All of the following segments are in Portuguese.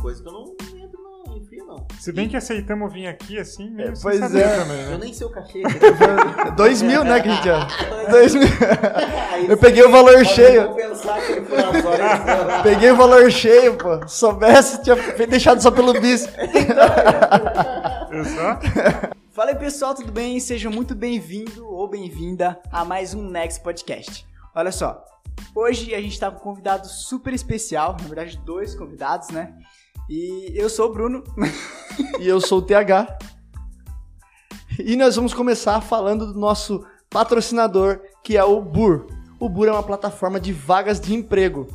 coisa que eu não não entro não, em frio, não. Se bem que aceitamos vir aqui assim, meio É, sem pois saber é. também, né? Eu nem sei o cachê. Dois mil, né, Cristiano? Dois mil. Eu peguei o valor cheio. pensar que ele foi nas horas. Peguei o valor cheio, pô. Se soubesse, tinha fe- deixado só pelo bis. é. Exato. É Fala aí pessoal, tudo bem? Seja muito bem-vindo ou bem-vinda a mais um Next Podcast. Olha só, hoje a gente tá com um convidado super especial, na verdade dois convidados, né? E eu sou o Bruno. E eu sou o TH. E nós vamos começar falando do nosso patrocinador, que é o Bur. O Bur é uma plataforma de vagas de emprego.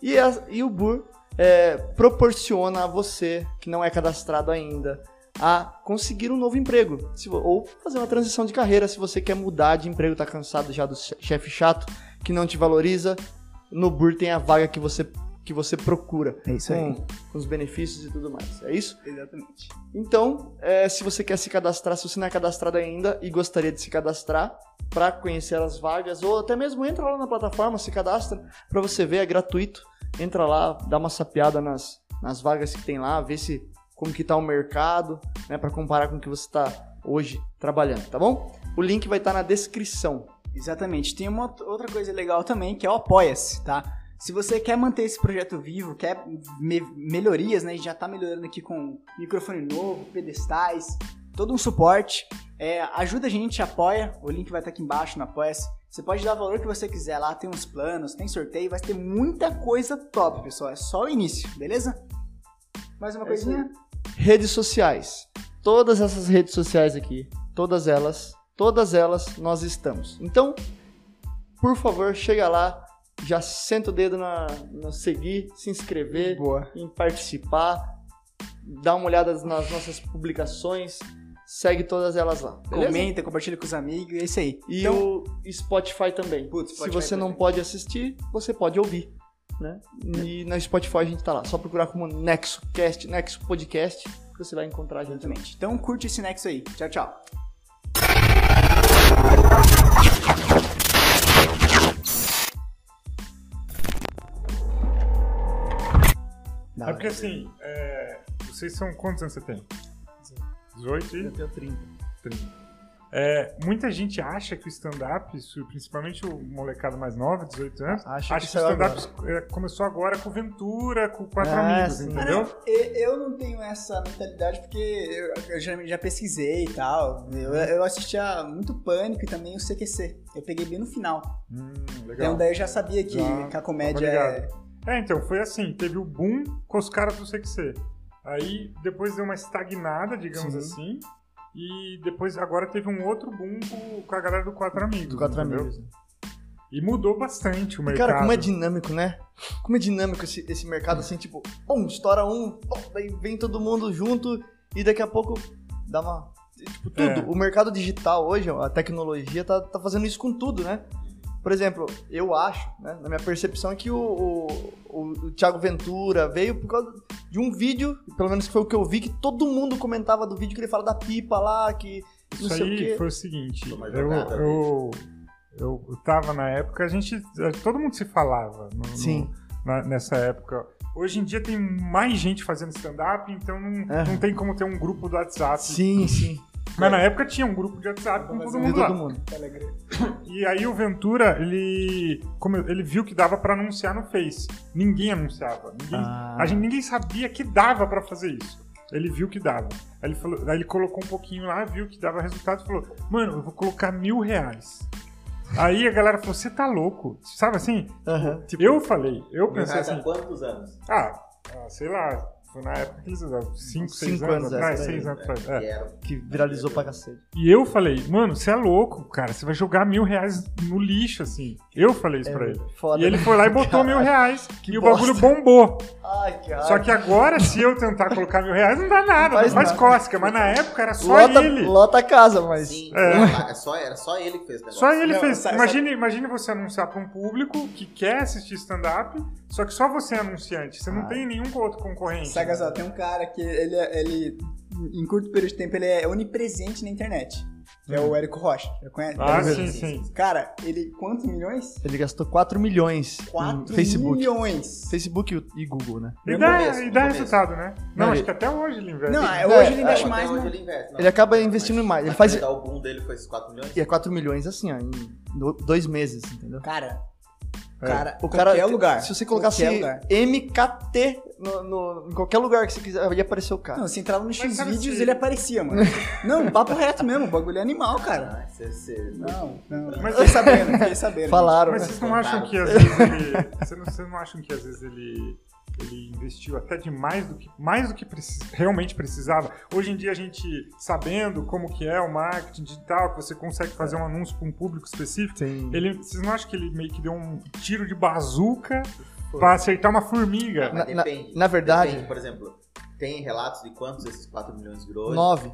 E, a- e o Bur é, proporciona a você, que não é cadastrado ainda, a conseguir um novo emprego. Se vo- ou fazer uma transição de carreira, se você quer mudar de emprego, tá cansado já do che- chefe chato, que não te valoriza. No Bur tem a vaga que você, que você procura. É isso Com, com os benefícios e tudo mais. É isso? Exatamente. Então, é, se você quer se cadastrar, se você não é cadastrado ainda e gostaria de se cadastrar para conhecer as vagas, ou até mesmo entra lá na plataforma, se cadastra para você ver, é gratuito. Entra lá, dá uma sapiada nas, nas vagas que tem lá, vê se como que tá o mercado, né, para comparar com o que você está hoje trabalhando, tá bom? O link vai estar na descrição. Exatamente. Tem uma outra- outra coisa legal também, que é o Apoia-se, tá? Se você quer manter esse projeto vivo, quer me- melhorias, né? A gente já tá melhorando aqui com microfone novo, pedestais, todo um suporte. É, ajuda a gente, apoia. O link vai estar aqui embaixo no Apoia-se. Você pode dar o valor que você quiser lá, tem uns planos, tem sorteio, vai ter muita coisa top, pessoal. É só o início, beleza? Mais uma É isso aí. coisinha? Redes sociais. Todas essas redes sociais aqui, todas elas, todas elas nós estamos. Então, por favor, chega lá, já senta o dedo na, no seguir, se inscrever, Boa. em participar, dá uma olhada nas nossas publicações, segue todas elas lá. beleza? Comenta, compartilha com os amigos, é isso aí. E Então, o Spotify também. Putz, Se Spotify você não também. pode assistir, você pode ouvir. Né? E na Spotify a gente tá lá. Só procurar como NexoCast, Nexo Podcast, que você vai encontrar a gente lá. Exatamente. Então curte esse nexo aí. Tchau, tchau. Da É hora. porque assim, é, vocês são quantos anos você tem? 18 e? Eu tenho 30. 30. É, muita gente acha que o stand-up, isso, principalmente o molecado mais novo, 18 anos, acha, Acha que que o saiu stand-up é, começou agora com Ventura, com quatro Ah, amigos, sim. Ah, entendeu? não, e- eu não tenho essa mentalidade porque eu, eu geralmente já pesquisei e tal. Uhum. Eu, eu assistia muito Pânico e também o CQC. Eu peguei bem no final. Hum, Então daí eu já sabia que, Já, que a comédia tava é. ligado. É, então, foi assim, teve o boom com os caras do CQC. Aí depois deu uma estagnada, digamos assim. E depois agora teve um outro boom com, com a galera do Quatro Amigos. Do quatro entendeu? amigos. né? E mudou bastante o mercado. Cara, como é dinâmico, né? Como é dinâmico esse, esse mercado, assim, tipo, pum, estoura um, pum, daí vem todo mundo junto e daqui a pouco dá uma. Tipo, tudo. É. O mercado digital hoje, a tecnologia, tá, tá fazendo isso com tudo, né? Por exemplo, eu acho, né, na minha percepção, é que o, o, o- o Thiago Ventura veio por causa de um vídeo, pelo menos foi o que eu vi, que todo mundo comentava do vídeo que ele fala da pipa lá, que não Isso sei o aí quê. foi o seguinte, Foi uma eu, jogada, eu, eu, eu tava na época, a gente, todo mundo se falava no- no- Sim. na- nessa época. Hoje em dia tem mais gente fazendo stand-up, então não, É. não tem como ter um grupo do WhatsApp. Sim, sim. Mas na época tinha um grupo de WhatsApp com todo De mundo lá. todo mundo. E aí o Ventura, ele, como ele viu que dava pra anunciar no Face. Ninguém anunciava. Ninguém, Ah. a gente, ninguém sabia que dava pra fazer isso. Ele viu que dava. Aí ele, falou, aí ele colocou um pouquinho lá, viu que dava resultado e falou: Mano, eu vou colocar mil reais. Aí a galera falou: Você tá louco? Sabe assim? Aham, tipo, é Eu falei, eu pensei Há assim: quantos anos? Ah, ah, sei lá, foi na época que eles usavam, 5, Cinco 6 anos anos, atrás, é, 6 é, anos atrás. é. E era- que viralizou pra cacete. E eu falei, mano, você é louco, cara. Você vai jogar mil reais no lixo, assim. Eu falei É isso pra ele. Foda. E ele foi lá e botou Caralho, mil reais. que e o bosta. bagulho bombou. Ai, cara. Só que agora, se eu tentar colocar mil reais, não dá nada. Faz Faz, faz nada. cósca. Mas na época era só lota, ele. lota a casa, mas. Sim, não, é só, era só ele que fez o negócio. Só ele Não, fez. sabe- imagine, imagine você anunciar pra um público que quer assistir stand-up, só que só você é anunciante. Você não Ah. tem nenhum outro concorrente. Saca só, tem um cara que ele, ele em curto período de tempo ele é onipresente na internet. que é Hum. o Érico Rocha. Já conhece? Ah, sim, sim. Cara, ele. Quantos milhões? Ele gastou 4 milhões 4 em Hum, Facebook. milhões. Facebook e- e Google, né? E No dá, começo, e no dá começo. resultado, né? Não, Não, acho ele- que até hoje ele investe. Não, é... é, hoje É, ele investe Ah, Até mais. hoje no- ele investe. Ele acaba investindo mais. Ele faz. Mas O boom dele foi esses 4 milhões? E é 4 milhões assim, ó, em do- dois meses, entendeu? Cara, É. cara, O cara, qualquer lugar. Se você colocasse qualquer lugar. MKT no, no- em qualquer lugar que você quiser, ia aparecer o cara. Não, se entrava no Mas, X cara, vídeos, se- ele aparecia, mano. Não, papo reto mesmo, o bagulho é animal, cara. Ah, você- você- Não, não. Mas- Mas fiquei sabendo, fiquei sabendo. Falaram. Mas né? vocês não acham que às vezes ele. Vocês não, vocês não acham que às vezes ele. Ele investiu até demais do que, mais do que precis- realmente precisava. Hoje em dia, a gente sabendo como que é o marketing digital, que você consegue fazer um anúncio para um público específico, Sim. ele, vocês não acham que ele meio que deu um tiro de bazuca para acertar uma formiga? Mas Na- depende. na- na verdade- Depende, por exemplo, tem relatos de quantos esses 4 milhões virou hoje? Nove.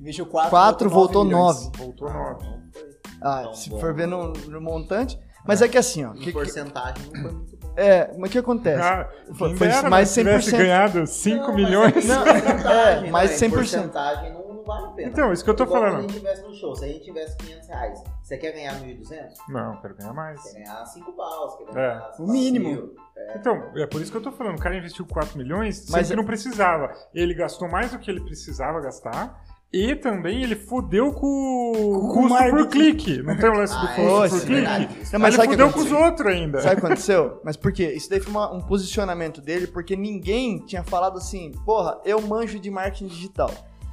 Investiu 4. Quatro, voltou nove. Voltou Ah, nove. não foi. Ah, Então, se bom. Um for ver no, no montante. Mas é, que assim, ó. Em que- que- porcentagem não foi muito bom. é, mas o que acontece? Ah, Foi- quem foi dera, né, mais se tivesse 100%. ganhado 5 Não, mas milhões. em Não, porcentagem, é, mais né? Em 100%. porcentagem não, não vale a pena. Então, isso que eu tô Igual falando. Se a gente tivesse no show, se a gente tivesse 500 reais, você quer ganhar 1.200? Não, quero ganhar mais. Quer ganhar 5 pau, você quer É. ganhar... O mínimo. mil. Então, é por isso que eu tô falando, o cara investiu 4 milhões, mas Mas que é- não precisava. Ele gastou mais do que ele precisava gastar. E também ele fodeu com o o custo por marketing. clique. Não tem o lance do Ah, custo isso por é clique? verdade. Não, mas ele sabe o que fodeu com os aconteceu? outros ainda. Sabe o que aconteceu? Mas por quê? Isso daí foi uma- um posicionamento dele, porque ninguém tinha falado assim, porra, eu manjo de marketing digital.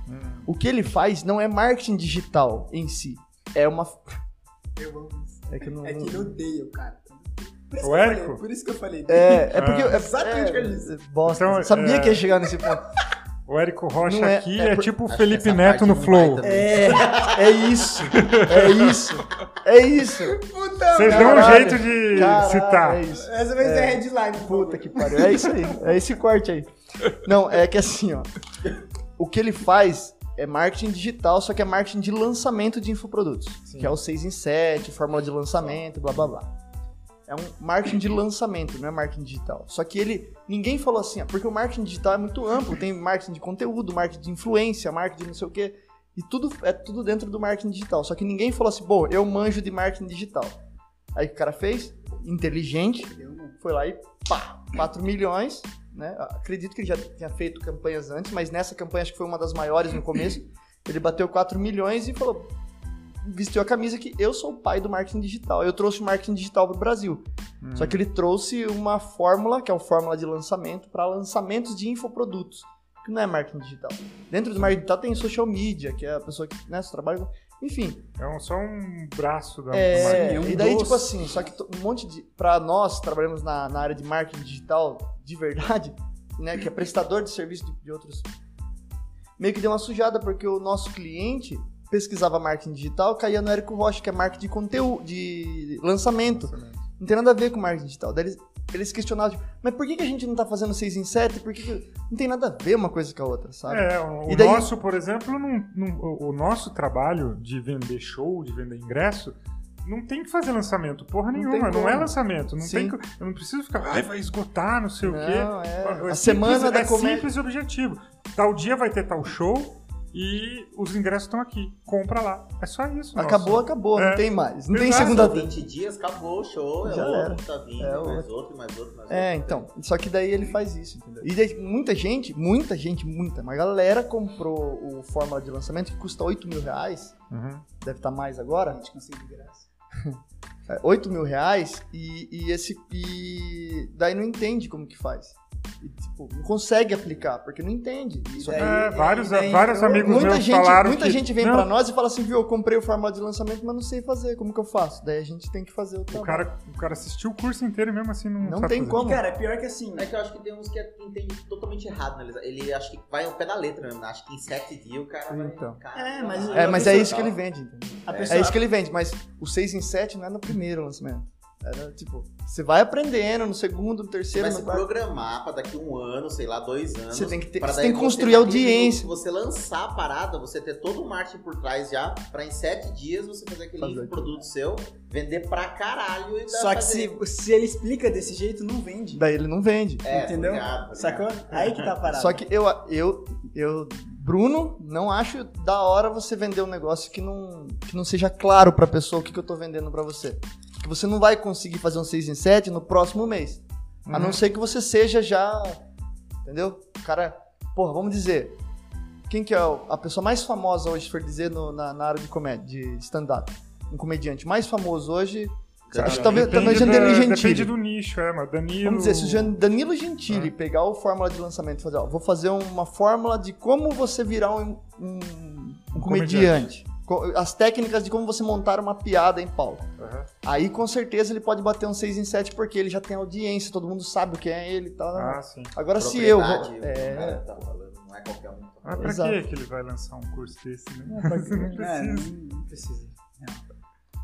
Hum. O que ele faz não é marketing digital em si. É uma. Eu amo isso. É que eu não. É que ele odeia o cara. Por isso O que eu Érico? falei, Por isso que eu falei. É, é porque. Ah. É, Exatamente o que ele é, disse. é bosta. Então, Sabia é- que ia chegar nesse ponto. O Érico Rocha Não é- aqui é, é por- tipo o Acho que Felipe essa Neto parte no não vai Flow. também. É, é isso. É isso. É isso. Puta, Vocês merda. dão um Caralho. jeito de Caralho, citar. É isso. Essa vai ser a headline. Puta por favor. que pariu. É isso aí. É esse corte aí. Não, é que assim, ó. O que ele faz é marketing digital, só que é marketing de lançamento de infoprodutos. Sim. Que é o 6 em 7, fórmula de lançamento, blá blá blá. É um marketing de lançamento, não é marketing digital. Só que ele. Ninguém falou assim, ó, porque o marketing digital é muito amplo, tem marketing de conteúdo, marketing de influência, marketing de não sei o quê. E tudo é tudo dentro do marketing digital. Só que ninguém falou assim, bom, eu manjo de marketing digital. Aí o que o cara fez? Inteligente, foi lá e pá, 4 milhões, né? Acredito que ele já tinha feito campanhas antes, mas nessa campanha acho que foi uma das maiores no começo. Ele bateu 4 milhões e falou, vestiu a camisa que eu sou o pai do marketing digital. Eu trouxe o marketing digital para o Brasil. Só que ele trouxe uma fórmula, que é uma fórmula de lançamento, para lançamentos de infoprodutos, que não é marketing digital. Dentro do marketing digital tem social media, que é a pessoa que né, você trabalha com... Enfim, É um- só um braço da é, é um e daí, doce. tipo assim, só que to- um monte de. Pra nós que trabalhamos na, na área de marketing digital de verdade, né? Que é prestador de serviço de, de outros. Meio que deu uma sujada, porque o nosso cliente pesquisava marketing digital, caía no Érico Rocha, que é marketing de conteúdo, de lançamento. Não tem nada a ver com marketing digital. Daí eles, eles questionavam, tipo, mas por que, que a gente não tá fazendo 6 em 7? Por que, que- Não tem nada a ver uma coisa com a outra, sabe? É, o, E o daí- nosso, por exemplo, não, não- o, o nosso trabalho de vender show, de vender ingresso, não tem que fazer lançamento, porra Não nenhuma. tem Não, é como. lançamento. Não tem Sim. co- eu não preciso ficar, ai, vai esgotar, não sei Não, o quê. é. É A simples- semana da é comédia. simples e objetivo. Tal dia vai ter tal show e os ingressos estão aqui. Compra lá. É só isso. nosso. Acabou, acabou, É. não tem mais. Não tem Exato. segunda. Passou 20 dias, acabou o show, Já é outro era. que tá vindo, É mais outro, mais outro, mais outro. É, então. Só que daí ele faz isso, entendeu? E daí, muita gente, muita gente, muita, uma galera comprou o fórmula de lançamento que custa 8 mil reais, Uhum. deve estar mais A agora, gente conseguiu de graça. é, 8 mil reais e, e esse. E daí não entende como que faz. E, tipo, não consegue aplicar, porque não entende. Isso daí- aqui- É, e vários daí vários entrou- amigos Muita meus gente, falaram muita que, gente vem "Não, pra nós e fala assim, viu, eu comprei o fórmula de lançamento, mas não sei fazer, como que eu faço? Daí a gente tem que fazer o o trabalho. cara, o cara assistiu o curso inteiro e mesmo assim não Não sabe tem fazer. como. E, cara, pior que assim. É que eu acho que tem uns que entende totalmente errado, né? Ele acha que vai ao pé da letra mesmo. né? Acho que em 7 dias o cara vai. Então. cara, É, mas- vai- É, mas é pessoa- isso tá que ele vende, entendeu? A pessoa, É isso que ele vende, mas o 6 em 7 não é no primeiro lançamento. Era tipo, você vai aprendendo no segundo, no Você terceiro, vai no se quarto. programar pra daqui um ano, sei lá, dois anos. Você tem que, ter, pra você daí tá tem que construir ter- audiência. Se você lançar a parada, você ter todo o marketing por trás já, pra em sete dias você fazer aquele Fazer. produto seu, vender pra caralho e dar Só que fazer- se, se ele explica desse jeito, não vende. Daí ele não vende. É, entendeu? obrigado, obrigado. Sacou? Aí que tá parado. Só que eu, eu, eu Bruno, não acho da hora você vender um negócio que não, que não seja claro pra pessoa o que, que eu tô vendendo pra você. Que você não vai conseguir fazer um 6 em 7 no próximo mês. A Uhum. não ser que você seja já. Entendeu? O cara. Porra, vamos dizer. Quem que é o- a pessoa mais famosa hoje, se for dizer, no- na, na área de comédia, de stand-up? Um comediante mais famoso hoje. Acho que talvez, Depende talvez da- Danilo Depende Gentili. do nicho, é, mas Danilo... Vamos dizer, se o Jan- Danilo Gentili pegar o fórmula de lançamento e fazer, ó, vou fazer uma fórmula de como você virar um, um, um comediante. Co- As técnicas de como você montar uma piada em palco. Aham. Aí com certeza ele pode bater um 6 em 7 porque ele já tem audiência, todo mundo sabe o que é ele e tal. Ah, sim. Agora se eu. vou- Propriedade, o É, cara tá falando, não é qualquer um. Mas pra Exato. que que ele vai lançar um curso desse, né? Não É, precisa. não precisa.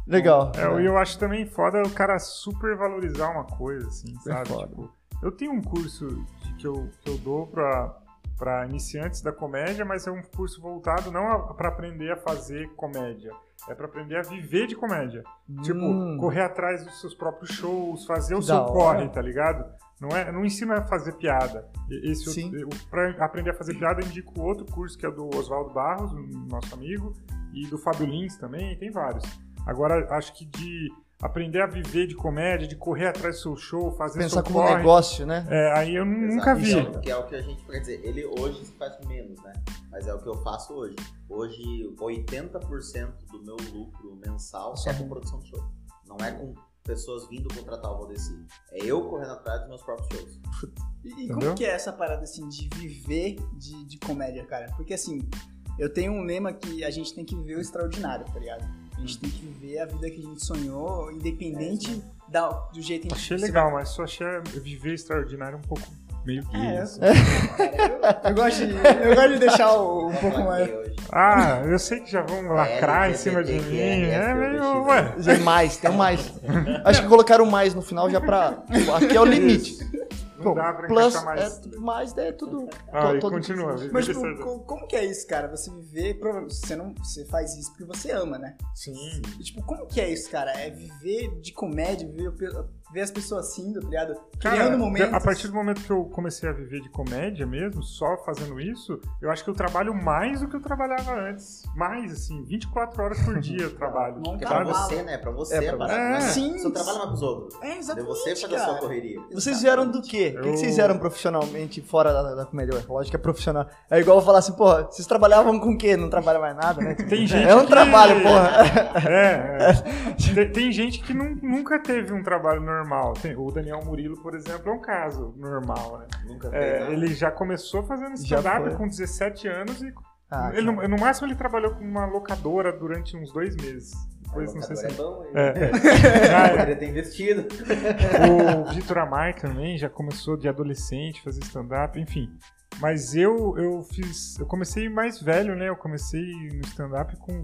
legal. É, e eu acho também foda o cara super valorizar uma coisa, assim, sabe? É foda. Tipo, eu tenho um curso de- que eu, que eu dou pra, pra iniciantes da comédia, mas é um curso voltado não a- pra aprender a fazer comédia, é pra aprender a viver de comédia. Hum. Tipo, correr atrás dos seus próprios shows, fazer o Da seu hora. corre, tá ligado? Não, é, não ensina a fazer piada. E- Esse é Sim. eu, eu, pra aprender a fazer piada, eu indico outro curso que é do Oswaldo Barros, um nosso amigo, e do Fábio Lins também, tem vários. Agora, acho que de aprender a viver de comédia, de correr atrás do seu show, fazer Pensar seu como corre, negócio, né? é, aí eu Exato. nunca vi. Isso é o que é o que a gente quer dizer. Ele hoje faz menos, né? Mas é o que eu faço hoje. Hoje, 80% do meu lucro mensal é com produção de show. Não é com pessoas vindo contratar o Valdeci. É eu correndo atrás dos meus próprios shows. E, e Entendeu? como que é essa parada assim de viver de, de comédia, cara? Porque assim, eu tenho um lema que a gente tem que viver o extraordinário, tá ligado? A gente Hum. tem que viver a vida que a gente É, sonhou, independente da, do jeito em que Achei você legal, mas só achei viver extraordinário um pouco meio gay. É, eu- assim. Eu gosto de, eu gosto de deixar o, um Só pouco flagrei mais. hoje. Ah, eu sei que já É, vão lacrar em LGBT, cima de mim. É meio. LGBT. Ué, Quer dizer, mais, tem um mais. Acho que colocaram mais no final já pra. tipo, Aqui é o limite. não dá pra Plus, encaixar mais. é tudo mais, é tudo. Ah, to- e todo- continua. viver Mas, tipo, dessa- co- como que é isso, cara? Você viver. prova- Você, não, você faz isso porque você ama, né? Sim. E, tipo, como que é isso, cara? É viver de comédia, viver, pe- ver as pessoas rindo, tá ligado? Cara, Criando momentos. a partir do momento que eu comecei a viver de comédia mesmo, só fazendo isso, eu acho que eu trabalho mais do que eu trabalhava antes. Mais, assim, 24 horas por dia eu trabalho. Não Porque é pra sabe? Cavalo. você, né? É pra você. É pra a parada, você. não é? Sim. Você não trabalha mais pros outros. É, É exatamente. você fazer a cara. sua correria. Vocês vieram do quê? O que, que vocês Eu- vieram profissionalmente fora da, da comédia? Ué, Lógico que é profissional. É igual eu falar assim, porra, vocês trabalhavam com o quê? Não trabalha mais nada, né? Tem gente É um que- trabalho, porra. É, é. Tem, tem gente que nun- nunca teve um trabalho normal. Tem- o Daniel Murilo, por exemplo, é um caso normal, né? Nunca É, fez, né? ele já começou fazendo Já stand-up foi. com 17 anos e Ah, ele, no, no máximo ele trabalhou com uma locadora durante uns dois meses. Depois não sei se É bom, ele Ah, poderia ter investido. O Vitor Amar também já começou de adolescente, fazer stand-up, enfim. Mas eu, eu fiz. Eu comecei mais velho, né? Eu comecei no stand-up com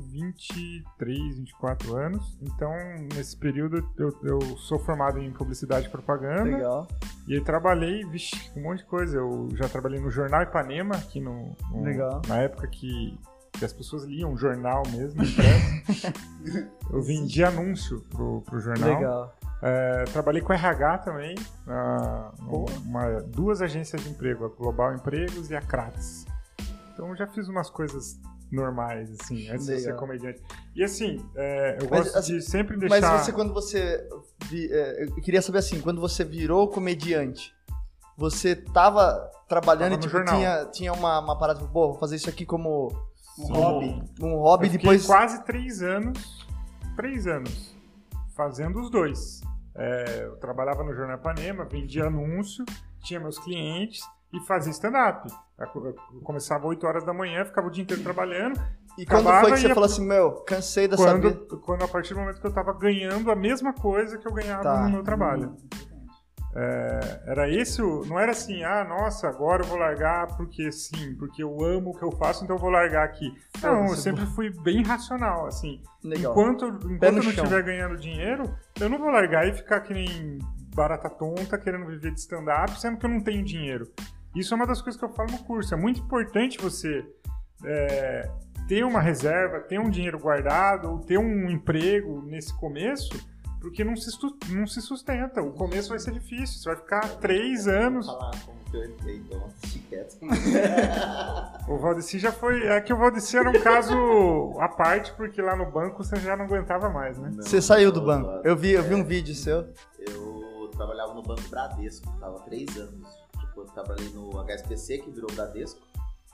23, 24 anos. Então, nesse período, eu, eu sou formado em publicidade e propaganda. Legal. E eu trabalhei, vixe, com um monte de coisa. Eu já trabalhei no Jornal Ipanema, aqui no. no- Legal. Na época que, que as pessoas liam jornal mesmo, impresso. Eu vendi anúncio pro, pro jornal. Legal. É, trabalhei com RH também, na- uma- duas agências de emprego, a Global Empregos e a Crates. Então eu já fiz umas coisas normais, assim, antes de Legal. ser comediante. E assim, é, eu Mas, gosto assim, de sempre Mas deixar... você, quando você. vi- é, eu queria saber assim, quando você virou comediante, você tava trabalhando Tava e no tipo, jornal. tinha, tinha uma, uma parada, tipo, pô, vou fazer isso aqui como Um hobby. um Eu hobby e fiquei depois. quase três anos, três anos, fazendo os dois. É, eu trabalhava no Jornal Panema, vendia anúncio, tinha meus clientes e fazia stand-up. É, Eu começava 8 horas da manhã, ficava o dia inteiro trabalhando, E quando foi acabava que e você ia- falou assim, meu, cansei dessa vida? quando, quando a partir do momento que eu tava ganhando a mesma coisa que eu ganhava Tá. no meu trabalho. É, era esse o, não era assim, ah, nossa, agora eu vou largar porque sim, porque eu amo o que eu faço, então eu vou largar aqui. Não, eu Foda-se, sempre fui bem racional, assim. Legal. Enquanto, enquanto no eu não chão. estiver ganhando dinheiro, eu não vou largar e ficar que nem barata tonta querendo viver de stand-up, sendo que eu não tenho dinheiro. Isso é uma das coisas que eu falo no curso. É muito importante você é, ter uma reserva, ter um dinheiro guardado, ou ter um emprego nesse começo, Porque não se, estu- não se sustenta. O começo vai ser difícil. Você vai ficar três anos. falar como que eu entrei, então assisti quieto. O Valdeci já foi. É que o Valdeci era um caso à parte, porque lá no banco você já não aguentava mais, né? Não, Você saiu do eu- banco. Eu vi, eu vi um vídeo seu. Eu trabalhava no Banco Bradesco, tava há três anos. Tipo, eu trabalhei no HSPC, que virou Bradesco.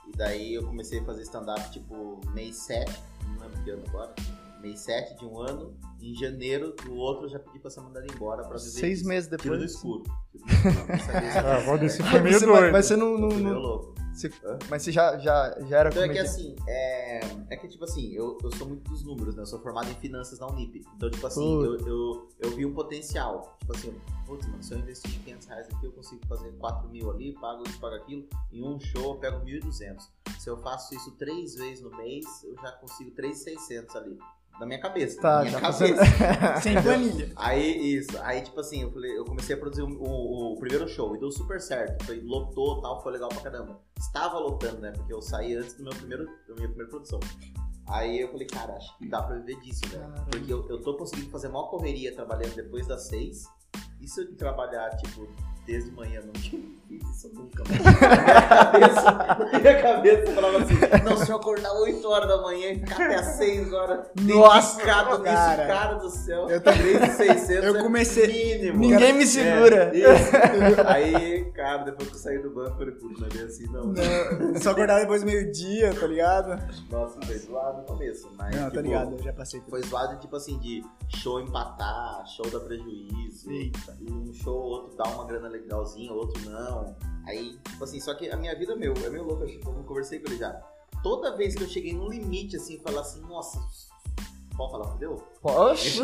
E daí eu comecei a fazer stand-up, tipo, mês 7, não lembro que ano agora. Mês 7 de um ano. Em janeiro do outro, eu já pedi pra ser mandado embora pra fazer Seis isso. meses Tiro do depois. escuro. Tiro do escuro. Não sabia se Ah, era o Valdeci certo. foi meio Você vai- doido. mas você não. não- Fui meio não- louco. você- Hã? mas você já, já, já era Então é que comediante. assim, é, é que tipo assim, eu, eu sou muito dos números, né? Eu sou formado em finanças na Unip. Então, tipo assim, eu, Putz. eu, eu vi um potencial. Tipo assim, putz, mano, se eu investir 500 reais aqui, eu consigo fazer 4 mil ali, pago isso, pago aquilo. Em um show eu pego 1.200. Se eu faço isso três vezes no mês, eu já consigo 3.600 ali. Na minha cabeça. Tá, na minha já cabeça. Sem planilha. Aí, isso. Aí, tipo assim, eu, falei, eu comecei a produzir o, o- o primeiro show e deu super certo. Foi, lotou tal, foi legal pra caramba. Estava lotando, né? Porque eu saí antes do meu primeiro, da minha primeira produção. Aí eu falei, cara, acho que dá pra viver disso, velho. Caramba. Porque eu, eu tô conseguindo fazer maior correria trabalhando depois das seis. E se eu trabalhar, tipo, desde manhã, não tinha fiz isso nunca, né? mano. Na minha cabeça, na minha cabeça eu falava assim, não, se eu acordar 8 horas da manhã e ficar até 6 horas Nossa, dedicado nisso, cara. assim, cara do céu. Eu também. 3,600 Eu comecei- é mínimo. Ninguém me É, segura. isso. Aí, cara, depois que eu saí do banco, eu falei, putz, não é bem assim, não. Não, só acordar depois do meio-dia, tá ligado? Nossa, foi zoado no começo, mas Não, tipo, tá ligado, eu já passei por foi zoado, tipo assim, de show empatar, show dar prejuízo, Eita. e um show, outro dá uma grana legalzinha, outro não. Aí, tipo assim, só que a minha vida, meu, é meio louca, tipo, eu conversei com ele já. Toda vez que eu cheguei no limite, assim, falar assim, nossa, pode falar, fudeu? Oxi.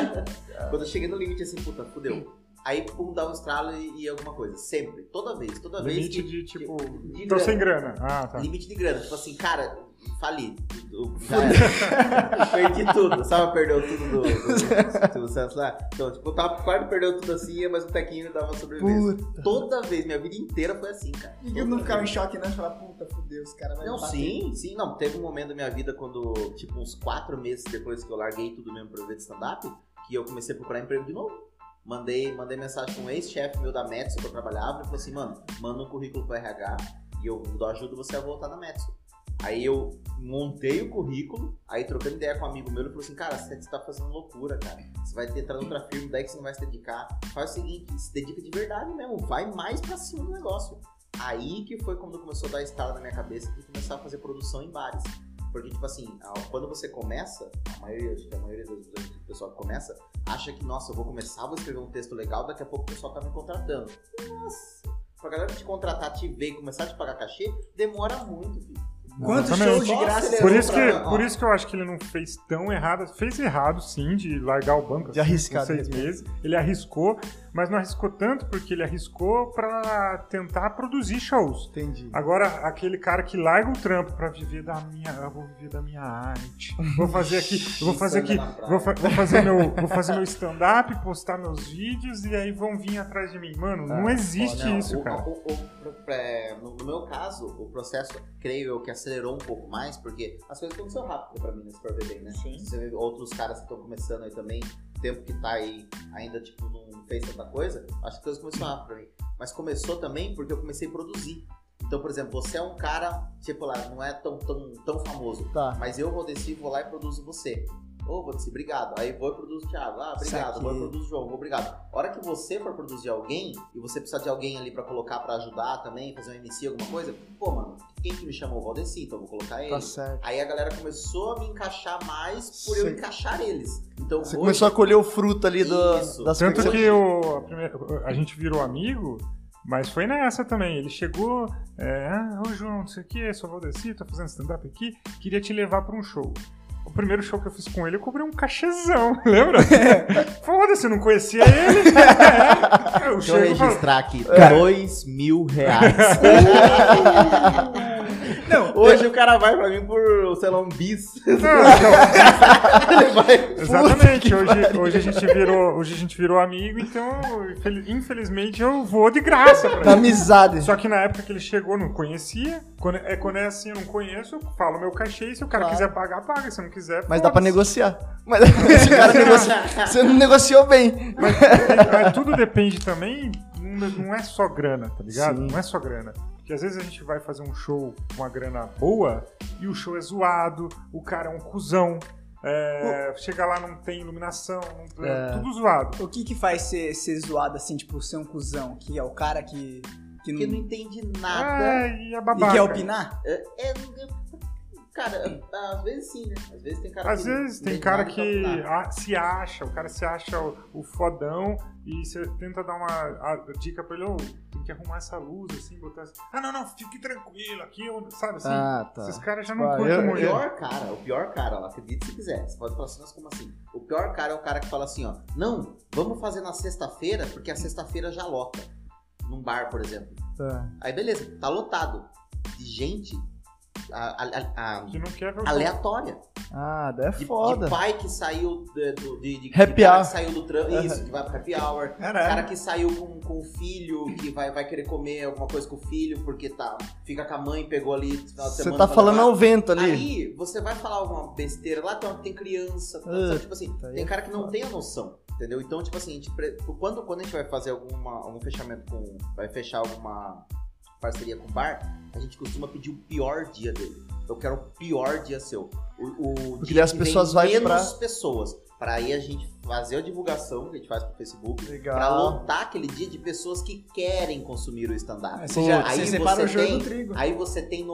Quando eu cheguei no limite assim, puta, fudeu. Aí, pum, dá um estralo e, e alguma coisa. Sempre. Toda vez, toda vez. Limite que- de tipo. de Tô grana. sem grana. Ah, tá. Limite de grana. Tipo assim, cara, fali. Eu- já era. Perdi tudo. Sabe, perdeu tudo do, do, do Santos lá? Então, tipo, eu tava quase perdeu tudo assim, ia mais um tequinho dava sobrevivência. Puta. Toda vez, minha vida inteira foi assim, cara. Eu não Toda ficava em vez. choque, não, falar, puta, fudeu, os caras vão Não, bater. sim, sim, não. Teve um momento da minha vida quando, tipo, uns quatro meses depois que eu larguei tudo mesmo pra ver de stand-up, que eu comecei a procurar emprego de novo. Mandei, mandei mensagem pra um ex-chefe meu da Metsu que eu trabalhava, ele falou assim, mano, manda um currículo pro RH e eu dou- ajudo você a voltar na Metsu. Aí eu montei o currículo, aí trocando ideia com um amigo meu, ele falou assim, cara, você tá fazendo loucura, cara. Você vai entrar noutra firma, daí que você não vai se dedicar. Faz o seguinte, se dedica de verdade mesmo, vai mais pra cima do negócio. Aí que foi quando começou a dar estala na minha cabeça de começar a fazer produção em bares. Porque, tipo assim, a- quando você começa, a maioria, acho que a maioria das vezes do pessoal que começa, acha que, nossa, eu vou começar, vou escrever um texto legal, daqui a pouco o pessoal tá me contratando. Nossa! Pra galera te contratar, te ver e começar a te pagar cachê, demora muito, filho. Quantos Exatamente. shows de graça Por Não, isso, pra- que, ó. por isso que eu acho que ele não fez tão errado. Fez errado, sim, de largar o banco. De arriscar, uns seis de meses. Ele arriscou, mas não arriscou tanto porque ele arriscou pra tentar produzir shows. Entendi. Agora, aquele cara que larga o trampo pra viver da minha. Eu vou viver da minha arte. Vou fazer aqui. Eu vou fazer aqui. Stand-up é na praia. Vou, fa- vou fazer meu, vou fazer meu stand-up, postar meus vídeos e aí vão vir atrás de mim. Mano, não existe Ó, não, É, isso, né, o- cara. o- o- pro- é, no no meu caso, o processo, creio eu, que acelerou um pouco mais, porque as coisas aconteceram rápido pra mim, né? Se for ver bem, né? Sim. Você vê outros caras que estão começando aí também, tempo que tá aí, ainda, tipo, não fez tanta coisa, acho que as coisas começaram rápido pra mim. Mas começou também porque eu comecei a produzir. Então, por exemplo, você é um cara, tipo lá, não é tão, tão, tão famoso, Tá. Ah, mas eu vou descer, vou lá e produzo você. Ô, vou descer, obrigado. Aí vou e produzo o Thiago. Ah, obrigado. Saquei. Vou e produzo o João, obrigado. A hora que você for produzir alguém, e você precisar de alguém ali pra colocar, pra ajudar também, fazer um MC, alguma coisa, pô, mano, quem que me chamou? O Valdeci, então eu vou colocar ele. Tá certo. Aí a galera começou a me encaixar mais por eu Sei. encaixar eles. Então, Você hoje- começou a colher o fruto ali do, Isso. das Tanto coisas. que o, a, primeira- a gente virou amigo, mas foi nessa também. Ele chegou, é, ah, ô João, não sei o que, sou Valdeci, tô fazendo stand-up aqui, queria te levar pra um show. O primeiro show que eu fiz com ele, eu cobrei um cachezão, lembra? Foda-se, eu não conhecia ele. É, Deixa eu eu chego e falo, registrar aqui, dois mil reais. Não, Hoje o cara vai pra mim por, sei lá, um bis. Não, Ele vai. exatamente. Hoje, hoje, a gente virou, hoje a gente virou amigo, então infel- infelizmente eu vou de graça pra ele. Amizade. Só que na época que ele chegou, não conhecia. Quando é, quando é assim, eu não conheço, eu falo meu cachê. E se o cara Claro. quiser pagar, paga. Se não quiser, Mas dá pra foda-se. negociar. Mas esse cara negocia. Você não negociou bem. Mas, depende- mas tudo depende também, não não é só grana, tá ligado? Sim. Não é só grana. Porque às vezes a gente vai fazer um show com uma grana boa e o show é zoado, o cara é um cuzão, é, chega lá não tem iluminação, não- é É. tudo zoado. O que que faz ser, ser zoado assim, tipo, ser um cuzão? Que é o cara que, que Porque não não, entende Ah, nada. É, e a e babaca. quer opinar? É, é- cara, às vezes sim, né? Às vezes tem cara Às que vezes não tem entende cara nada e que é tá opinando. a- se acha, o cara se acha o, o fodão e você tenta dar uma a- dica pra ele, ô, tem que arrumar essa luz, assim, botar assim. Ah, não, não, fique tranquilo, aqui, eu- sabe assim? Ah, tá. Esses caras já não Ah, curtem eu- O muito. pior cara, o pior cara lá, acredite se quiser. Você pode falar assim, mas como assim? O pior cara é o cara que fala assim, ó, não, vamos fazer na sexta-feira, porque a sexta-feira já lota. Num bar, por exemplo. É. Tá. Aí beleza, tá lotado de gente a- a- a- a- Que não quer ver o show. aleatória. Ah, daí é De, de foda. pai que saiu de, do- de, de- de Happy cara hour. que saiu do trampo. Isso, que vai pro happy hour. Cara Caralho. que saiu com, com o filho, que vai, vai querer comer alguma coisa com o filho, porque tá, fica com a mãe, pegou ali no final de Você semana tá pra falando levar. ao vento ali. Aí você vai falar alguma besteira lá, então tem criança, tá? Ah, Sabe, tipo assim, tá aí tem é cara que não foda. tem a noção, entendeu? Então, tipo assim, a gente pre- quando, quando a gente vai fazer alguma, algum fechamento com. Vai fechar alguma parceria com o bar, a gente costuma pedir o pior dia dele. Eu quero o pior dia seu. O, o Porque dia daí as que pessoas vem vai menos pra- pessoas. Pra aí a gente fazer a divulgação que a gente faz pro Facebook. Legal. Pra lotar aquele dia de pessoas que querem consumir o stand-up. Aí Você, já, Aí você separa você o joio tem- do trigo. Aí você tem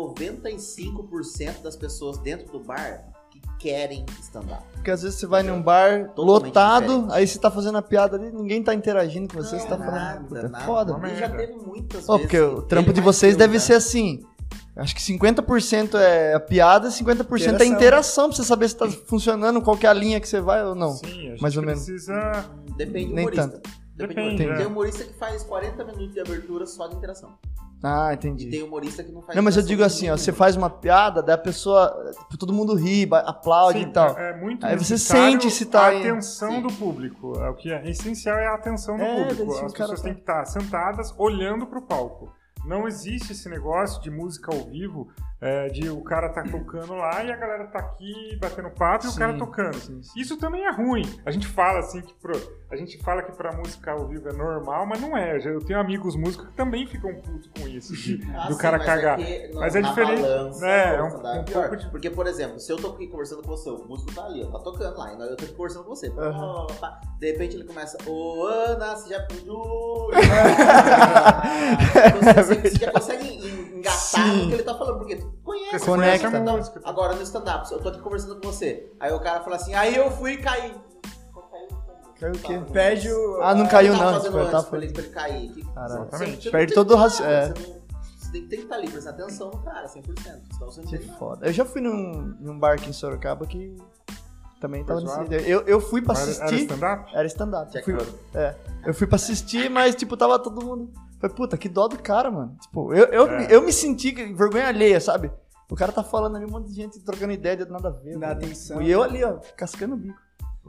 95% das pessoas dentro do bar que querem stand-up. Porque às vezes você vai num bar Totalmente lotado, diferente. aí você tá fazendo a piada ali, ninguém tá interagindo com você, Não, você tá falando. nada, puta, é nada. foda. Uma E já merda. teve muitas Ó, vezes. porque que o trampo teve de mais vocês que eu, deve né? ser assim. Acho que 50% é a piada, 50% é a Interação. interação, pra você saber se tá funcionando, qual que é a linha que você vai ou não. Sim, a gente mais ou menos. precisa. Depende do Nem humorista. Depende, do humorista. é. Tem humorista que faz 40 minutos de abertura só de interação. Ah, E entendi. tem humorista que não faz Não, mas eu interação digo assim, ó, nenhuma. você faz uma piada, daí a pessoa, tipo, todo mundo ri, ba- aplaude Sim, e tal. É é muito então. Aí você necessário sente se tá A em- atenção Sim. do público. É, O que é essencial é a atenção do É, daí público. se o As cara pessoas tá- têm que estar sentadas olhando pro palco. Não existe esse negócio de música ao vivo, é, de o cara tá tocando lá e a galera tá aqui batendo papo e o Sim, cara tocando. sim, sim. Isso também é ruim. A gente fala assim que pro, a gente fala que pra música ao vivo é normal, mas não é. Eu tenho amigos músicos que também ficam putos com isso. de- Ah, do sim, cara mas cagar. que no- Mas é na diferente, balança, né? na É um- balança dá um pior. pouco de- Porque, por exemplo, se eu tô aqui conversando com você, o músico tá ali, ó, tá tocando lá, e eu tô aqui conversando com você. Aham. Pá, pá. De repente ele começa, ô Ana, você já pediu. você, você- você já consegue en- engatar É Sim. no que ele tá falando, porque tu conhece. Porque você Conecta. conhece a Então, música. agora no stand-up, eu tô aqui conversando com você. Aí o cara fala assim, aí eu fui e caí. Caiu o quê? Perde o. Ah, não O que caiu eu tava não, fazendo tipo, eu antes tava pra ele, falando. pra ele cair. Que- Caralho. Exatamente. Você não Perde tem todo o raci- nada, é. Você, não- você tem que estar ali, prestar atenção no cara, 100%. Senão você não Que tem nada. é foda. Eu já fui num, num bar aqui em Sorocaba que também tava Foi nesse. Eu, eu fui pra Mas Era assistir. stand-up? Era stand-up. Jack Fui- é, Russell. Eu fui pra assistir, mas, tipo, tava todo mundo. Falei, puta, que dó do cara, mano. Tipo, eu, eu, É. eu me senti que- vergonha alheia, sabe? O cara tá falando ali um monte de gente trocando ideia de nada a ver. Dá mano. atenção. E eu ali, ó, cascando o bico.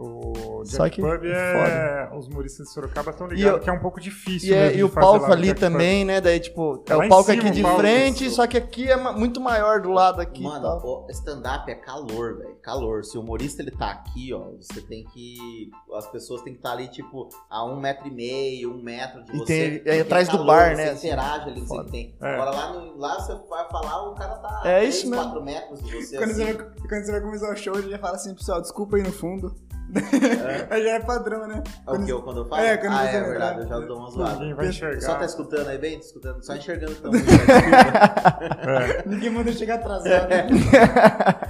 O Só Jack que Pub é. Os humoristas de Sorocaba estão ligados eu- que é um pouco difícil. E, é- mesmo e de o fazer palco lá ali no Jack Pub. também, né? Daí, tipo, é lá o em palco cima aqui o de palco, frente, isso. só que aqui é ma- muito maior do lado aqui tá? e Mano, tal. o stand-up é calor, velho. Calor. Se o humorista ele tá aqui, ó, você tem que. As pessoas têm que estar ali, tipo, a um metro e meio, um metro de E você. tem- é atrás do calor, bar, você né, assim. interage ali, Foda. você tem. É. Agora lá, no- lá você vai falar, o cara tá É três, isso mesmo. quatro metros de você. Quando assim. você, vai, quando você vai começar o show, ele já fala assim, pessoal, desculpa aí no fundo. É. Aí já é padrão, né? É o que eu quando eu falo? É, quando ah, você é vai- verdade, eu já dou uma zoada. Ninguém vai enxergar. Só tá escutando aí bem? Tá escutando, só enxergando que tá muito perto. É. Ninguém manda eu chegar É. atrasado.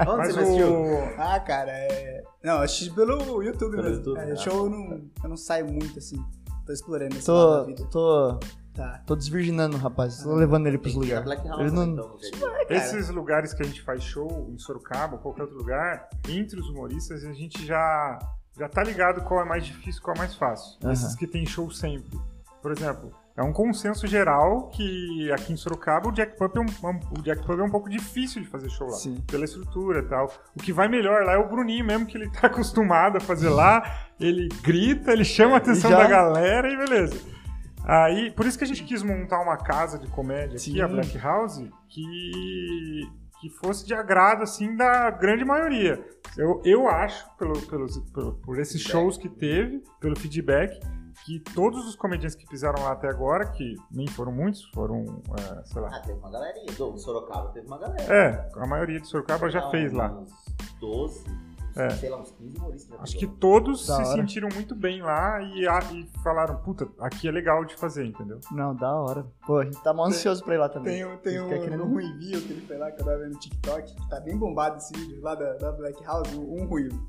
Onde Mas você assistiu? o. Ah, cara, é. Não, eu assisti pelo YouTube Pelo mesmo. YouTube, É, ah. show eu não, eu não saio muito assim. Tô explorando esse é lado da Tô, vida. tô, Tá. tô desvirginando, o rapaz. Tô levando ele Tem pros que ir na lugares. Black Ele House, não- então, gente. Esses lugares que a gente faz show, em Sorocaba, ou qualquer outro lugar, entre os humoristas, a gente já, já tá ligado qual é mais difícil qual é mais fácil. Aham. Esses que tem show sempre. Por exemplo, É um consenso geral que aqui em Sorocaba o Jack Pub é um, um- o Jack Pub é um pouco difícil de fazer show lá. Sim. Pela estrutura e tal. O que vai melhor lá é o Bruninho mesmo, que ele tá acostumado a fazer lá. Ele grita, ele chama a atenção já- da galera e beleza. Aí, por isso que a gente quis montar uma casa de comédia Sim. aqui, a Black House, que, que fosse de agrado, assim, da grande maioria. Eu, eu acho, pelo, pelos, pelo- por esses Feedback. shows que teve, pelo feedback, que todos os comediantes que pisaram lá até agora, que nem foram muitos, foram, é, sei lá. Ah, teve uma galerinha. Do Sorocaba teve uma galera. É, a maioria de Sorocaba já Sei fez lá. Uns 12, É. sei lá, uns 15 humoristas. né, já Acho que fizeram. todos Tá Da se hora. sentiram muito bem lá e, a- e falaram, puta, aqui é legal de fazer, entendeu? Não, da hora. Pô, a gente tá mal ansioso pra ir lá também. Tem, um- tem Ele um, fica querendo- um ruivio que ele foi lá que eu tava vendo no TikTok, que tá bem bombado esse vídeo lá da, da Black House, um um ruivo.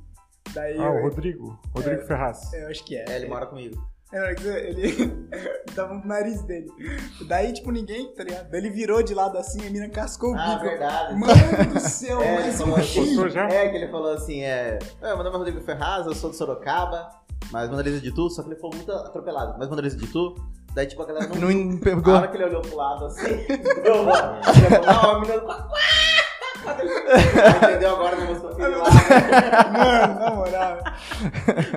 Daí Ah, o eu, Rodrigo, Rodrigo Ferraz. eu acho que É, ele mora comigo. É, mas ele tava no nariz dele. Daí, tipo, ninguém, tá ligado? Daí ele virou de lado assim, a mina cascou o Ah, bico. verdade. Mano do céu, É, ele mas falou um assim, Postou já? é, que ele falou assim, é. "Ah, Meu nome é Rodrigo Ferraz, eu sou de Sorocaba, mas Mona Lisa de Tu, só que ele foi muito atropelado. Mas Mona Lisa de Tu, daí tipo a galera não. Não A pegou. hora que ele olhou pro lado assim, deu uma. Ele falou, Não, a menina. Entendeu agora, né? Mostrou aquele lá. Mano, na moral.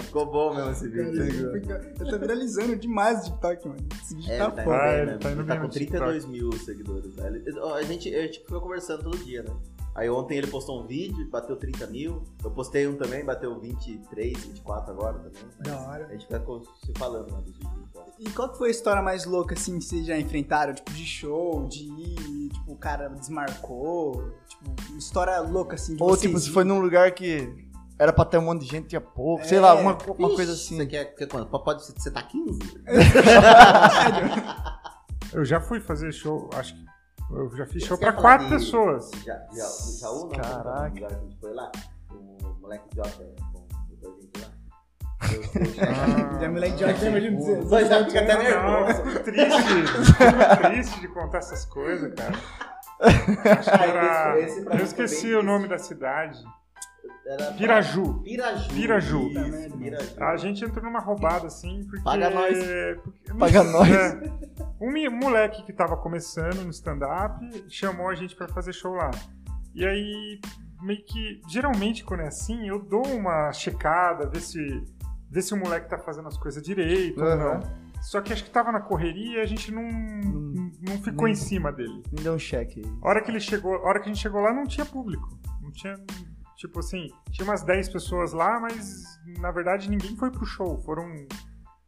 Ficou bom mesmo esse cara, vídeo. isso fica- Eu tô viralizando demais o TikTok, mano. Esse vídeo É, tá ele tá, foda. Ah, indo ele bem, tá né? indo Ele tá bem com no TikTok. 32 mil seguidores. né? Ele- ó, A gente, a gente ficou conversando todo dia, né? Aí ontem ele postou um vídeo, bateu 30 mil. Eu postei um também, bateu 23, 24 agora também. mas Da hora. A gente fica co- se falando né, dos vídeos. então. E qual que foi a história mais louca, assim, que vocês já enfrentaram? Tipo, de show, de ir, tipo, o cara desmarcou. Tipo, uma história louca, assim, de Ou vocês tipo, se ir. foi num lugar que era pra ter um monte de gente, tinha pouco. Sei lá, É. uma, uma Ixi, coisa assim. Você quer, quer quanto? Pode você tá 15? Eu já fui fazer show, acho que. Eu já fiz Você show quer pra falar quatro de- pessoas. Já, já, do Jaú, não, no Caraca. lugar que a gente foi lá. O moleque idiota, bom, depois a gente lá. Eu- eu- Já me lembro de Ah, lembro de dizer. Os dois já fica até Ah, Não, eu nervoso. fico triste. fico triste de contar essas coisas, cara. Acho que era- Ah, Esse- esse pra mim eu foi esqueci bem o nome da cidade. Era pra- Piraju. Piraju. Piraju. Ah, Isso, Puta merda. Piraju. A gente entrou numa roubada assim, porque. Paga nós. porque- Paga nós. É. Um mi- moleque que tava começando no stand-up chamou a gente pra fazer show lá. E aí, meio que. Geralmente, quando é assim, eu dou uma checada, ver se, ver se o moleque tá fazendo as coisas direito ou Aham. não. Só que acho que tava na correria e a gente não, não ficou em cima dele. Me deu um cheque. A hora que ele chegou, a hora que a gente chegou lá não tinha público. Não tinha, tipo assim, tinha umas 10 pessoas lá, mas na verdade ninguém foi pro show, foram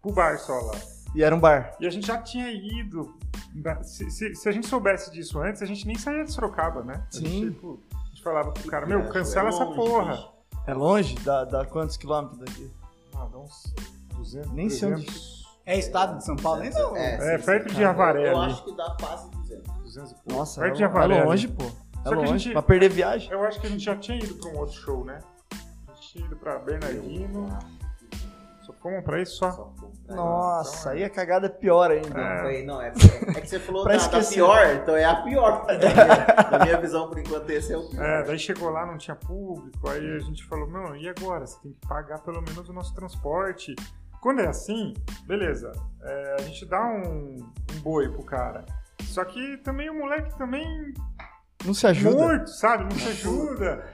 pro bar só lá. E era um bar. E a gente já tinha ido. da- Se, se- se a gente soubesse disso antes, a gente nem saía de Sorocaba, né? A Sim. gente, tipo, a gente falava pro cara, meu, cancela É essa longe, porra. bicho. É longe? Dá, dá quantos quilômetros daqui? Ah, dá uns 200, Nem sei onde- 300, É estado de São Paulo? Então, É, É, sim, perto sim, de cara. Avaré Eu ali. acho que dá quase 200. 200 e pouco. Nossa, Perto é, de lo- Avaré, é ali. longe, pô. É Só que a longe. gente- Pra perder viagem. Eu acho que a gente já tinha ido pra um outro show, né? A gente tinha ido pra Bernardino. Só fomos pra isso só. Só comprar. Nossa, aí a cagada é pior ainda. Não, foi- não, é, é que você falou Pra da, da esquecer. pior, então é a pior. Na minha visão, por enquanto, esse é o pior. É, daí chegou lá, não tinha público, aí a gente falou, não, e agora? Você tem que pagar pelo menos o nosso transporte. Quando é assim, beleza, é, a gente dá um, um boi pro cara. Só que também o moleque também Não se ajuda. morto, sabe? Não se ajuda.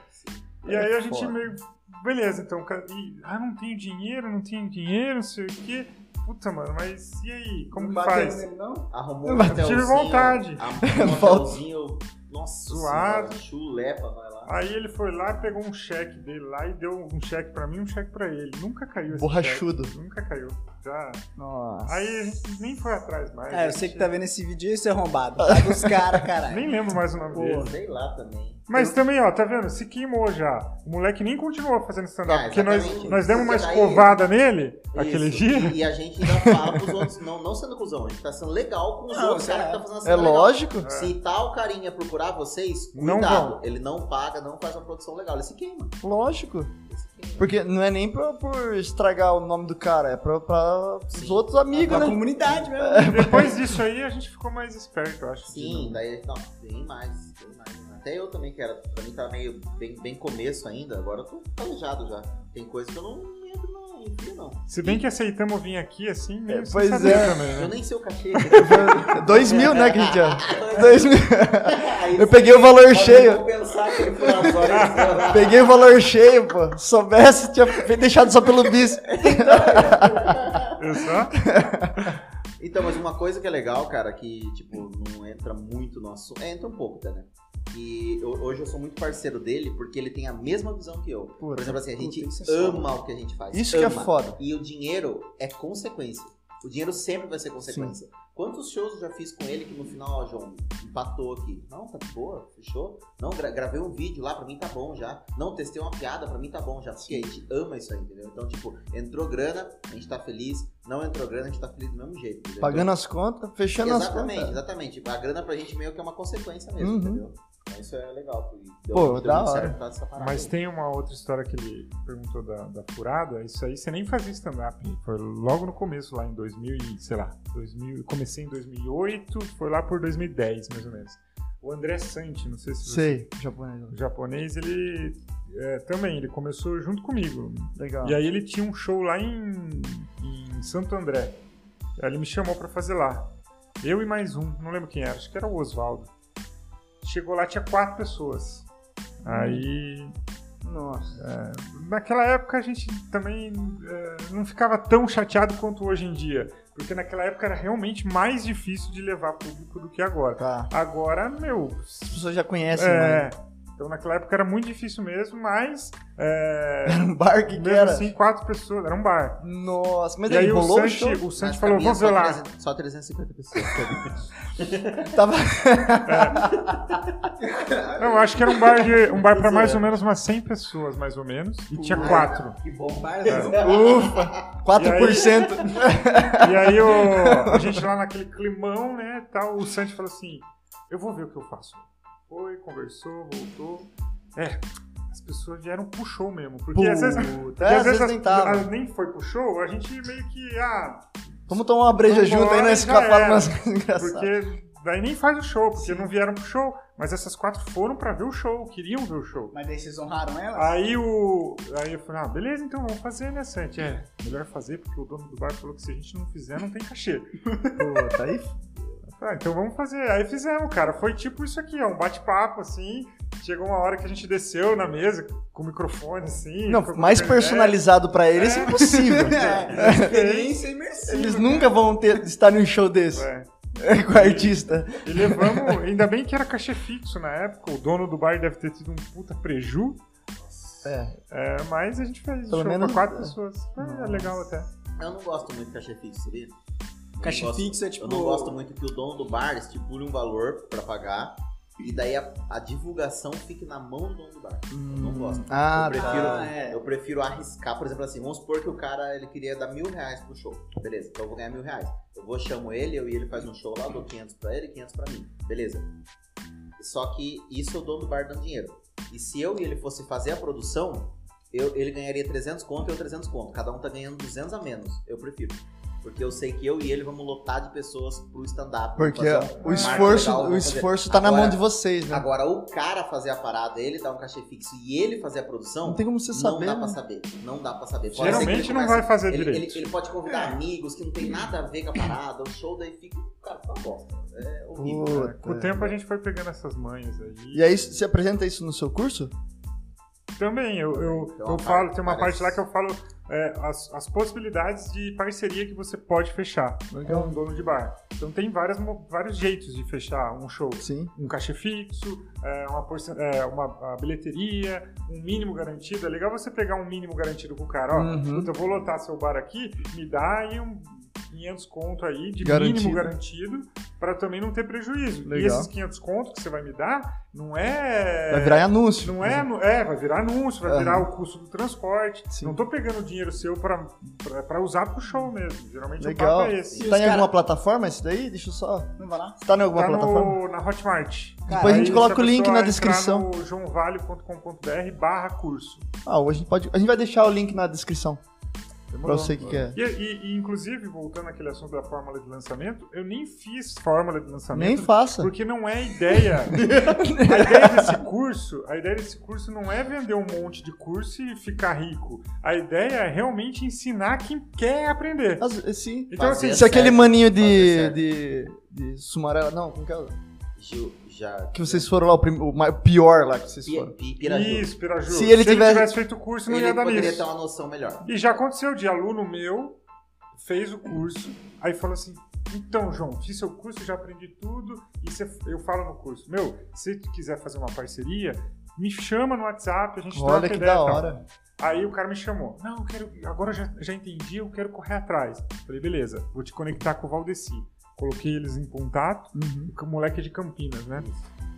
E aí a gente É Foda. meio. Beleza, então. ca- e, ah, não tenho dinheiro, não tenho dinheiro, não sei o quê. Puta, mano, mas e aí? Como que bateu faz? nele, não? Arrumou um Mas tive hotelzinho. vontade. Arrumou um Volta. hotelzinho. Nossa, Suado. senhora, chulepa, vai lá. Aí ele foi lá, pegou um cheque dele lá e deu um cheque pra mim e um cheque pra ele. Nunca caiu esse Borrachudo. cheque. Nunca caiu. Já. Nossa. Aí a gente nem foi atrás mais. É, A eu sei gente que tá vendo esse vídeo e esse arrombado. Vai dos caras, caralho. Nem lembro mais o nome dele. Sei lá também. Mas também, ó, tá vendo? Se queimou já. O moleque nem continuou fazendo stand-up. É, Ah, porque nós, exatamente. nós demos uma Porque daí- escovada nele aquele Isso. dia. E a gente ainda fala pros outros, não, não sendo cuzão, a gente tá sendo legal com os Não, outros é. caras que tá fazendo a É cena legal. lógico. Se tal carinha procurar vocês, Não cuidado. vão. ele não paga, não faz uma produção legal. Ele se queima. Lógico. Ele se queima. Porque não é nem pra, por estragar o nome do cara, é pra, pra os Sim. outros amigos, né? Da comunidade mesmo. Depois disso aí a gente ficou mais esperto, eu acho. de Sim, daí ele não, tem mais, tem mais. Até eu também que era, pra mim tá meio bem, bem começo ainda, agora eu tô calejado já. Tem coisa que eu não entro, não. me envia, não. Se bem que aceitamos vir aqui assim, meio É, sem pois saber é. também, né? Eu nem sei o cachê. 2 É, mil, né, Cristiano? 2 mil. Eu peguei o valor cheio. pensar que ele foi nas horas. Peguei o valor cheio, pô. Se soubesse, tinha fe- deixado só pelo bis. Eu só- Então, mas uma coisa que é legal, cara, que, tipo, não entra muito no assunto. É, entra um pouco, tá, né? E eu- hoje eu sou muito parceiro dele porque ele tem a mesma visão que eu. Por exemplo, assim, a gente Puta, isso é ama o que a gente faz. Isso que é ama. foda. E o dinheiro é consequência. O dinheiro sempre vai ser consequência. Quantos shows eu já fiz com ele que no final, ó, João, empatou aqui? Não, tá de boa, fechou? Não, gra- gravei um vídeo lá, pra mim tá bom já. Não, testei uma piada, pra mim tá bom já. Porque a gente ama isso aí, entendeu? Então, tipo, entrou grana, a gente tá feliz. Não entrou grana, a gente tá feliz do mesmo jeito. Entendeu? Pagando as contas, então, fechando as Exatamente, contas. exatamente. Tipo, A grana pra gente meio que é uma consequência mesmo, Uhum. entendeu? Então, isso é legal. porque deu- Pô, deu da muito hora. certo por causa dessa parada Mas aí. tem uma outra história que ele perguntou da, da furada. Isso aí você nem fazia stand-up. Foi logo no começo, lá em 2000 e, sei lá, 2000, eu comecei em 2008, foi lá por 2010, mais ou menos. O André Santi, não sei se você... Sei, japonês. O japonês, ele é, também, ele começou junto comigo. Legal. E aí ele tinha um show lá em, em Santo André. Aí ele me chamou pra fazer lá. Eu e mais um, não lembro quem era, acho que era o Oswaldo. Chegou lá, tinha quatro pessoas. Aí Nossa. Naquela época a gente também eh, não ficava tão chateado quanto hoje em dia, porque naquela época era realmente mais difícil de levar público do que agora. Tá. Agora, meu, As pessoas já conhecem, né? é, então naquela época era muito difícil mesmo, mas eh, Era um bar que, que mesmo era. assim quatro pessoas, era um bar. Nossa, mas e aí aí o rolou o Santi, show? o Santi Mas falou, pra mim é vamos ver lá. Só, 300 só 350 pessoas. Tava... Não, eu acho que era um bar de um bar para mais ou menos umas 100 pessoas, mais ou menos, e tinha quatro. que bom, mas... É. Ufa! 4%. E aí o- a gente lá naquele climão, né, tal, o Santi falou assim, eu vou ver o que eu faço. Foi, conversou, voltou. É, as pessoas vieram pro show mesmo, porque às vezes... Puta, É, porque às vezes nem tava. as- nem foi pro show, a gente meio que, ah, Vamos tomar uma breja Vambora, junto aí, já nós ficar era. falando umas coisas engraçadas. porque daí nem faz o show, porque não vieram pro show. Mas essas quatro foram pra ver o show, queriam ver o show. Mas daí vocês honraram ela? Ah, Aí o. Aí eu falei, ah, beleza, então vamos fazer, né, Santi? É, melhor fazer, porque o dono do bar falou que se a gente não fizer, não tem cachê. Puta, aí Ah, então vamos fazer. Aí fizemos, cara. Foi tipo isso aqui, ó. Um bate-papo, assim. Chegou uma hora que a gente desceu na mesa com o microfone, assim. Não, ficou mais trocando ideia. personalizado pra eles é impossível. É, experiência imersiva. Eles nunca vão ter, estar num show desse É. com o artista. E levamos. Ainda bem que era cachê fixo na época. O dono do bar deve ter tido um puta preju. É. É, mas a gente fez Pelo show menos- pra quatro é. pessoas. Foi Nossa. legal até. Eu não gosto muito de cachê fixo, sabia? Eu não Cachê gosto- fixo é tipo- Eu não gosto muito que o dono do bar estipule um valor pra pagar e daí a, a divulgação fique na mão do dono do bar. não gosto. Ah, eu, prefiro, tá. Ah, é. eu prefiro arriscar, por exemplo, assim, vamos supor que o cara ele queria dar mil reais pro show. Beleza, então eu vou ganhar mil reais. Eu vou, chamo ele, eu e ele faz um show lá, eu dou 500 pra ele, 500 pra mim. Beleza. Só que isso é o dono do bar dando dinheiro. E se eu e ele fosse fazer a produção, eu- ele ganharia 300 conto e eu 300 conto. Cada um tá ganhando 200 a menos. Eu prefiro. Porque eu sei que eu e ele vamos lotar de pessoas pro stand-up. vamos Porque fazer um o marketing esforço, legal, o vamos fazer- esforço tá na Agora- mão de vocês, né? Agora, o cara fazer a parada, ele dar um cachê fixo e ele fazer a produção, Não tem como você não saber. dá pra né? saber. Não dá pra saber. Pode ser que Geralmente ele não comece- vai fazer ele, direito. ele- ele pode convidar É. amigos que não tem nada a ver com a parada, o show daí fica. Cara, tá uma bosta. É horrível. cara. Com o Puta. tempo a gente foi pegando essas manhas aí. E aí, você apresenta isso no seu curso? Também, eu, eu, Então, eu apare- falo, tem uma parece- parte lá que eu falo é, as, as possibilidades de parceria que você pode fechar Legal. com um dono de bar. Então tem várias, mo- vários jeitos de fechar um show. Sim. Um cachê fixo, é, uma, porcen- é, uma a bilheteria, um mínimo garantido. É legal você pegar um mínimo garantido com o cara. Ó, Uhum. puta, eu vou lotar seu bar aqui, me dá aí um 500 conto aí de Garantido. mínimo garantido para também não ter prejuízo. E Legal. esses 500 conto que você vai me dar não é... Vai virar em anúncio. Não é, anu- é, vai virar anúncio, vai Aham. virar o custo do transporte. Sim. Não tô pegando dinheiro seu pra, pra, pra usar pro show mesmo. Geralmente o Legal. papo é esse. Tá Os em cara- alguma plataforma isso daí? Deixa eu só. Não vai lá? Tá em alguma Tá plataforma? no, na Hotmart. Depois a gente Aí, coloca se o link pessoa na entrar descrição. no joãovale.com.br barra curso. Ah, hoje a gente pode. A gente vai deixar o link na descrição. Pra Demorou. É. você que quer. E, e- e, inclusive, voltando àquele assunto da fórmula de lançamento, eu nem fiz fórmula de Nem lançamento. faça. Porque não é ideia. a ideia desse curso, a ideia desse curso não é vender um monte de curso e ficar rico. A ideia é realmente ensinar quem quer aprender. Às vezes, sim. Então, Fazer assim, Se aquele certo, maninho fazer de, certo. de, de Sumarela. Não, como que é? o- Gil, já. Que vocês foram lá, o, prim- o mai- o pior lá que vocês Pi- foram. Pi- Piraju. Isso, Piraju. Se ele tivesse- feito o curso, não Ele ia dar poderia nisso. ter uma noção melhor. E já aconteceu de aluno meu fez o curso, aí falou assim: então, João, fiz seu curso, já aprendi tudo, e cê- eu falo no curso: meu, se tu quiser fazer uma parceria, me chama no WhatsApp, a gente tá né, troca Olha que ideia. e da tal." hora. Aí o cara me chamou: não, eu quero, agora eu já, já entendi, eu quero correr atrás. Falei: beleza, vou te conectar com o Valdeci. Coloquei eles em contato Uhum. com o moleque de Campinas, né?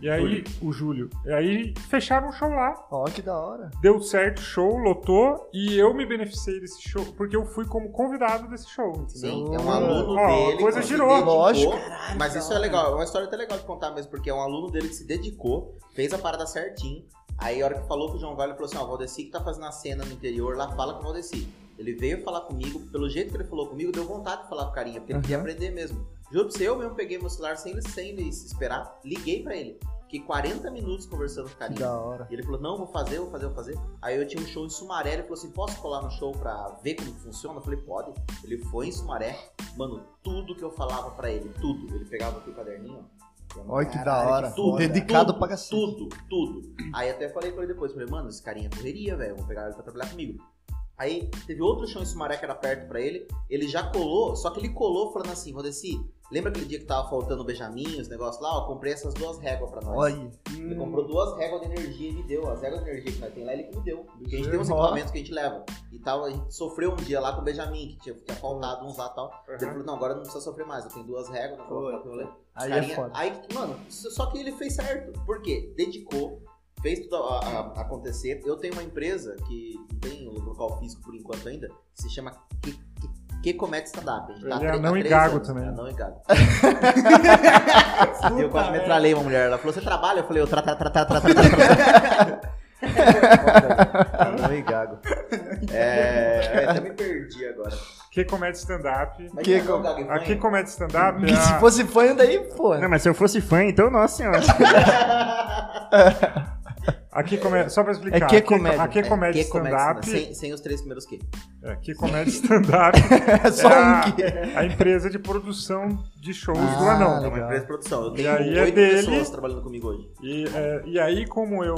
E aí, o Júlio. E aí, fecharam o show lá Olha que da hora. deu certo o show, lotou, e eu me beneficiei desse show, porque eu fui como convidado desse show, entendeu? Sim, é um Ó, aluno a dele. coisa que se girou. dedicou, Lógico. Mas isso é legal, é uma história até legal de contar mesmo, porque é um aluno dele que se dedicou, fez a parada certinho. Aí, a hora que falou com o João Vale, ele falou assim: Ó, o Valdeci que tá fazendo a cena no interior lá, fala com o Valdeci. Ele veio falar comigo, pelo jeito que ele falou comigo, deu vontade de falar com o carinha, porque ele queria aprender mesmo. Juro pra você, eu mesmo peguei meu celular sem ele, sem ele se esperar, liguei pra ele. Fiquei 40 minutos conversando com o Que carinha. da hora. E ele falou, não, vou fazer, vou fazer, vou fazer. Aí eu tinha um show em Sumaré, ele falou assim, posso colar no show pra ver como funciona? Eu falei, pode. Ele foi em Sumaré, mano, tudo que eu falava pra ele, tudo. Ele pegava aqui o caderninho, é ó. Olha que da Caralho, hora. que né, Tudo, Dedicado tudo, pra cacete. Tudo, tudo. Aí até falei pra ele depois, falei, mano, esse carinha é correria, velho, vou pegar ele pra trabalhar comigo. Aí teve outro show em Sumaré que era perto pra ele, ele já colou, só que ele colou falando assim, Rodeci, lembra aquele dia que tava faltando o Benjamin, os negócios lá? Ó, comprei essas duas réguas pra nós. Olha aí. Ele comprou duas réguas de energia e me deu. As réguas de energia que nós tem lá, ele que me deu. Porque a gente tem uns Ó. equipamentos que a gente leva. E tal, a gente sofreu um dia lá com o Benjamin, que tinha, tinha faltado uns lá e tal. Ele Uhum. falou, não, agora não precisa sofrer mais. Eu tenho duas réguas, não Pô, coloco que eu levo. Aí Carinha- é foda. Aí, mano, só só que ele fez certo. Por quê? Dedicou, fez tudo a- a- a- acontecer. Eu tenho uma empresa que não tem um local físico por enquanto ainda, que se chama Que, que, que Comete Stand-Up. A gente Ele é há tre- há anão três e gago anos. também. né? É Anão e gago. E eu quase metralhei uma mulher. Ela falou, você trabalha? Eu falei, eu tra tra tra tra tra tra tra Anão e gago. É... Eu até me perdi agora. Que comédia stand-up. Mas Que não, com- gago, A que foi? comédia stand-up é Que se a- fosse fã daí, pô. né? Não, mas se eu fosse fã, então, nossa senhora. a que comédia... Só pra explicar. É que a comédia. A que comédia É, que comédia stand-up... sem, sem os três primeiros que. É, que comédia stand-up É só Ah. um que. é a empresa de produção de shows do Ah, anão. É uma legal. empresa de produção. Eu E tenho aí é oito dele. pessoas trabalhando comigo hoje. E, é, e aí, como eu,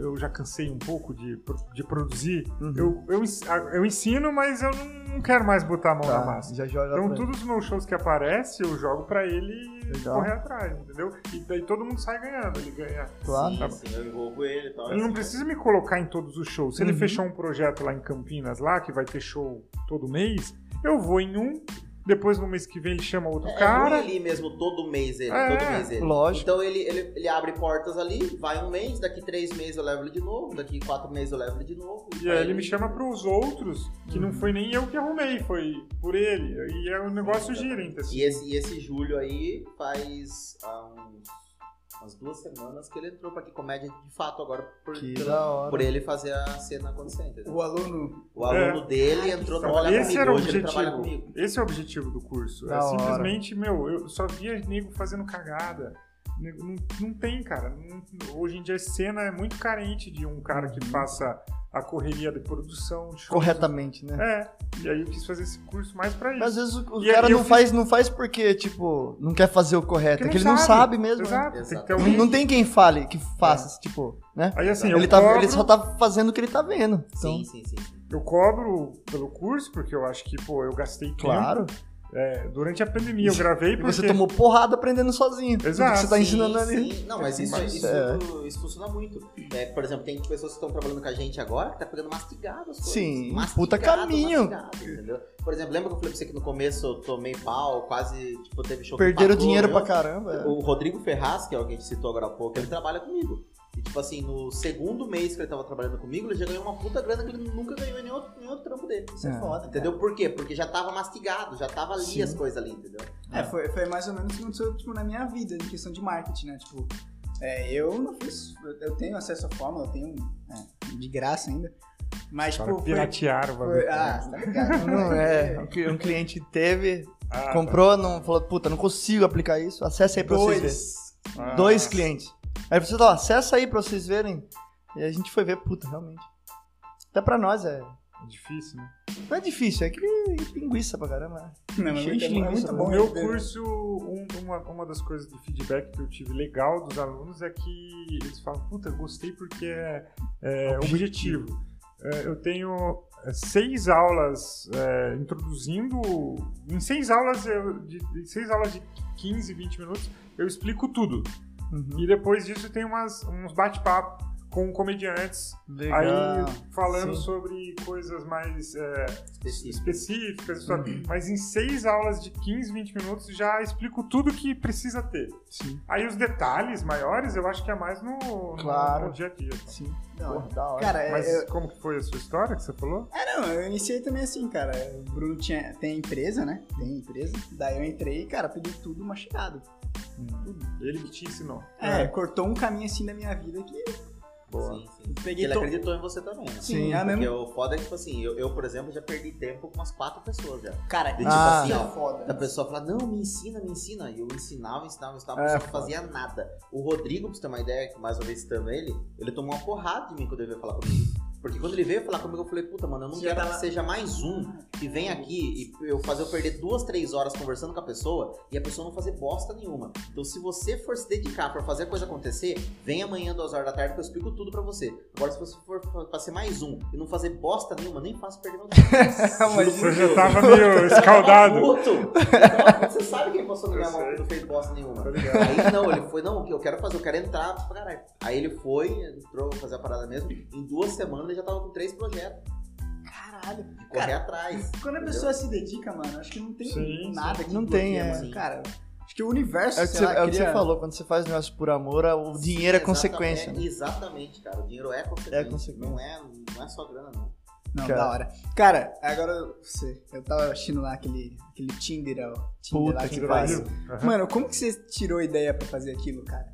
eu já cansei um pouco de, pro- de produzir, Uhum. eu, eu, ens- a- eu ensino, mas eu não quero mais botar a mão na Tá, massa. já joga Então, pra- todos os meus shows que aparecem, eu jogo pra ele Legal. correr atrás, entendeu? E daí todo mundo sai ganhando, ele ganha. Claro. Sim, sim, eu envolvo ele e tal. Ele não precisa me colocar em todos os shows. Se ele Uhum. fechou um projeto lá em Campinas, lá, que vai ter show todo mês, eu vou em um, depois no mês que vem ele chama outro É, cara. É ele mesmo, todo mês ele, É, todo mês ele. lógico. Então ele, ele, ele abre portas ali, vai um mês, daqui três meses eu levo ele de novo, daqui quatro meses eu levo ele de novo. E aí ele me chama pros outros, que não foi nem eu que arrumei, foi por ele. E aí o negócio gira, então. E esse, e esse Júlio aí faz há uns, umas duas semanas que ele entrou pra que comédia de fato agora por, Que pela- da hora. por ele fazer a cena acontecer, entendeu? O aluno. O aluno dele entrou trabalhar É. Esse comigo, era o hoje ele objetivo. trabalha comigo. Esse é o objetivo do curso. Da é hora. simplesmente, meu, eu só via nego fazendo cagada. Nego- Não, não tem, cara. Não- hoje em dia a cena é muito carente de um cara Uhum. que faça a correria de produção. De shows. Corretamente, né? É. E aí eu quis fazer esse curso mais pra isso. Mas às vezes o, o E aí cara eu não, fiz- faz, não faz porque, tipo, não quer fazer o correto. É Porque que ele não sabe mesmo. né? Exato. Tem que ter alguém. Não, não tem quem fale, que faça, tipo, né? Aí assim, Ele, eu, tá, cobro, ele só tá fazendo o que ele tá vendo. Então, Sim, sim, sim. sim. eu cobro pelo curso, porque eu acho que, pô, eu gastei tempo. claro. É, durante a pandemia eu gravei E porque... você tomou porrada aprendendo sozinho. tudo Exato. que você tá Sim, ensinando ali. sim. Não, mas isso, Mas, isso, é. isso funciona muito. É, por exemplo, tem pessoas que estão trabalhando com a gente agora que tá pegando mastigado as coisas. Sim, mastigado, puta caminho. mastigado, entendeu? Por exemplo, lembra que eu falei pra você que no começo eu tomei pau, quase tipo, teve show que Perderam empatou, dinheiro eu- pra caramba. é. O Rodrigo Ferraz, que é alguém que citou agora há pouco, ele trabalha comigo. E, tipo assim, no segundo mês que ele tava trabalhando comigo, ele já ganhou uma puta grana que ele nunca ganhou em nenhum outro, nenhum outro trampo dele. Isso é, É. foda. Entendeu? Entendeu? Por quê? Porque já tava mastigado, já tava ali Sim. as coisas ali, entendeu? É, foi, foi mais ou menos o que aconteceu tipo, na minha vida, em questão de marketing, né? Tipo, é, eu não fiz. Eu tenho acesso à fórmula, eu tenho é, de né, graça ainda. Mas, Os caras tipo, foi, piratearam o bagulho. foi- Ah, você tá ligado. Não, é, um cli- um cliente teve, Ah, tá. comprou, não falou, puta, não consigo aplicar isso. Acessa aí pra vocês verem. Dois. Ah. Dois clientes. Aí você ó, acessa aí pra vocês verem. E a gente foi ver, puta, realmente. Até pra nós é. Difícil, né? Não é difícil, é que linguiça pra caramba. né? Não, mas Gente, muito bom, é muito bom. O meu né? curso, um- uma, uma das coisas de feedback que eu tive legal dos alunos é que eles falam, puta, gostei porque é, é objetivo. É, eu tenho é, seis aulas é, introduzindo. Em seis aulas, eu, de, de seis aulas de 15, 20 minutos, eu explico tudo. E depois disso tem umas, uns bate-papo com comediantes aí falando Sim. sobre coisas mais é, Específico. específicas, só- mas em seis aulas de 15, 20 minutos já explico tudo que precisa ter. Sim. Aí os detalhes maiores eu acho que é mais no, no- Claro. no dia a dia. tá? Sim. Não, Porra, da hora. Cara, Mas eu, como que foi a sua história que você falou? é, Não, eu iniciei também assim, cara. O Bruno tinha, tem empresa, né? Tem empresa. Daí eu entrei e, cara, pedi tudo mastigado. Ele que te ensinou. É, cortou um caminho assim da minha vida que Boa. Sim, sim. peguei Ele Então, to- acreditou em você também, né? Sim, Sim, é Porque mesmo. o foda é que, tipo assim, eu, eu, por exemplo, já perdi tempo com umas quatro pessoas já. Cara, tipo Ah. assim, ó, foda. Da pessoa falar, não, me ensina, me ensina. E eu ensinava, ensinava, ensinava, a É, pessoa não fazia nada. O Rodrigo, pra você ter uma ideia, que mais uma vez citando ele, ele tomou uma porrada de mim quando ele veio falar comigo. Porque quando ele veio falar comigo, eu falei, puta, mano, eu não Você quero já tava- que seja mais um que vem aqui e eu fazer eu perder duas, três horas conversando com a pessoa e a pessoa não fazer bosta nenhuma. Então, se você for se dedicar pra fazer a coisa acontecer, vem amanhã, duas horas da tarde, que eu explico tudo pra você. Agora, se você for pra ser mais um e não fazer bosta nenhuma, nem faço perder meu tempo. Mas Você tá já tava meio escaldado. Puto. Então, Você sabe quem passou na minha Eu mão sei. que não fez bosta nenhuma. Tá ligado? Aí não, ele foi, não, o que eu quero fazer, eu quero entrar pra caralho. Aí ele foi, entrou fazer a parada mesmo. Em duas semanas ele já tava com três projetos. Caralho. De correr Cara, atrás. quando a entendeu? pessoa se dedica, mano, acho que não tem Sim, nada que Não bloqueia, tem, é. mano. Cara, acho que o universo, É o que, sei você, lá, é o que cria- você falou, quando você faz negócio por amor, o dinheiro é Exata- consequência. é- né? Exatamente, cara. O dinheiro é consequência. É consequência. Não, é, não é só grana, não. Não, Cara. da hora. Cara, agora você. Eu tava assistindo lá aquele, aquele Tinder, ó. Tinder lá Puta que que faz. pariu. Aham. Mano, como que você tirou a ideia pra fazer aquilo, cara?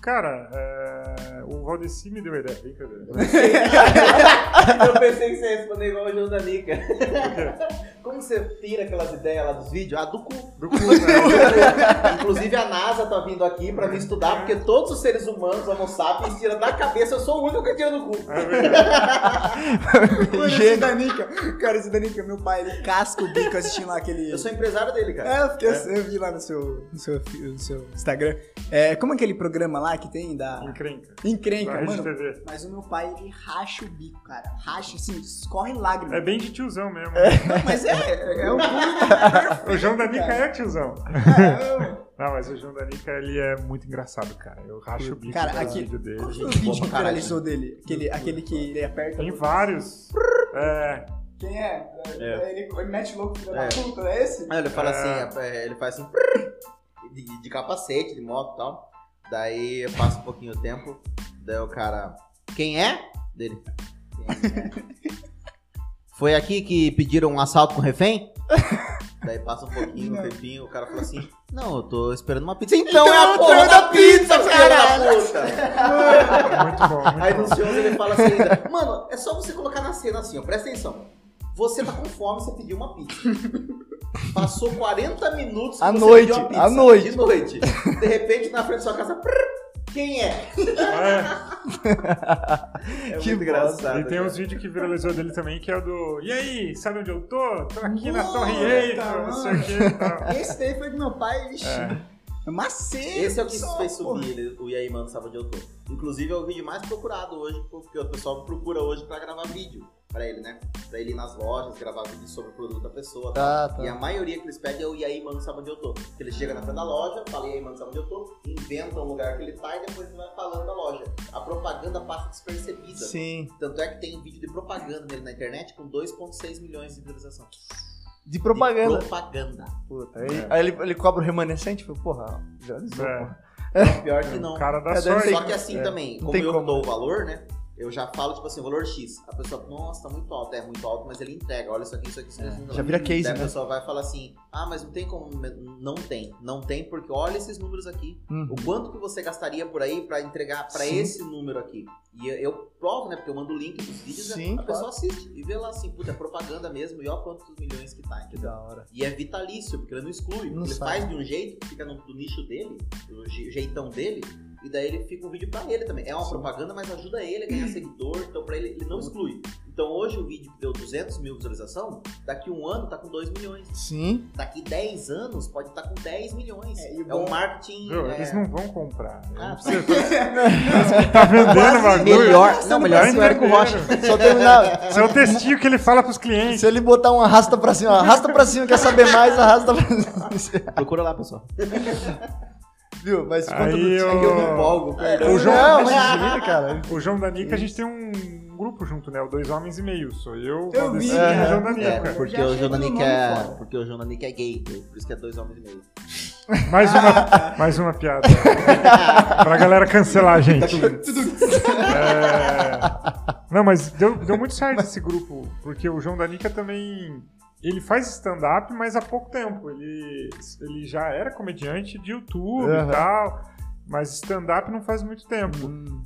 Cara, é, o Valdeci me deu a ideia. Brincadeira. Eu pensei que você ia responder igual o João da Nica. Como você tira aquelas ideias lá dos vídeos? Ah, do cu. Do cu, né? Inclusive a NASA tá vindo aqui pra me estudar, porque todos os seres humanos, homo sapiens, tiram da cabeça, eu sou o único que tira do cu. É verdade. Mano, esse Gênio. Danica, cara, esse Danica, meu pai, ele casca o bico assistindo lá aquele. Eu sou empresário dele, cara. É, eu, fiquei- eu vi lá no seu, no seu, fi- no seu Instagram. É, como é aquele programa lá que tem da Encrenca. encrenca, Na mano? RedeTV. Mas o meu pai, ele racha o bico, cara. Racha, assim, escorre lágrima. É bem de tiozão mesmo. Mas é, é um O João da Nica é tiozão. é cara. Não, mas o João Danica, ele é muito engraçado, cara. Eu racho o bico Cara, cara, aqui- vídeo dele. Qual foi o Gente, vídeo boa que pra caralho. né? viralizou dele? Aquele, aquele que ele aperta. Tem vários. É, Quem é? É. Ele, ele mete louco, filho É. da puta, é esse? Aí ele fala É. assim, é, ele faz assim, prrr, de, de capacete, de moto e tal. Daí passa um pouquinho o tempo, daí o cara, quem é? Dele. "Quem é?" Foi aqui que pediram um assalto com refém? Daí passa um pouquinho, um Não. tempinho, o cara fala assim, não, eu tô esperando uma pizza. Então, é a porra da pizza, cara! muito bom. Muito Aí bom. no Jones ele fala assim ainda, mano, é só você colocar na cena assim, ó, presta atenção. Você tá com fome, você pediu uma pizza. Passou 40 minutos que À você noite, pediu a pizza. à noite. De noite. De repente, na frente da sua casa, prrr, quem é? É, É né? Que engraçado, E tem uns vídeos que viralizou dele também, que é o do... E aí, sabe onde eu tô? Tô aqui na Torre Eiffel, não sei o que e tal. Esse daí foi do meu pai, vixi. É. Macete. É. Esse é o que só, fez porra. subir ele, o E aí, mano, sabe onde eu tô. Inclusive, é o vídeo mais procurado hoje, porque o pessoal procura hoje pra gravar vídeo pra ele, né? Pra ele ir nas lojas, gravar vídeo sobre o produto da pessoa. tal. Tá, E a tá. maioria que eles pedem é o e aí, mano, sabe onde eu tô? Que ele chega na frente da loja, fala e aí, mano, sabe onde eu tô? Inventa um lugar que ele tá e depois ele vai falando da loja. A propaganda passa despercebida. Sim. Tanto é que tem um vídeo de propaganda dele na internet com 2,6 milhões de visualização. De propaganda. De propaganda. Puta, aí, aí ele, ele cobra o remanescente? Falei, porra, já deu, É, Pior que não. o cara da É, deve sorte. ter- Só que assim é, também, não como tem eu como. dou o valor, né? Eu já falo, tipo assim, valor X. A pessoa, nossa, tá muito alto. É muito alto, mas ele entrega. Olha isso aqui, isso aqui, isso aqui. já vira case, Daí a né? pessoa vai falar assim, ah, mas não tem como... Não tem. Não tem, porque olha esses números aqui. Hum, Hum. O quanto que você gastaria por aí pra entregar pra Sim. esse número aqui? E eu- eu provo, né? Porque eu mando o link dos vídeos, né? Sim, a pessoa assiste e vê lá assim, puta, é propaganda mesmo, e olha quantos milhões que tá, entendeu? da hora. E é vitalício, porque ele não exclui. Não ele sai. faz de um jeito, que fica no, do nicho dele, do je- jeitão dele, e daí ele fica um vídeo pra ele também. É uma propaganda, mas ajuda ele a ganhar seguidor, então pra ele, ele não exclui. Então hoje o vídeo que deu 200 mil visualização, daqui um ano tá com 2 milhões. Sim. Daqui 10 anos pode estar com 10 milhões. É, É, e o bom- um marketing... Viu? é, Eles não vão comprar. Ah, Você é. tá vendendo o bagulho. Melhor. Não, Tá melhor entendendo. história que o Rocha. Só terminar. Isso é o textinho que ele fala pros clientes. Se ele botar um arrasta pra cima, arrasta pra cima, quer saber mais, arrasta pra cima. Procura lá, pessoal. Viu? Mas Aí conta do eu- É que eu me empolgo, perdão. O João- Não, imagina, cara. O João da Nica, a gente tem um grupo junto, né? O Dois Homens e Meio. Sou eu, Eu Valdeci vi, e o cara. João da É, Nica. porque Eu já o achei Jonanic pelo nome é. foda. Porque o Jonanic é gay, por isso que é dois homens e meio. Mais uma, mais uma piada. pra galera cancelar a gente. É, Não, mas deu, deu muito certo esse grupo, porque o João Danica também. Ele faz stand-up, mas há pouco tempo. Ele, ele já era comediante de YouTube Aham. e tal, mas stand-up não faz muito tempo.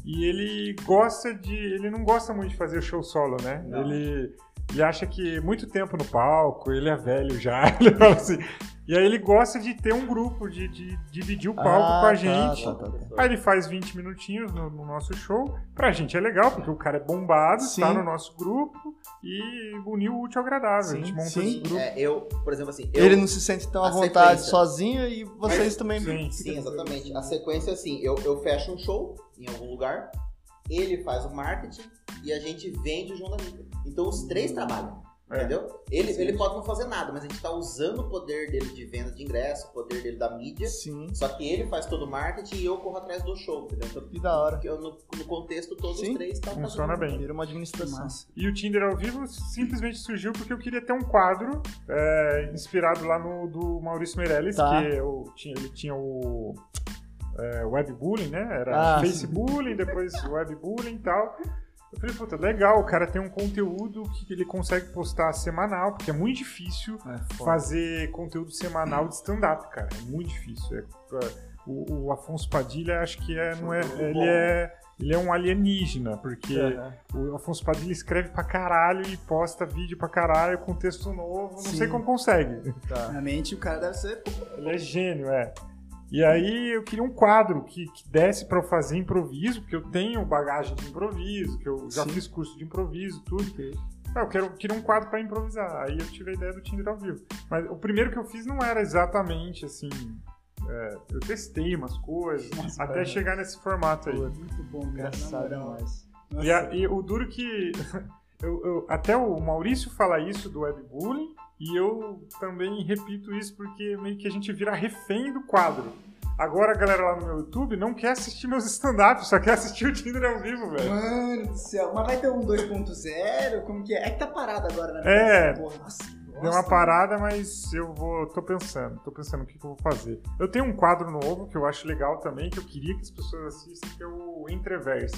E ele gosta de. Ele não gosta muito de fazer show solo, né? Não. Ele, ele acha que muito tempo no palco, ele é velho já. Ele fala assim. E aí ele gosta de ter um grupo, de, de dividir o palco Ah, com a tá, gente. tá, tá, tá. Aí ele faz 20 minutinhos no, no nosso show. Pra gente é legal, porque o cara é bombado, Sim. tá no nosso grupo e uniu o útil ao agradável. Sim, a gente monta sim. esse grupo. É, eu, por exemplo, assim. Eu, Ele não se sente tão à A vontade sequência. sozinho e vocês também. Sim. Sim, exatamente. A sequência é assim: eu, eu fecho um show em algum lugar, ele faz o marketing e a gente vende o João da Mica. Então os três trabalham. É. Entendeu? Ele, ele pode não fazer nada, mas a gente tá usando o poder dele de venda de ingresso, o poder dele da mídia. Sim. Só que ele faz todo o marketing e eu corro atrás do show, entendeu? Então, Que da hora. eu, no, no contexto, todos Sim. os três estão Funciona bem. Vira uma administração. E o Tinder ao vivo simplesmente surgiu porque eu queria ter um quadro é, inspirado lá no do Maurício Meirelles, Tá. que eu tinha, ele tinha o é, webbullying, né? Ah, Era sim. Facebooking, depois webbullying e tal. Eu falei, puta, legal, o cara tem um conteúdo que ele consegue postar semanal, porque é muito difícil É fazer conteúdo semanal de stand-up, cara. É muito difícil. É, pra- o, o Afonso Padilha, acho que é, não é, ele é, ele é um alienígena, porque É, o Afonso Padilha escreve pra caralho e posta vídeo pra caralho com texto novo. Não Sim. sei como consegue. Realmente o cara deve ser. Ele é gênio, é. E aí eu queria um quadro que, que desse pra eu fazer improviso, porque eu tenho bagagem de improviso, que eu já Sim. fiz curso de improviso, tudo. Ah, Eu quero, eu queria um quadro pra improvisar. Aí eu tive a ideia do Tinder ao vivo. Mas o primeiro que eu fiz não era exatamente assim. é, eu testei umas coisas até cara. chegar nesse formato aí. Muito bom, cara. Engraçado na moral. demais. Nossa. E, a- e o duro que. eu- eu- até o Maurício fala isso do webbullying, e eu também repito isso porque meio que a gente vira refém do quadro. Agora a galera lá no meu YouTube não quer assistir meus stand-ups, só quer assistir o Tinder ao vivo, velho. Mano do céu, mas vai ter um 2.0? Como que é? É que tá parado agora, né? É. Porra, nossa, que bosta, Deu uma parada, mas eu vou. tô pensando, tô pensando o que, que eu vou fazer. Eu tenho um quadro novo que eu acho legal também, que eu queria que as pessoas assistam, que é o Entreversa.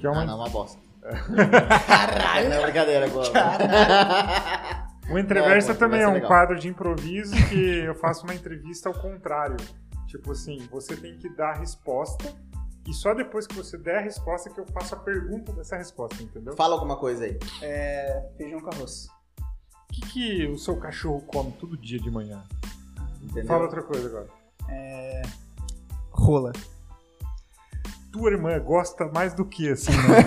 Que é Então, Ah, uma não, é uma bosta. Caralho! Não é brincadeira agora. O Entreversa Não, pô, vai também é ser um legal. quadro de improviso que eu faço uma entrevista ao contrário. Tipo assim, você tem que dar a resposta e só depois que você der a resposta é que eu faço a pergunta dessa resposta, entendeu? Fala alguma coisa aí. Feijão com arroz. O que, que o seu cachorro come todo dia de manhã? Entendeu? Fala outra coisa agora. Rola. Tua irmã gosta mais do que, assim, né?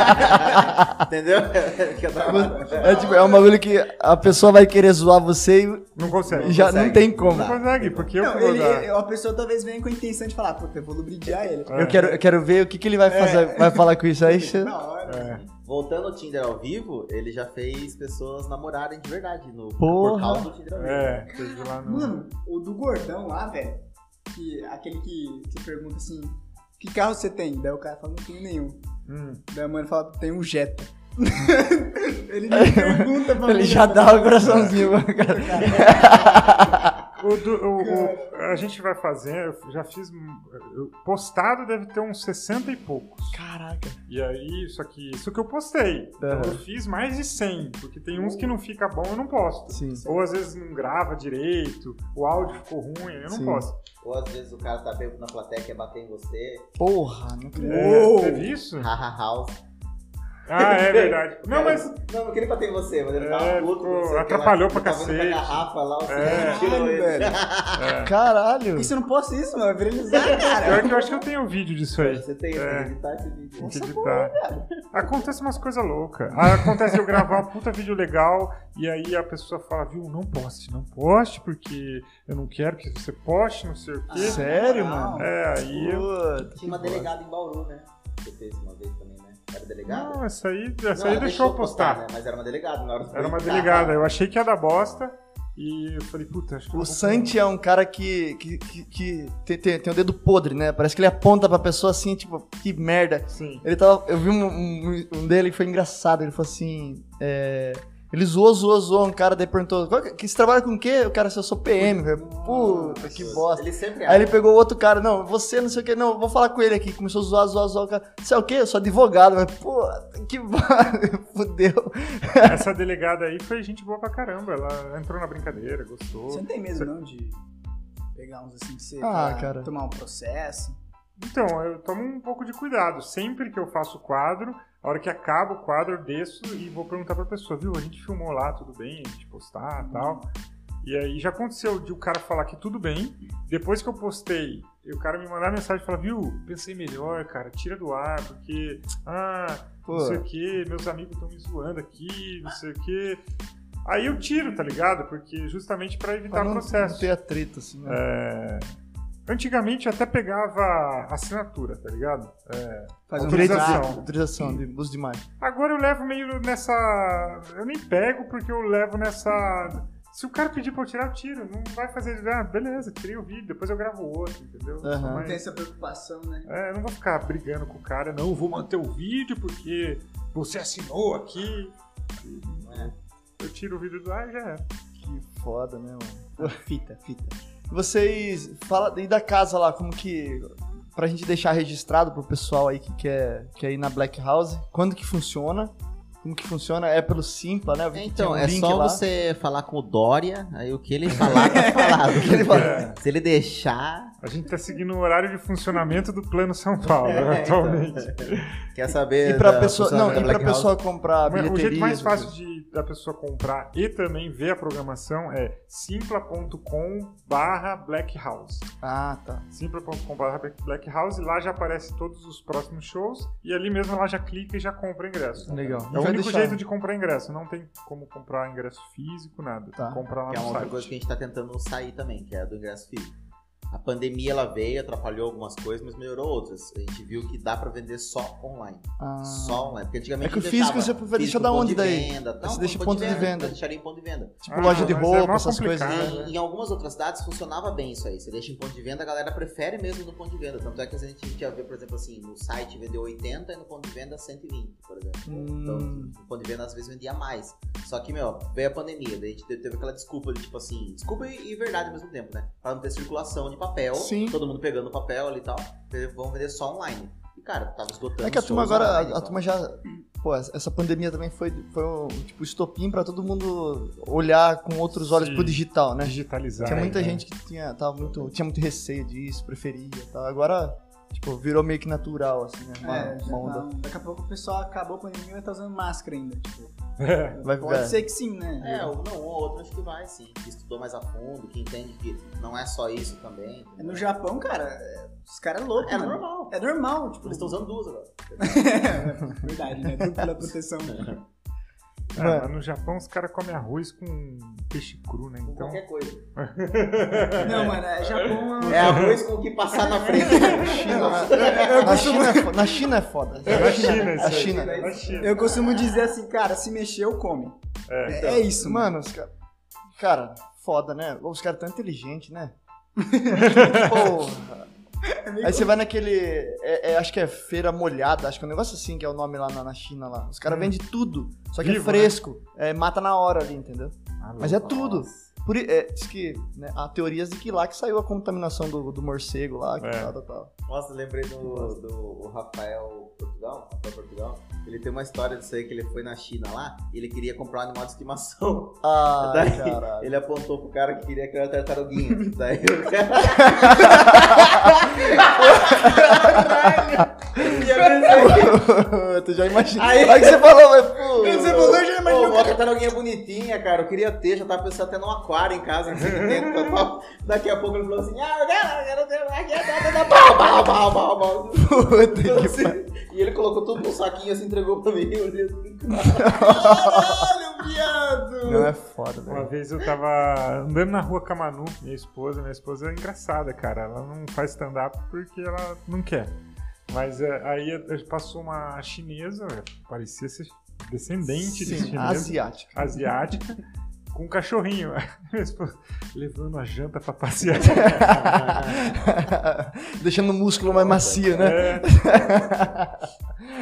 Entendeu? Fica travado. É, tipo, é um bagulho que a pessoa vai querer zoar você e Não consegue. já não consegue. tem como. Não consegue, porque eu Não, que vou ele, dar. ele- a pessoa talvez venha com a intenção de falar, puta, eu vou lubridiar ele. É. Eu quero, eu quero ver o que, que ele vai fazer, vai falar com isso aí. você- Na hora. Voltando ao Tinder ao vivo, ele já fez pessoas namorarem de verdade no Porra. portal do Tinder ao vivo. É, teve lá no... Mano, o do gordão lá, velho, que, aquele que, que pergunta assim, que carro você tem? Daí o cara fala, não tenho nenhum. Hum. Daí a mãe fala, tem um Jetta. ele nem pergunta pra Ele mim, já né? dá o coraçãozinho. cara. o do- o- o- a gente vai fazer, eu já fiz. um- eu- Postado deve ter uns 60 e poucos. Caraca. E aí, isso aqui, isso que eu postei. Então, Aham. eu fiz mais de 100, porque tem uns que não fica bom, eu não posto. Sim. Ou às vezes não grava direito, o áudio ficou ruim, aí eu não Sim. posto. Ou às vezes o cara tá bêbado na plateia quer bater em você. é Porra, né? não acredito. É, teve isso? Haha house. Ah, é verdade. Não, Cara, mas Não, não queria bater em você, mas ele É, tava puto. não sei o que lá, atrapalhou ele pra tava indo com a cacete. garrafa lá, o É. é. tirou Caralho, ele. velho. É. Caralho. Isso eu um não posso isso, mano. Viralizar, cara. pior que eu acho que eu tenho um vídeo disso aí. Você tem É. que editar esse vídeo. Tem que editar. Acontece umas coisas loucas. Acontece eu gravar um puta vídeo legal e aí a pessoa fala, viu, não poste, não poste, porque eu não quero que você poste, não sei o quê. é Sério, Ah, mano? É, aí eu. Puta, que tipo Tinha uma bosta. delegada em Bauru, né? Você fez uma vez também, né? Era delegada? Não, essa aí, Ah, essa Não, aí ela deixou eu eu postar. né? Mas era uma delegada na hora do Ah, Era uma editar. delegada. Eu achei que ia dar bosta e eu falei, puta, acho que eu O vou- Santi é um cara que, que, que, que tem, tem, tem o dedo podre, né? Parece que ele aponta pra pessoa assim, tipo, que tá. merda. Sim. Ele tava. Eu vi um, um, um dele que foi engraçado. Ele falou assim. É, ele zoou, zoou, zoou. Um cara daí perguntou: "Qual que- que Você trabalha com o quê? O cara, assim, eu sou PM, velho. Puta, que bosta. Ele sempre Aí acha. ele pegou outro cara, não, você não sei o que, não, eu vou falar com ele aqui. Começou a zoar, zoar, zoar o cara. Você é o quê? Eu sou advogado, mas, pô, que barra, fudeu. é- Essa delegada aí foi gente boa pra caramba. Ela entrou na brincadeira, Você gostou. não tem medo, não, de pegar uns assim de você Ah, pra cara. tomar um processo. Então, eu tomo um pouco de cuidado. Sempre que eu faço o quadro, a hora que acaba o quadro, eu desço e vou perguntar pra pessoa, viu? A gente filmou lá, tudo bem, a gente postar e tal. E aí já aconteceu de o cara falar que tudo bem. Depois que eu postei, e o cara me mandar mensagem e falar, viu, pensei melhor, cara, tira do ar, porque. Ah, Pô, não sei o que, meus amigos estão me zoando aqui, não sei o que. Aí eu tiro, tá ligado? Porque justamente pra evitar pra Ah, não, tá processo. É, não um ter atrito, assim, né? Antigamente eu até pegava assinatura, tá ligado? Fazer um Direito de- contrato. Autorização. autorização de uso de imagem. Agora eu levo meio nessa. Eu nem pego porque eu levo nessa. Se o cara pedir pra eu tirar, eu tiro. Não vai fazer. Ah, beleza, tirei o vídeo, depois eu gravo outro, entendeu? Então, Aham. Não Mas- tem essa preocupação, né? É, eu não vou ficar brigando com o cara, não, eu vou manter o vídeo porque você assinou aqui. né? Eu tiro o vídeo do ar e já é. Que foda, né, mano? Fita, fita. Vocês, fala e da casa lá, como que... Pra gente deixar registrado pro pessoal aí que quer, quer ir na Black House, quando que funciona? Como que funciona? É pelo Simpla, né? Eu vi que Então, tinha um é link só lá. você falar com o Dória, aí o que ele falar tá falado. que ele falar. Se ele deixar, A gente tá seguindo o horário de funcionamento do Plano São Paulo, né, É, então. atualmente. quer saber. E pra É, da pessoa, funcionamento não, e da pra Black House? pessoa comprar bilheteria. o jeito mais fácil de, da pessoa comprar e também ver a programação é simpla.com barra Black House. Ah, tá. simpla.com barra Black House, lá já aparece todos os próximos shows e ali mesmo ela já clica e já compra ingresso. Legal. É o único jeito de comprar ingresso, não tem como comprar ingresso físico, nada. Tá. Comprar lá Que é no uma outra site. coisa que a gente tá tentando sair também, que é a do ingresso físico. A pandemia ela veio, atrapalhou algumas coisas, mas melhorou outras. A gente viu que dá pra vender só online. Ah, Só online. Porque antigamente. É que o não físico deixava. você vai deixar Físico, da ponto onde de daí? Venda, Você deixa ponto de venda. Deixaria em ponto de venda. tipo loja de mas é roupa, mó essas coisas. complicado. né? né? Em, em algumas outras cidades funcionava bem isso aí. Você deixa em ponto de venda, a galera prefere mesmo no ponto de venda. Tanto é que a gente, a gente ia ver, por exemplo, assim, no site vender 80 e no ponto de venda 120, por exemplo. Então, Hum, no ponto de venda às vezes vendia mais. Só que, meu, veio a pandemia, daí a gente teve aquela desculpa de tipo assim, desculpa e, e verdade ao mesmo tempo, né? Pra não ter circulação de papel, Sim. todo mundo pegando papel ali e tal. Vão vender só online. E, cara, tava esgotando. É que a os turma shows agora, online, a, a então. turma já. Pô, essa pandemia também foi, foi um tipo estopim pra todo mundo olhar com outros olhos Sim. pro digital, né? Digitalizar. Tinha muita né? gente que tinha, tava muito, tinha muito receio disso, preferia e tal. Agora, tipo, virou meio que natural, assim, né? Uma, É, já uma tá onda. um- Daqui a pouco o pessoal acabou a pandemia e tá usando máscara ainda. Tipo, É. Vai pode ficar. ser que sim, né? É, ou não, ou outro acho que vai, sim. Que estudou mais a fundo, que entende que não é só isso também. No Japão, cara, é- os caras loucos, É mano. normal. É normal, tipo. Eles estão usando duas agora. Verdade, né? Tudo pela proteção. Ah, Mano. mas no Japão os caras comem arroz com peixe cru, né? Com Então. qualquer coisa. Não, mano, é Japão. É arroz com o que passar na frente. Na China, é fo- na China é foda. É, na China, isso A aí. China. Na China. Eu costumo dizer assim, cara, se mexer, eu come. É, é isso, Então, Mano, mano. os caras. Cara, foda, né? Os caras tão inteligentes, né? Porra. Aí você vai naquele. é- é, acho que é feira molhada, acho que é um negócio assim que é o nome lá na, na China lá. Os caras Hum. vendem tudo. Só que Vivo, é fresco. É, mata na hora ali, entendeu? Ah, Mas é tudo. Por, i- é, diz que né, há teorias de que lá que saiu a contaminação do, do morcego lá, que É. tal, tal, tal. Nossa, lembrei do, do Rafael Portugal, Rafael Portugal. Ele tem uma história disso aí que ele foi na China lá e ele queria comprar um animal de estimação. Ah, Daí, caralho. Ele apontou pro cara que queria criar uma tartaruguinha. Daí o cara. tu já imaginou. Aí- Aí, que você falou, mas pô. Você falou, já imaginou. uma tartaruguinha tá bonitinha, cara. Eu queria ter, já tava pensando até num aquário em casa. assim, não sei o que tem, tal, tal. Daqui a pouco ele falou assim: Ah, eu quero, eu quero ter aqui, tá, tá, tá, pau, pau, pau, pau, pau. Puta que Então, pariu. assim, E ele colocou tudo no saquinho assim, entregou pra mim. Eu olhei assim, Caralho, viado! Não é foda, velho. Uma vez eu tava andando na rua com a Manu, minha esposa. Minha esposa é engraçada, cara. Ela não faz stand-up porque ela não quer. Mas é, aí eu- passou uma chinesa, parecia ser descendente de Sim, chinesa. asiático. asiática com um cachorrinho. Minha esposa levando a janta pra passear. Deixando o músculo mais macio, né? É,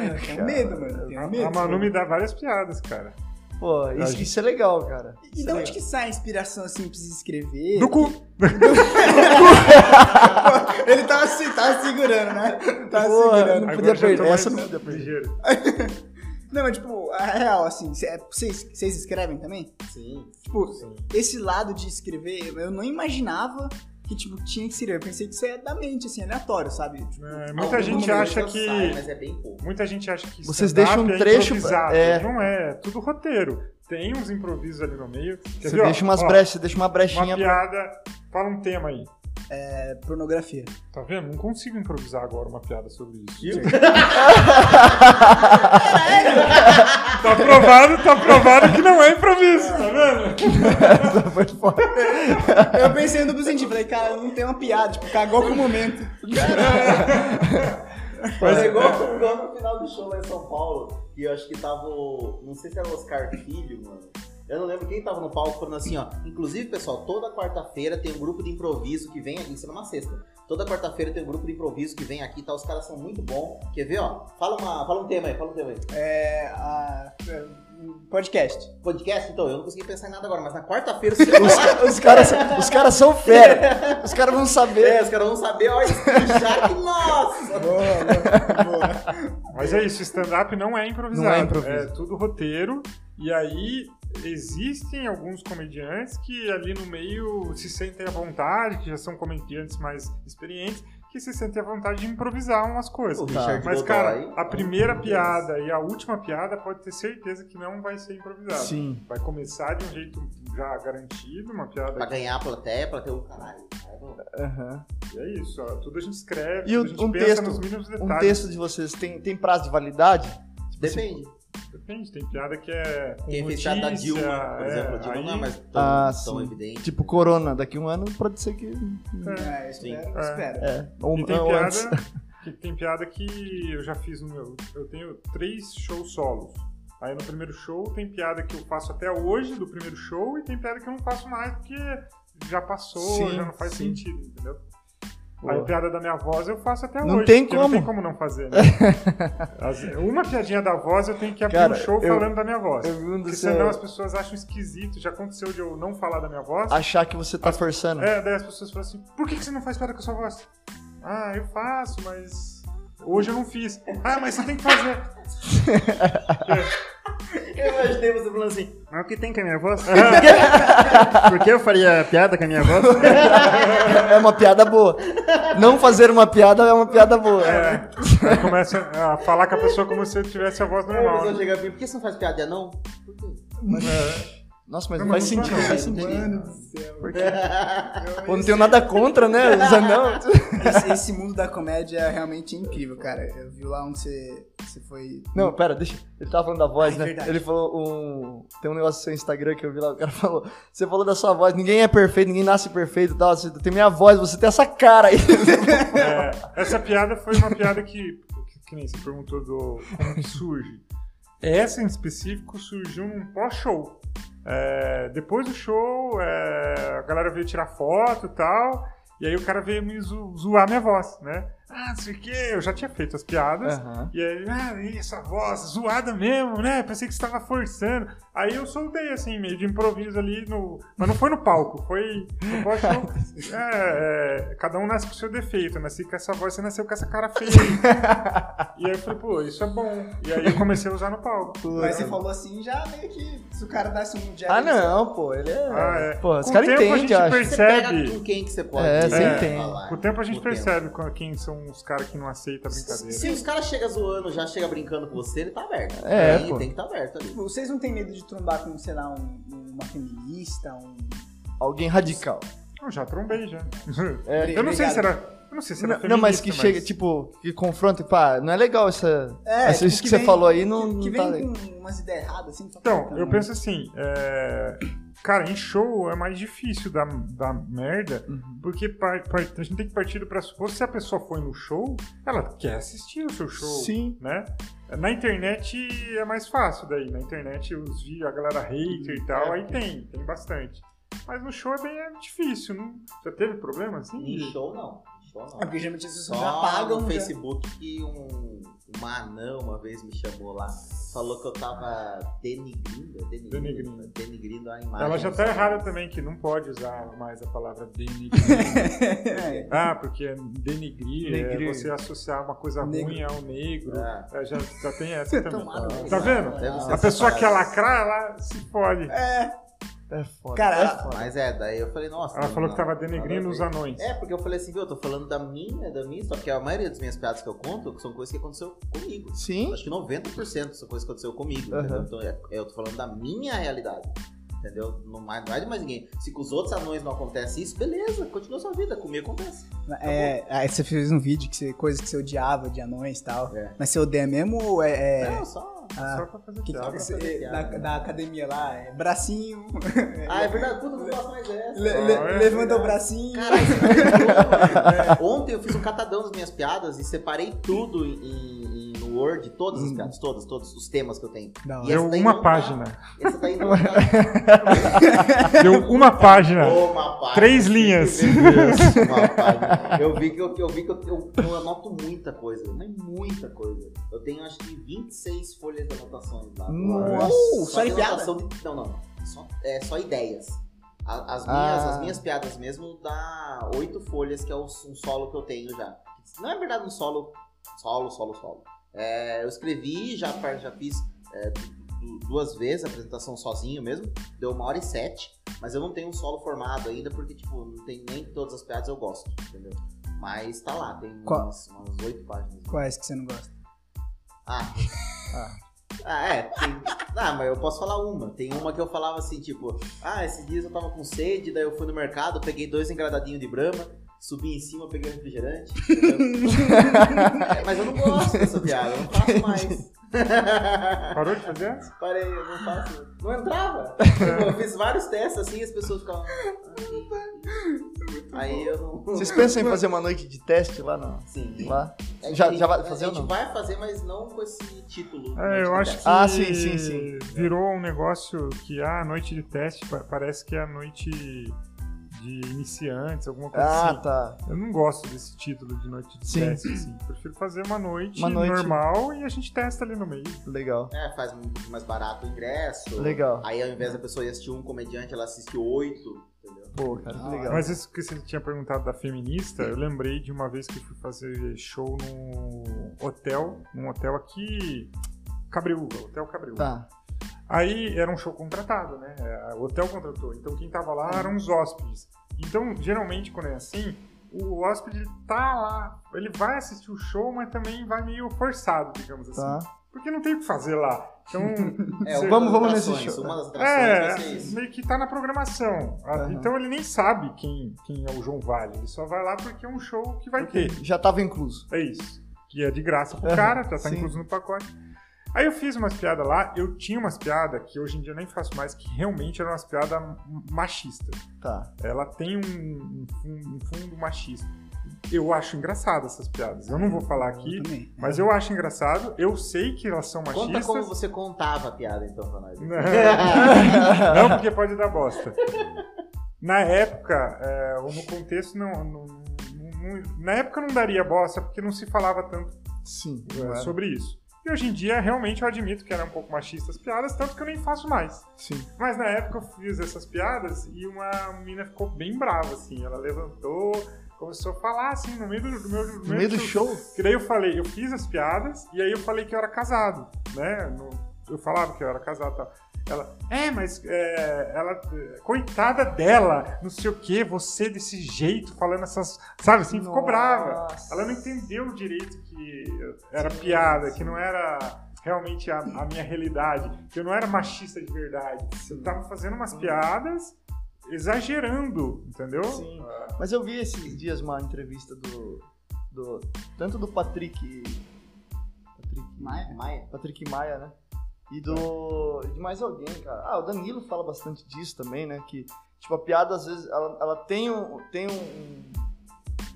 Eu tenho medo, mano. eu É Tenho medo. a Manu me dá várias piadas, cara. Pô, isso, isso é legal, cara. E Isso de é onde legal. que sai a inspiração assim pra se escrever? Do cu. Ele tava, se- tava segurando, né? Tava Porra, segurando. Não Agora já podia tô perder, mais essa não podia perder. ligeiro. Não, mas tipo, a real, assim, cê- é- vocês vocês escrevem também? Sim. Tipo, esse lado de escrever, eu não imaginava que, tipo, tinha que escrever. Eu pensei que isso é da mente, assim, aleatório, sabe? Tipo, É, Alguma muita gente coisa acha sai, que. mas é bem pouco. Muita gente acha que Vocês stand-up deixam um é trecho- improvisado. é. Não é, é tudo roteiro. Tem uns improvisos ali no meio. Quer Você ver, ó? deixa umas Ó, brechas, você deixa uma Uma brechinha. piada, fala um tema aí. é pornografia. Tá vendo? Não consigo improvisar agora uma piada sobre isso. Tá provado, tá provado que não é improviso, tá vendo? Foi foda. Eu pensei no duplo sentido, falei, cara, não tem uma piada, tipo, cagou com o momento. Mas é igual, igual no final do show lá em São Paulo, que eu acho que tava. o- Não sei se era o Oscar Filho, mano. Eu não lembro quem tava no palco falando assim, ó. Inclusive, pessoal, toda quarta-feira tem um grupo de improviso que vem aqui, isso era uma sexta. Toda quarta-feira tem um grupo de improviso que vem aqui, tá? Os caras são muito bons. Quer ver, ó? Fala, uma, fala um tema aí, fala um tema aí. É. a- é, um podcast. Podcast, então, eu não consegui pensar em nada agora, mas na quarta-feira você vai Os, lá. ca- os caras os caras são fera. Os caras vão saber. É, os caras vão saber, ó, esquinchar que nossa! Mas é isso, stand-up não é improvisado. Não é improviso. é tudo roteiro. E aí existem alguns comediantes que ali no meio se sentem à vontade, que já são comediantes mais experientes, que se sentem à vontade de improvisar umas coisas. Tá. Mas, Godoy, cara, a um primeira deles. piada e a última piada pode ter certeza que não vai ser improvisada. Sim. Vai começar de um jeito já garantido, uma Pra piada. ganhar a plateia, pra ter o caralho. tá cara, não. aham. E é isso, ó, tudo a gente escreve, E tudo o- a gente um pensa texto- nos mínimos detalhes. Um texto de vocês tem, tem prazo de validade? assim, Depende. Depende, tem piada que é. com Quem fez piada da notícia, Dilma, por é, exemplo, a Dilma não é aí- mais tão, Ah, tão sim. evidente. Tipo, corona, daqui um ano pode ser que. É, eu Sim. espero, É. espero. É. Ou, E tem, ou piada, antes. que tem piada que eu já fiz no meu. Eu tenho três shows solos. Aí no primeiro show tem piada que eu faço até hoje do primeiro show e tem piada que eu não faço mais porque já passou, Sim, já não faz sim. sentido, entendeu? Boa. Aí a piada da minha voz eu faço até Não hoje. tem porque como. Não tem como não fazer, né? As- Uma piadinha da voz eu tenho que abrir Cara, um show eu- falando da minha voz. Eu vi um do Porque seu- senão as pessoas acham esquisito. Já aconteceu de eu não falar da minha voz. Achar que você tá forçando. É, daí as pessoas falam assim, por que, que você não faz piada com a sua voz? Ah, eu faço, mas hoje eu não fiz. Ah, mas você tem que fazer. Eu imaginei você falando assim, Mas o que tem com a minha voz? É. Por que eu faria piada com a minha voz? É uma piada boa. Não fazer uma piada é uma piada boa. É, aí começa a falar com a pessoa como se eu tivesse a voz aí a É, normal. pessoa né? chega pra mim, por que você não faz piada de anão? Por quê? Nossa, mas É. Não, não faz mas não sentido, faz, faz não. É. sentido. do céu. Pô, não tenho nada contra, né? Os anão. Esse, esse mundo da comédia é realmente incrível, cara. Eu vi lá onde você, você foi. Não, pera, deixa. Ele tava falando da voz, Ah, é né? verdade. Ele falou um. Tem um negócio no seu Instagram que eu vi lá, o cara falou. Você falou da sua voz, ninguém é perfeito, ninguém nasce perfeito e tal. Você tem minha voz, você tem essa cara aí. É, essa piada foi uma piada que, que, que nem você perguntou do como que surge. Essa em específico surgiu num pós-show. É, depois do show, é, a galera veio tirar foto e tal. E aí o cara veio me zo- zoar minha voz, né? Ah, não sei o quê, eu já tinha feito as piadas. Aham. E aí, ah, e essa voz zoada mesmo, né? Pensei que você tava forçando. Aí eu soltei, assim, meio de improviso ali no. Mas não foi no palco, foi. No palco, é, é, cada um nasce com o seu defeito. Eu nasci com essa voz, você nasceu com essa cara feia. e aí eu falei, pô, isso é bom. E aí eu comecei a usar no palco. Mas você falou assim, já meio que. Se o cara desse um jab. Ah, não, pô, ele é. Ah, é. Pô, os Com caras o tempo a entendem, gente eu acho. percebe- Você pega com quem que você pode É, você eh, entende. falar. Com o tempo a gente Com o tempo. percebe qual- quem são os caras que não aceitam a brincadeira. Se os caras chegam zoando, já chega brincando com você, ele tá aberto. É, Tem- pô. tem que tá aberto ali. tipo, Vocês não têm medo de trombar com, sei lá, um- uma feminista, um. Alguém radical. Eu já trombei, já. É, eu não sei Obrigado. se era. Eu não sei se era Não, não, mas feminista, que chega, tipo, que confronta e pá, não é legal essa. É, essa- tipo, isso que, que você vem- falou aí não, que não vem tá legal. com umas ideias erradas, assim. só Então, pra- eu penso assim, é, cara, em show é mais difícil da, da merda, porque par- par- a gente tem que partir do pressuposto, se a pessoa foi no show, ela quer assistir o seu show, Sim. né? Na internet é mais fácil daí, na internet os vídeos, a galera hater e tal, aí tem, tem bastante. Mas no show é bem é difícil, não... já teve problema assim? Em show, não. Em show, não. É porque geralmente as pessoas Só já pagam. um no já- Facebook que um, uma anã uma vez me chamou lá, falou que eu tava denigrindo, denigrindo, Denigrindo. denigrindo a imagem. Ela já tá errada também, que não pode usar mais a palavra denigrir. É. ah, porque denigrir Denigrir. é você associar uma coisa Negro. ruim ao negro. Ah, É, já, já tem essa também. Tomara, Tá Tá exato. vendo? deve ser A pessoa separado. que é lacrar, ela se fode. É foda. Cara, é a- foda. Mas é, daí eu falei, nossa. Ela não, falou não, que tava nada a denegrindo ver. os anões. É, porque eu falei assim, viu, eu tô falando da minha, da minha, só que a maioria das minhas piadas que eu conto são coisas que aconteceu comigo. Sim? Acho que 90% são coisas que aconteceu comigo, Aham. entendeu? Então, é- eu tô falando da minha realidade. Entendeu? Não, mais- não é de mais ninguém. Se com os outros anões não acontece isso, beleza, continua sua vida. Comigo acontece. É, aí você fez um vídeo que você, coisas que você odiava de anões e tal. É. Mas você odeia mesmo ou é. é- Não, só. ah, Só pra fazer que- piada. você- fazer da, piada. né? da academia lá, é bracinho. Ah, é verdade, puta, não faço mais essa. le- Ah, le- é levanta o bracinho. Caralho, você tá louco. Ontem eu fiz um catadão das minhas piadas e separei tudo em, em- no Word, todas Hum. as piadas, todas, todos os temas que eu tenho. Da hora. E essa Deu daí uma não tá. página. Essa daí não tá. Deu uma página. Uma página. Três linhas. Meu Deus, uma página. Eu vi que, eu, eu, vi que eu, eu- eu anoto muita coisa, mas muita coisa. Eu tenho acho que 26 folhas de anotações lá. Nossa. Só Só de de piada? anotação de- Não, não. Só, é, só ideias. A- As minhas, Ah. as minhas piadas mesmo dá oito folhas, que é o- um solo que eu tenho já. Não é verdade um solo, solo, solo, solo. É, eu escrevi, já, par- já fiz é, du- duas vezes a apresentação sozinho mesmo, deu uma hora e sete, mas eu não tenho um solo formado ainda, porque, tipo, não tem nem todas as piadas eu gosto, entendeu? Mas tá lá, tem Qual- umas umas oito páginas. Quais é que você não gosta? Ah. Ah, é. tem- Ah, mas eu posso falar uma. Tem uma que eu falava assim, tipo, ah, esses dias eu tava com sede, daí eu fui no mercado, peguei dois engradadinhos de brama, subi em cima, peguei um refrigerante. entendeu? É, mas eu não gosto dessa piada, eu não faço mais. Parou de fazer essa? Parei, eu não faço. Não entrava. Eu fiz vários testes assim e as pessoas ficavam. "Ah, Aí eu não. Vocês pensam em fazer uma noite de teste lá na. Sim. Lá? É tipo que Já- a gente- já vai fazer A ou gente não? vai fazer, mas não com esse título. É, eu acho que Ah, sim, sim, sim. virou um negócio que ah, a noite de teste pa- parece que é a noite de iniciantes, alguma coisa Ah, assim. tá. Eu não gosto desse título de noite de Sim. teste, assim. Prefiro fazer uma noite, Uma noite. normal e a gente testa ali no meio. Legal. É, faz muito mais barato o ingresso. Legal. Aí ao invés da pessoa ir assistir um comediante, ela assiste oito, entendeu? Pô, cara, que legal. Mas isso que você tinha perguntado da feminista, eu lembrei de uma vez que eu fui fazer show num hotel, num hotel aqui, Cabreúva, Hotel Cabreúva. Tá. Aí era um show contratado, né? É, O hotel contratou. Então quem tava Tá. lá eram os hóspedes. Então, geralmente, quando é assim, o hóspede tá lá. Ele vai assistir o show, mas também vai meio forçado, digamos assim. Tá. Porque não tem o que fazer lá. Então, É, Sim. uma das Vamos- vamos nesse atrações, show. Uma das atrações vai ser é, isso. meio que tá na programação. Ah, Aham. Então ele nem sabe quem, quem é o João Vale. Ele só vai lá porque é um show que vai ter. Já tava incluso. É isso. Que é de graça pro Aham, cara, já tá sim. incluso no pacote. Aí eu fiz umas piadas lá, eu tinha umas piadas que hoje em dia eu nem faço mais, que realmente eram umas piadas m- machistas. Tá. Ela tem um, um fun- um fundo machista. Eu acho engraçado essas piadas. Eu não vou falar aqui, Eu também. né? mas eu acho engraçado. Eu sei que elas são Conta machistas. como você contava a piada então pra nós. Não, porque pode dar bosta. na época, é, ou no contexto, não, não- não- não- Na época não daria bosta, porque não se falava tanto Sim. é, sobre isso. E hoje em dia, realmente, eu admito que era um pouco machista as piadas, tanto que eu nem faço mais. Sim. Mas na época eu fiz essas piadas e uma menina ficou bem brava, assim. Ela levantou, começou a falar, assim, no meio do, do meu... No meio do show? Que daí eu falei, eu fiz as piadas e aí eu falei que eu era casado, né? No- eu falava que eu era casado e tal. Ela, é, mas é, ela, é, coitada dela, não sei o que, você desse jeito, falando essas. Sabe assim, ficou brava. Nossa. Ela não entendeu direito que era piada, que não era realmente a, a minha realidade, que eu não era machista de verdade. Eu tava fazendo umas piadas exagerando, entendeu? Sim. Mas eu vi esses dias uma entrevista do. do tanto do Patrick. Patrick Maia? Maia. Patrick Maia, né? E do. de mais alguém, cara. Ah, o Danilo fala bastante disso também, né? Que, tipo, a piada, às vezes, ela, ela tem um. tem um. um-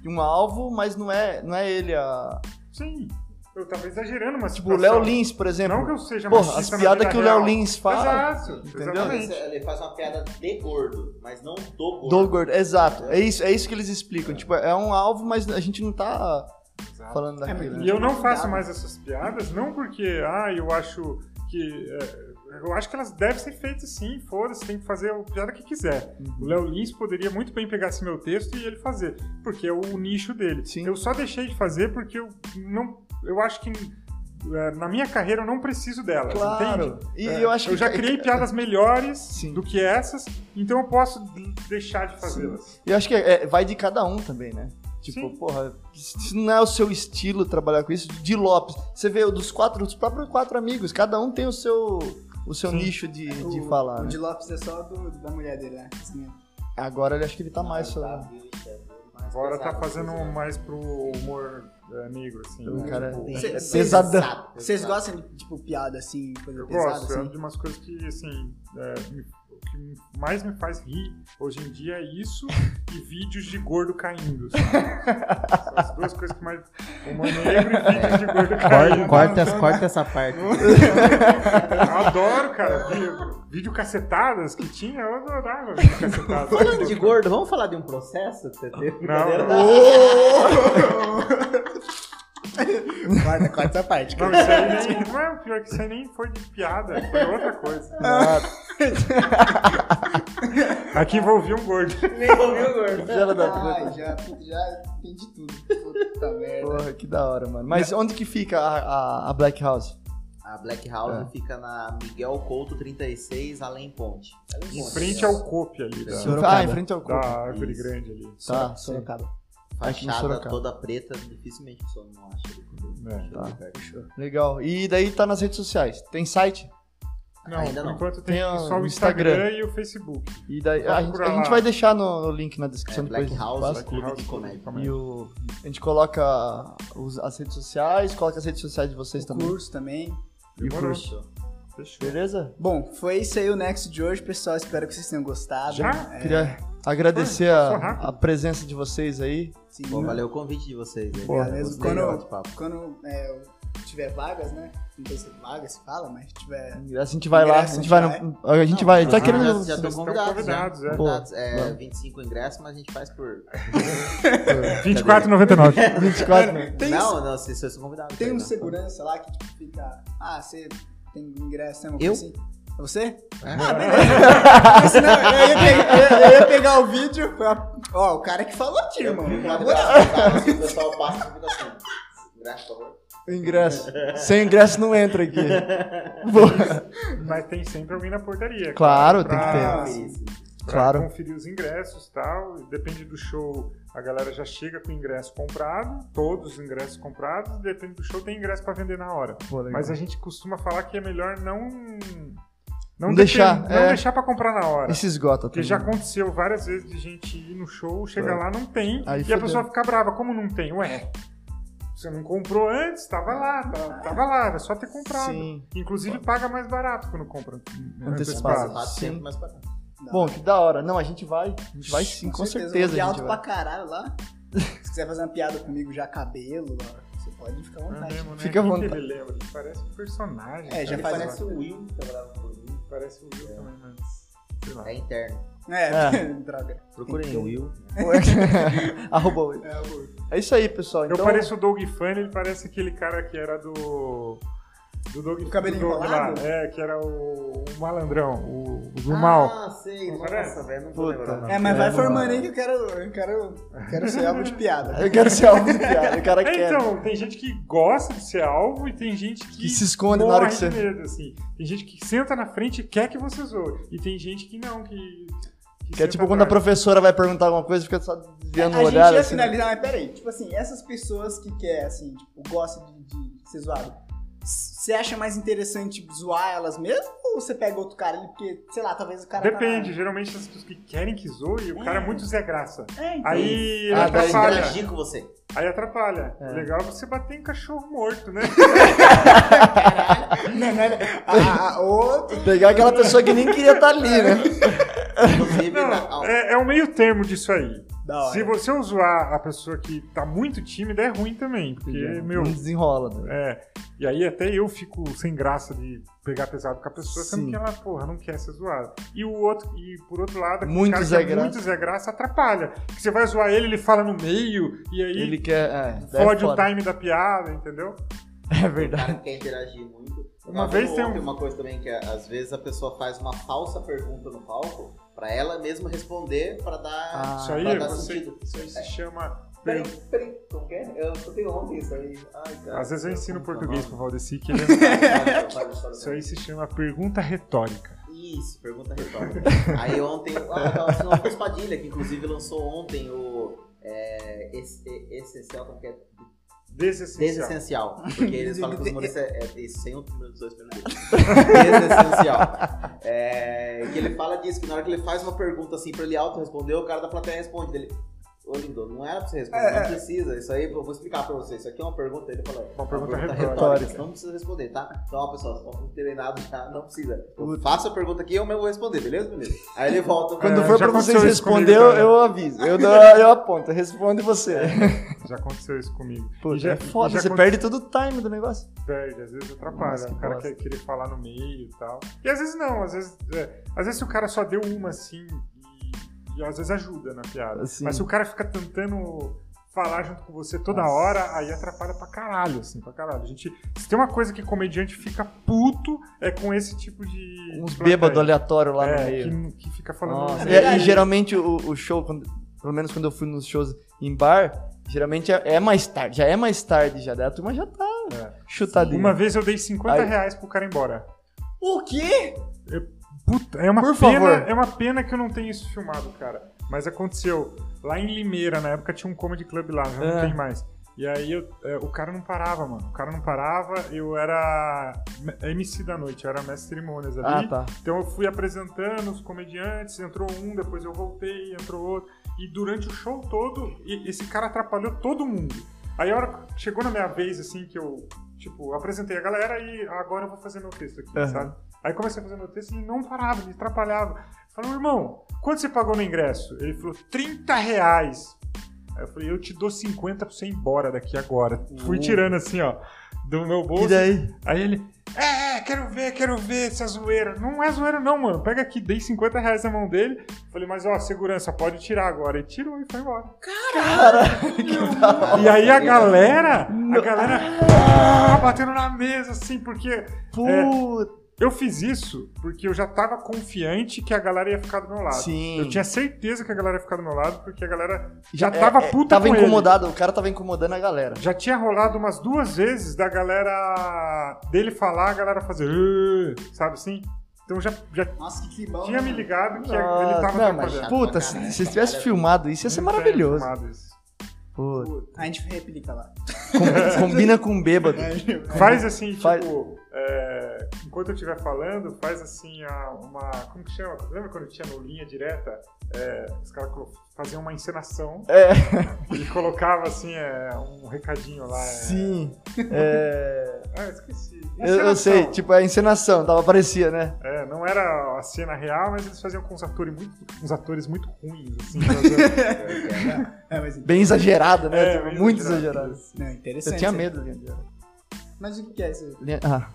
um alvo, mas não é, não é ele a. Sim. Eu tava exagerando, mas Tipo, o Léo Lins Lins, por exemplo. Não que eu seja Porra, machista as na piadas vida que o Léo real. Lins fala. Exato, entendeu? exatamente. Ele faz uma piada de gordo, mas não do gordo. Do gordo, exato. É isso, é isso que eles explicam. Tipo, é um alvo, mas a gente não tá Exato. falando daquilo. É, E eu não faço mais essas piadas, não porque, ah, eu acho que. é, eu acho que elas devem ser feitas sim, foda-se, tem que fazer a piada que quiser. Uhum. O Léo Lins poderia muito bem pegar esse meu texto e ele fazer, porque é o nicho dele. Sim. Eu só deixei de fazer porque eu não. Eu acho que. é, Na minha carreira eu não preciso delas, Claro. entende? E É, eu acho que- já criei piadas melhores Sim. do que essas, então eu posso deixar de fazê-las. E eu acho que é- é- vai de cada um também, né? Tipo, Sim. porra, se não é o seu estilo trabalhar com isso, de Lopes. Você vê o dos quatro, os próprios quatro amigos, cada um tem o seu, o seu Sim. É, nicho de, de o, falar. O né? de Lopes é só do, da mulher dele, né? Agora ele acho que ele tá mais Tá, falando. viu, isso é mais Agora tá pesado, fazendo pesado. mais pro humor é, negro, assim. O né? cara Tipo, é, Cê- é cês- pesadão. Pesado, Vocês pesado. gostam de, tipo, piada assim, coisa Eu pesada gosto, é uma assim? de umas coisas que, assim, é, me- o que mais me faz rir hoje em dia é isso e vídeos de gordo caindo, sabe? São as duas coisas que mais. Humor negro e vídeos de gordo Corta, caindo. corta, corta essa parte. Eu adoro, cara. vi- Vídeo cacetadas que tinha, eu adorava vídeo cacetadas. Falando de gordo, vamos falar de um processo que você teve? Brincadeira, né? não. Corta, corta essa parte. Não, isso aí nem. Não é o pior que isso aí nem foi de piada, foi outra coisa. Ah, Aqui envolvia um gordo. Nem ouviu, gordo. Filha da Ai, puta. já, já entendi tudo. Puta merda. Porra, que da hora, mano. Mas onde que fica a, a- a Black House? A Black House fica na Miguel Couto 36, além Ponte. Além Em Ponte, frente é. ao Cope ali, da, Sorocaba. Ah, em frente ao corpo. da árvore Isso. grande ali. Tá, sim. Sorocaba. aqui em Fachada Sorocaba. Tá. toda preta, dificilmente a pessoa não acha. ele. É. Deixa eu ver, cara. Legal. E daí tá nas redes sociais. Tem site? Não, Ainda por não. enquanto tem, Tem o só o Instagram, Instagram. e o Facebook. E daí a gente, a procurar gente lá. vai deixar no, no link na É, descrição depois. Black a gente House, passa. Clube House, de Comédia. E Comédia. o, a gente coloca os- as redes sociais, coloca as redes sociais de vocês também. Curso também. E o Demorou. curso. Fechou. Beleza? Bom, foi isso aí o Nexo de hoje, pessoal. Espero que vocês tenham gostado. Já? É, Queria agradecer Foi a, rápido. a presença de vocês aí. sim. Pô, valeu o convite de vocês. aí, Pô, cara. mesmo Gostei do quando- bate-papo. Quando é, tiver vagas, né? Não sei se vagas se fala, mas tiver. A gente vai lá, a gente vai. no- A gente vai. Tá Ah, querendo. Já, já estão Vocês estão convidados. convidados, já. é. Convidados. É, vamos. 25 ingressos, mas a gente faz por. É, 24,99. 24, né? Tem, não, não, vocês vocês são convidados. tem um não. segurança lá que tipo, fica. Ah, você tem ingresso, né? uma Eu? coisa assim? É Você? Ah, beleza. Senão eu, ia pegar, eu ia pegar o vídeo. pra- Ó, o cara que falou, tio, Eu irmão. vi um Na cara moral. engraçado, O pessoal passa e fica assim. Ingresso, por favor. Ingresso. Sem ingresso não entra aqui. Boa. Mas tem sempre alguém na portaria. Claro, pra- tem que ter. Ah, isso. pra Claro. conferir os ingressos e tal. E Depende do show, a galera já chega com o ingresso comprado, todos os ingressos comprados. Depende do show, tem ingresso pra vender na hora. Pô, legal. Mas a gente costuma falar que é melhor não. Não, Não deixar, depend- Não é. deixar pra comprar na hora. E se esgota né? Porque também. já aconteceu várias vezes de gente ir no show, chegar É. lá, não tem, Aí e fodeu. É. a pessoa fica brava. Como não tem? Ué, você não comprou antes, tava lá, tava, tava lá, era só ter comprado. Sim. Inclusive paga mais barato quando compra é Passa Antecipado. antecipado. rápido Sim. tempo, mas para. Bom, que da hora. Não, a gente vai. A gente vai sim, com certeza. Eu a vou gente alto vai. pra caralho lá. Se quiser fazer uma piada comigo já cabelo, ó, você pode ficar à É vontade. mesmo, né? Fica à Quem que vontade. Ele lembra? Ele parece um personagem. cara. um É, já Ele faz- parece o Will que trabalhava comigo. Parece o Will também, mas. Sei lá. É interno. É, droga. Procurem o Will. Arroba o- É, o- É isso aí, pessoal. Eu Então, pareço o Doug Funny, ele parece aquele cara que era do. Do Doug Do cabelinho do Doug enrolado? É, que era o, o malandrão, o, o do mal. Ah, sei. Não Nossa, parece? velho, não vou lembrar. o nome. É, mas vai formando aí que eu quero, eu quero, eu quero ser alvo de piada. eu quero ser alvo de piada. O cara É, quer. então, tem gente que gosta de ser alvo e tem gente que. Que se esconde na hora que morre de você- medo, assim. Tem gente que senta na frente e quer que você zoe. E tem gente que não, que. Que é senta tipo quando a atrás. professora vai perguntar alguma coisa, fica só desviando a o gente olhar. ia assim. finalizar, mas peraí. Tipo assim, essas pessoas que quer, assim, tipo, gostam de, de ser zoado, você acha mais interessante tipo, zoar elas mesmo? Ou você pega outro cara ali? Porque, sei lá, talvez o cara. tá Depende, geralmente as pessoas que querem que zoe, o cara é muito Zé Graça. Tá... É, então. Aí Hum. Ah, daí atrapalha. Interagir com você. Aí atrapalha. É. O Legal é você bater em cachorro morto, né? Não, não, não. Ah, ah, outro. Pegar aquela pessoa que nem queria estar ali, né? Inclusive, na- Não, é, é um meio termo disso aí. Da hora. Se é. você usar a pessoa que tá muito tímida, é ruim também. Porque, meu. Não desenrola, né? É. E aí até eu fico sem graça de pegar pesado com a pessoa, sendo Sim. que ela, porra, não quer ser zoada. E o outro, e por outro lado, aquele Muito cara que Zé é Graça. muito Zé Graça atrapalha. Que você vai zoar ele, ele fala no meio, e aí Ele quer. É, daí é fode um o foda. time da piada, entendeu? É O cara verdade. que quer interagir muito. Eu Uma tava vez vendo tem um- ontem uma coisa também que é, às vezes a pessoa faz uma falsa pergunta no palco pra ela mesma responder pra dar. Ah, isso aí, pra dar você- sentido. É. isso aí se chama. Peraí, peraí, como que é? Eu escutei ontem isso aí. Ai, cara. Às vezes eu ensino Como português que pro é o nome? Valdeci que ele Fala, é- fala, fala, fala. Isso aí se chama pergunta retórica. Isso, pergunta retórica. aí ontem, ah, eu tava assistindo o Alfonso Padilha, que inclusive lançou ontem o é, esse, Essencial, como que é? Desessencial. Desessencial. Porque eles Des- falam que os de- humoristas é, é de 100 minutos, 2 minutos. Desessencial. É, que ele fala disso, que na hora que ele faz uma pergunta assim pra ele auto-responder, o cara da plateia responde dele. Ô lindo, não era pra você responder, É, não precisa. Isso aí eu vou explicar pra você. Isso aqui é uma pergunta, ele fala. Uma pergunta retórica. você Não precisa responder, tá? Então, ó, pessoal, vocês estão treinados já, não precisa. Eu Puta. faço a pergunta aqui e eu mesmo vou responder, beleza, beleza? Aí ele volta. Quando É, for já pra aconteceu vocês isso comigo responder, eu, também. eu aviso. Eu, dou- eu aponto, eu respondo você. É. Já aconteceu isso comigo. Pô, E já- é foda, já você aconte- perde todo o time do negócio. perde, às vezes atrapalha. Nossa, O cara bosta. quer querer falar no meio e tal. E às vezes não, às vezes. é, às vezes se o cara só deu uma assim e, e às vezes ajuda na piada. Sim. Mas se o cara fica tentando falar junto com você toda Nossa. hora, aí atrapalha pra caralho, assim, pra caralho. A gente, se tem uma coisa que comediante fica puto, é com esse tipo de. Uns de bêbados plateia. aleatórios Um lá no É, meio. que, né? que fica falando. Nossa, e- É E, verdade. geralmente o, o show, quando- pelo menos quando eu fui nos shows em bar, geralmente é, é mais tarde. Já é mais tarde, já daí a turma já tá É. chutadinha. Uma vez eu dei 50 Aí- reais pro cara ir embora. O quê? Puta, é uma Por pena, favor. é uma pena que eu não tenho isso filmado, cara. Mas aconteceu lá em Limeira, na época tinha um comedy club lá, já não É. tem mais. E aí eu- é, o cara não parava, mano. O cara não parava, eu era me- MC da noite, eu era mestre de cerimônias ali. Ah, tá. Então eu fui apresentando os comediantes, entrou um, depois eu voltei, entrou outro. E durante o show todo, e- esse cara atrapalhou todo mundo. Aí a hora que chegou na minha vez, assim, que eu, tipo, apresentei a galera e agora eu vou fazer meu texto aqui, Aham. sabe? Aí comecei a fazer meu texto e ele não parava, ele atrapalhava. Falou, irmão, quanto você pagou no ingresso? Ele falou, 30 reais. Aí eu falei, eu te dou 50 pra você ir embora daqui agora. Fui Uh. tirando assim, ó, do meu bolso. E daí? Aí ele, é, é, quero ver, quero ver essa zoeira. Não é zoeira não, mano. Pega aqui, dei 50 reais na mão dele. Falei, mas ó, segurança, pode tirar agora. Ele tirou e foi embora. E aí a galera, a galera ah, batendo na mesa, assim, porque Puta. eu fiz isso porque eu já tava confiante que a galera ia ficar do meu lado. Sim. Eu tinha certeza que a galera ia ficar do meu lado, porque a galera já Já tava puta É, Tava com ele. incomodado, o cara tava incomodando a galera. Já tinha rolado umas duas vezes da galera dele falar, a galera fazer, "Ê", sabe assim? Então já, já Nossa, que né? climão. tinha me mano. ligado que ele Nossa, tava não, mas, atrapalhando. puta, Pra se, caralho, se pra tivesse caralho. filmado isso, ia ser Não tinha maravilhoso. filmado isso. Puta. A gente replica lá. Com- combina com um bêbado. É, Faz assim, Uhum. Faz- tipo, é, enquanto eu estiver falando, faz assim a- uma. Como que chama? Lembra quando tinha no linha direta? É, os caras colo- faziam uma encenação. É. Ele colocava assim, é, um recadinho lá. é- Sim. É, Ah, eu esqueci. eu, eu sei, Encenação. tipo, a encenação, tava parecia, né? É, não era a cena real, mas eles faziam com uns atores muito, uns atores muito ruins, assim. fazendo- É, mas bem exagerada, né? É, Tipo, bem muito exagerada. exagerada. não, interessante. Eu tinha medo, Linha. Mas o que que é isso? Linha- Ah,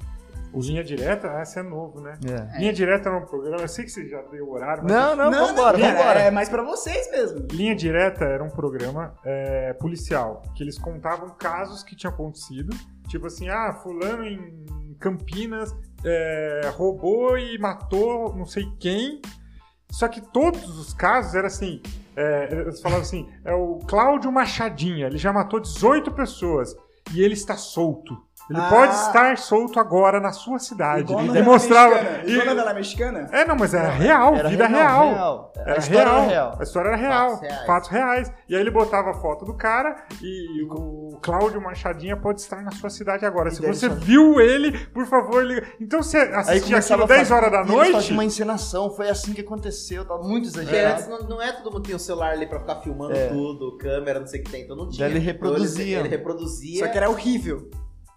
O Linha Direta, ah, você é novo, né? É. Linha Direta é um programa, eu sei que você já deu o horário, mas Não, não, vambora, cara, vambora. É mais pra vocês mesmo. Linha Direta era um programa é, policial, que eles contavam casos que tinham acontecido, tipo assim, ah, fulano em Campinas é, roubou e matou não sei quem, só que todos os casos era assim, é, eles falavam assim, é o Cláudio Machadinha, ele já matou 18 pessoas e ele está solto. Ele Ah. pode estar solto agora na sua cidade. Igual E novela mostrava. mexicana. e- Igual novela mexicana? é, não, mas era real, Era vida real, real. real. A Era história É real. era real. A história era real. Fatos reais. Fatos reais. E aí ele botava a foto do cara e o Cláudio Machadinha pode estar na sua cidade agora. E Se daí você ele só- viu ele, por favor, liga. Então você assistia aquilo 10 horas da e eles faziam noite. É. uma encenação, foi assim que aconteceu, tá muito Porque antes exagerado. não, não é todo mundo tem o celular ali pra ficar filmando É. tudo, câmera, não sei o que tem, então não tinha. ele reproduzia. Então, ele, ele reproduzia. É, Só que era horrível.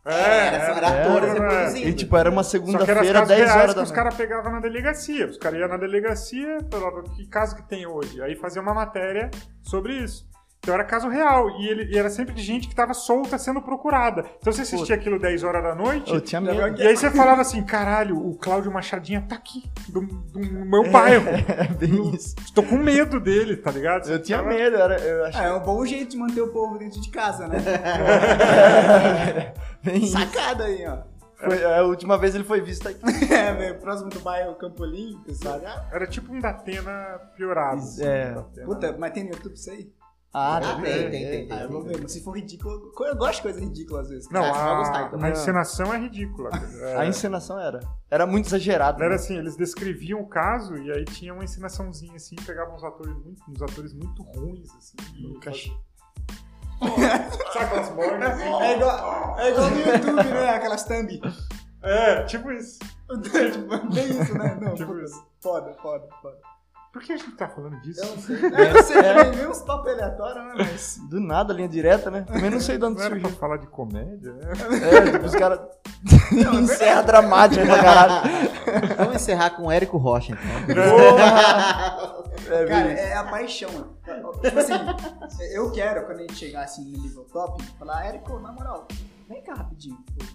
era, só era atores era- reproduzindo. é, E tipo, era uma É, Só que era segunda-feira, casos 10 reais horas que da os noite. caras pegavam na delegacia. Os caras iam na delegacia, falavam que caso que tem hoje. Aí fazia uma matéria sobre isso. Então era caso real. E, ele, e era sempre de gente que tava solta sendo procurada. Então você assistia aquilo 10 horas da noite. Eu tinha medo. E é? aí você falava assim, caralho, o Cláudio Machadinha tá aqui, do, do meu bairro. É bem isso. Tô com medo dele, tá ligado? Eu tinha Tava- medo, era, eu Ah, achava. é um bom jeito de manter o povo dentro de casa, né? Bem isso. Sacada aí, ó. Foi- é, a última vez ele foi visto aqui. É, meu, próximo do bairro Campolim, pessoal. Ah, Era tipo um Datena piorado. assim, É. um Datena. puta, mas tem no YouTube isso aí? Ah, Ah, né? tem, tem, tem, Ah, eu vou ver, mas se for ridículo, eu- eu gosto de coisa ridícula às vezes. Não, Ah, você vai a, gostar, então. a encenação é ridícula. É, A encenação era. Era muito exagerado. Era né? assim, eles descreviam o caso e aí tinha uma encenaçãozinha assim, pegavam uns atores muito, uns atores muito ruins, assim. e- Um cachê. Saca as mornas? assim. É igual, é igual no YouTube, né? Aquelas thumb. É, tipo isso. Tipo, Bem isso, né? Não, Tipo puta, isso. foda, foda, foda. Por que a gente tá falando disso? Eu não sei. É, eu sei, né? Vem uns papo aleatório, né? Mas. Do nada, linha direta, né? Também não sei de onde Não era pra surgiu. falar de comédia? né? É, tipo, os caras. Encerra dramático pra caralho. Vamos encerrar com o Érico Rocha, então. É, Cara, bem isso. é a paixão, mano. Tipo assim, eu quero, quando a gente chegar assim no nível top, falar, Érico, na moral, vem cá rapidinho. pô.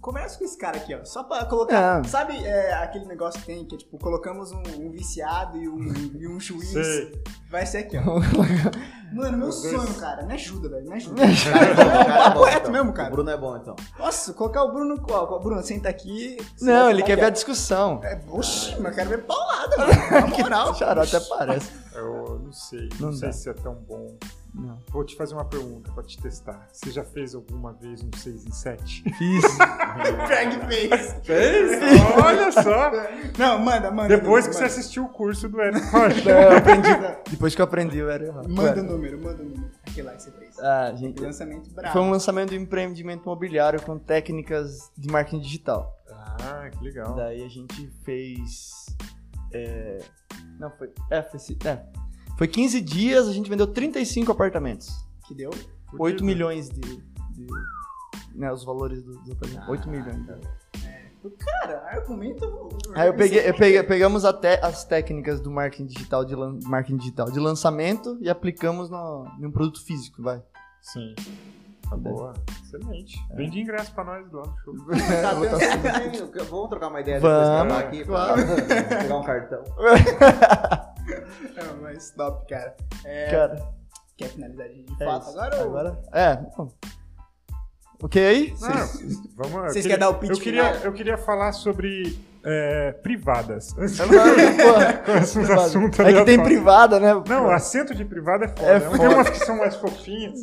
Conversa com esse cara aqui, ó. Só pra colocar. É. Sabe é, aquele negócio que tem, que é tipo, colocamos um, um viciado e um, e um juiz. Sei. Vai ser aqui, ó. Mano, meu Os dois. sonho, cara. Me ajuda, velho. Me ajuda. Cara, bom, Correto então. mesmo, cara. O Bruno é bom, então. Nossa, colocar o Bruno. Ó, Bruno, senta aqui. tá Não, ele quer ver a ver. discussão. Oxi, É, mas eu quero ver paulada, mano. Na moral. Xará até parece. Eu não sei, não, Não sei dá. se é tão bom. Não. Vou te fazer uma pergunta pra te testar. Você já fez alguma vez um 6 em 7? Fiz. Drag face. Fez? Olha só! Não, manda, manda. Depois que você manda. assistiu o curso do Eric Rocha. Não, eu aprendi. Depois que eu aprendi, eu era errado. Manda o número, manda o número. Aquele lá que você fez. Ah, gente. Lançamento bravo. Foi um lançamento de empreendimento imobiliário com técnicas de marketing digital. Ah, que legal. Daí a gente fez. é, não, foi. É, foi, esse- é. Foi 15 dias, a gente vendeu 35 apartamentos. Que deu? 8 milhões de. de- né, os valores do- dos apartamentos. 8 milhões. Cara, argumento. Aí eu peguei, eu peguei- pegamos até as técnicas do marketing digital de, lan- marketing digital de lançamento e aplicamos no, num produto físico, vai. Sim. Tá boa. Excelente. Vende ingresso pra nós lá no show. É, Tá, tem- tem- Vamos trocar uma ideia depois Vamos, que acabar aqui. Pra pegar um cartão. Não, mas top, cara. É, Cara, Quer finalizar de é fato isso. agora? ou- Agora? É. bom. Ok? Ah, vamos lá. Vocês Eu querem dar o queria- pitch eu queria, final? eu queria falar sobre é, privadas. É claro, porra. Esses assuntos É que tem aleatórios. privada, né? Não, assento de privada é foda. É Tem foda. umas que são mais fofinhas.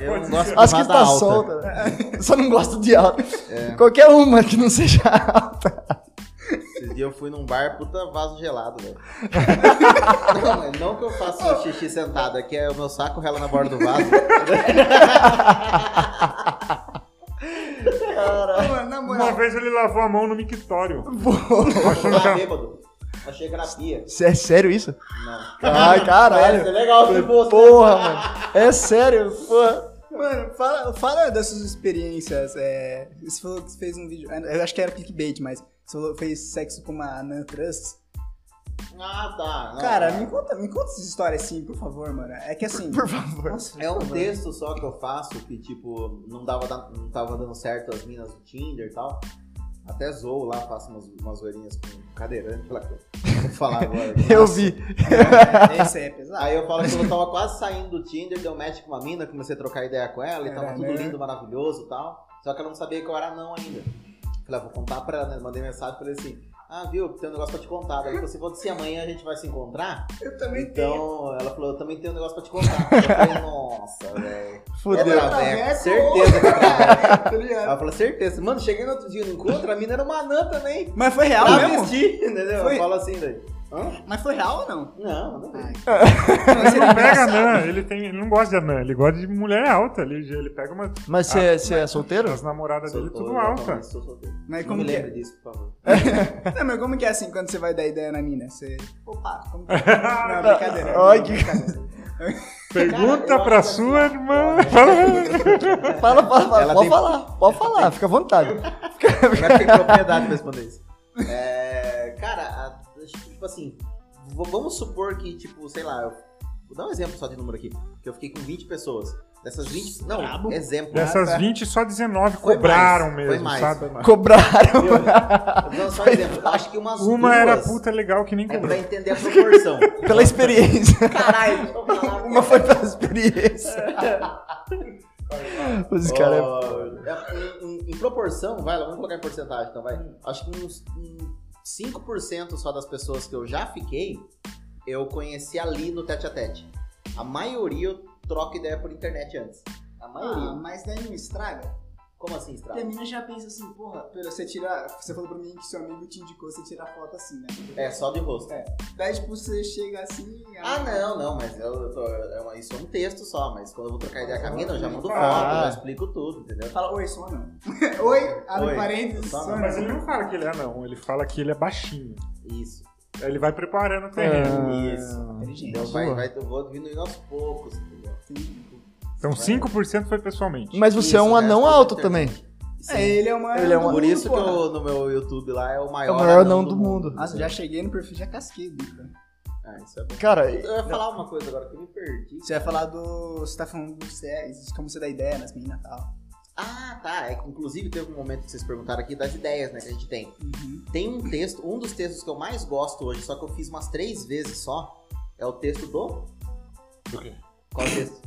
Eu não gosto de As nada que tá está alta. solta. né? Só não gosto de alta. Qualquer uma que não seja alta. Esses dias eu fui num bar, puta vaso gelado, velho. não, mas não que eu faça um xixi sentado, aqui é o meu saco rela na borda do vaso. Ô, mano, na Uma moral. vez ele lavou a mão no mictório. Eu tava bêbado. Achei que era pia. Cê- É sério isso? Não. Ai, Mas é caralho. legal se fosse. Porra, mano. É sério, porra. Mano, fala, fala das suas experiências. É, você falou que fez um vídeo. Eu acho que era clickbait, mas. Você falou que fez sexo com uma anã trans. Ah, tá. Não, Cara, não. me conta, me conta essa história assim, por favor, mano. É que assim. Por favor. Nossa, É por um favor. texto só que eu faço que, tipo, não, dava, da- não tava dando certo as minas do Tinder e tal. Até zoo lá, faço umas, umas zoeirinhas com cadeirante lá que eu vou falar agora. Eu vi. Esse aí é pesado. Aí eu falo que eu tava quase saindo do Tinder, deu match com uma mina, comecei a trocar ideia com ela e tava Era, tudo né? lindo, maravilhoso e tal. Só que ela não sabia que eu era não ainda. Falei, ah, vou contar pra ela, né? Mandei mensagem, falei assim, ah, viu, tem um negócio pra te contar. Ela falou assim, vou dizer amanhã a gente vai se encontrar? Eu também Então, ela falou, eu também tenho um negócio pra te contar. Eu falei, nossa, velho. Fudeu. É traveco, certeza que é traveco. tá ligado? Ela falou, certeza. Mano, cheguei no outro dia no encontro, a mina era uma anã também. Mas foi real Ela mesmo? vestia, entendeu? Foi. Eu falo assim, velho. Hã? Mas foi real ou não? Não, não Ai, tem. Ele não pega engraçado. anã, ele, tem, ele não gosta de anã, ele gosta de mulher alta. Ele, ele pega uma, Mas você Ah. é- você é solteiro? as namoradas Sou- dele tudo sou- alta. sou solteiro. Mas Não como me que é? lembre disso, por favor. Não, mas como que é assim quando você vai dar ideia na mina? Você. Opa, como que é? Não, brincadeira. Ai, que- Brincadeira. Pergunta Cara, eu pra acho que sua assim, irmã. Fala, fala, fala. Ela Pode tem- falar, pode falar, fica à vontade. Agora tem propriedade pra responder isso. É, cara, a- acho que, tipo assim, v- vamos supor que, tipo, sei lá, eu, vou dar um exemplo só de número aqui. Que eu fiquei com 20 pessoas. Dessas 20. Não, Brabo. exemplo. Dessas tá? 20, só 19 Foi mais, cobraram foi mesmo, mais, sabe? foi mais. Cobraram. Viu? Não, só um exemplo. eu Acho que umas Uma duas era puta legal que nem É cobrou. pra entender a proporção. Pela experiência. Caralho, deixa eu falar. Uma foi pela experiência. Os Oh. é- caras. Ó, é, em, em- em proporção, vai lá, vamos colocar em porcentagem, então vai. Acho que uns um 5% só das pessoas que eu já fiquei, eu conheci ali no tete a tete. A maioria eu troco ideia por internet antes. A maioria. Ah, mas daí não estraga. Como assim, Estrada? Porque a mina já pensa assim, porra, pera, você tira. Você falou pra mim que seu amigo te indicou você tirar foto assim, né? É, só de rosto. É. Daí, tipo, você chega assim. Ah, não, não, mas eu, eu tô- é uma- isso é um texto só, mas quando eu vou trocar ideia com a mina, eu já mando foto, Ah. eu já explico tudo, entendeu? Fala, oi, sou não. oi, abre Oi, parênteses, sou sou anão. Mas ele não. não fala que ele é não, ele fala que ele é baixinho. Isso. Aí Ele vai preparando o Ah. terreno. Isso. Inteligente. Então vai, Boa. vai, eu vou diminuindo aos poucos, entendeu? Então 5% foi pessoalmente. Mas você é Isso, um né? anão Foi alto internet. também. Sim. É, ele é uma. Ele é um- Por isso que porra. eu, no meu YouTube lá é o É o maior, maior anão do mundo. Nossa, já cheguei no perfil, já casquei o bico. Ah, isso é bom. Cara, Eu ia falar uma coisa agora que eu me perdi. Você vai falar do. Você tá falando do sexo, de como você dá ideia nas meninas e tal. Ah, tá. É que, inclusive teve um momento que vocês perguntaram aqui das ideias, né, que a gente tem. Uhum. Tem um texto, um dos textos que eu mais gosto hoje, só que eu fiz umas três vezes só, é o texto do... Do quê? Qual texto?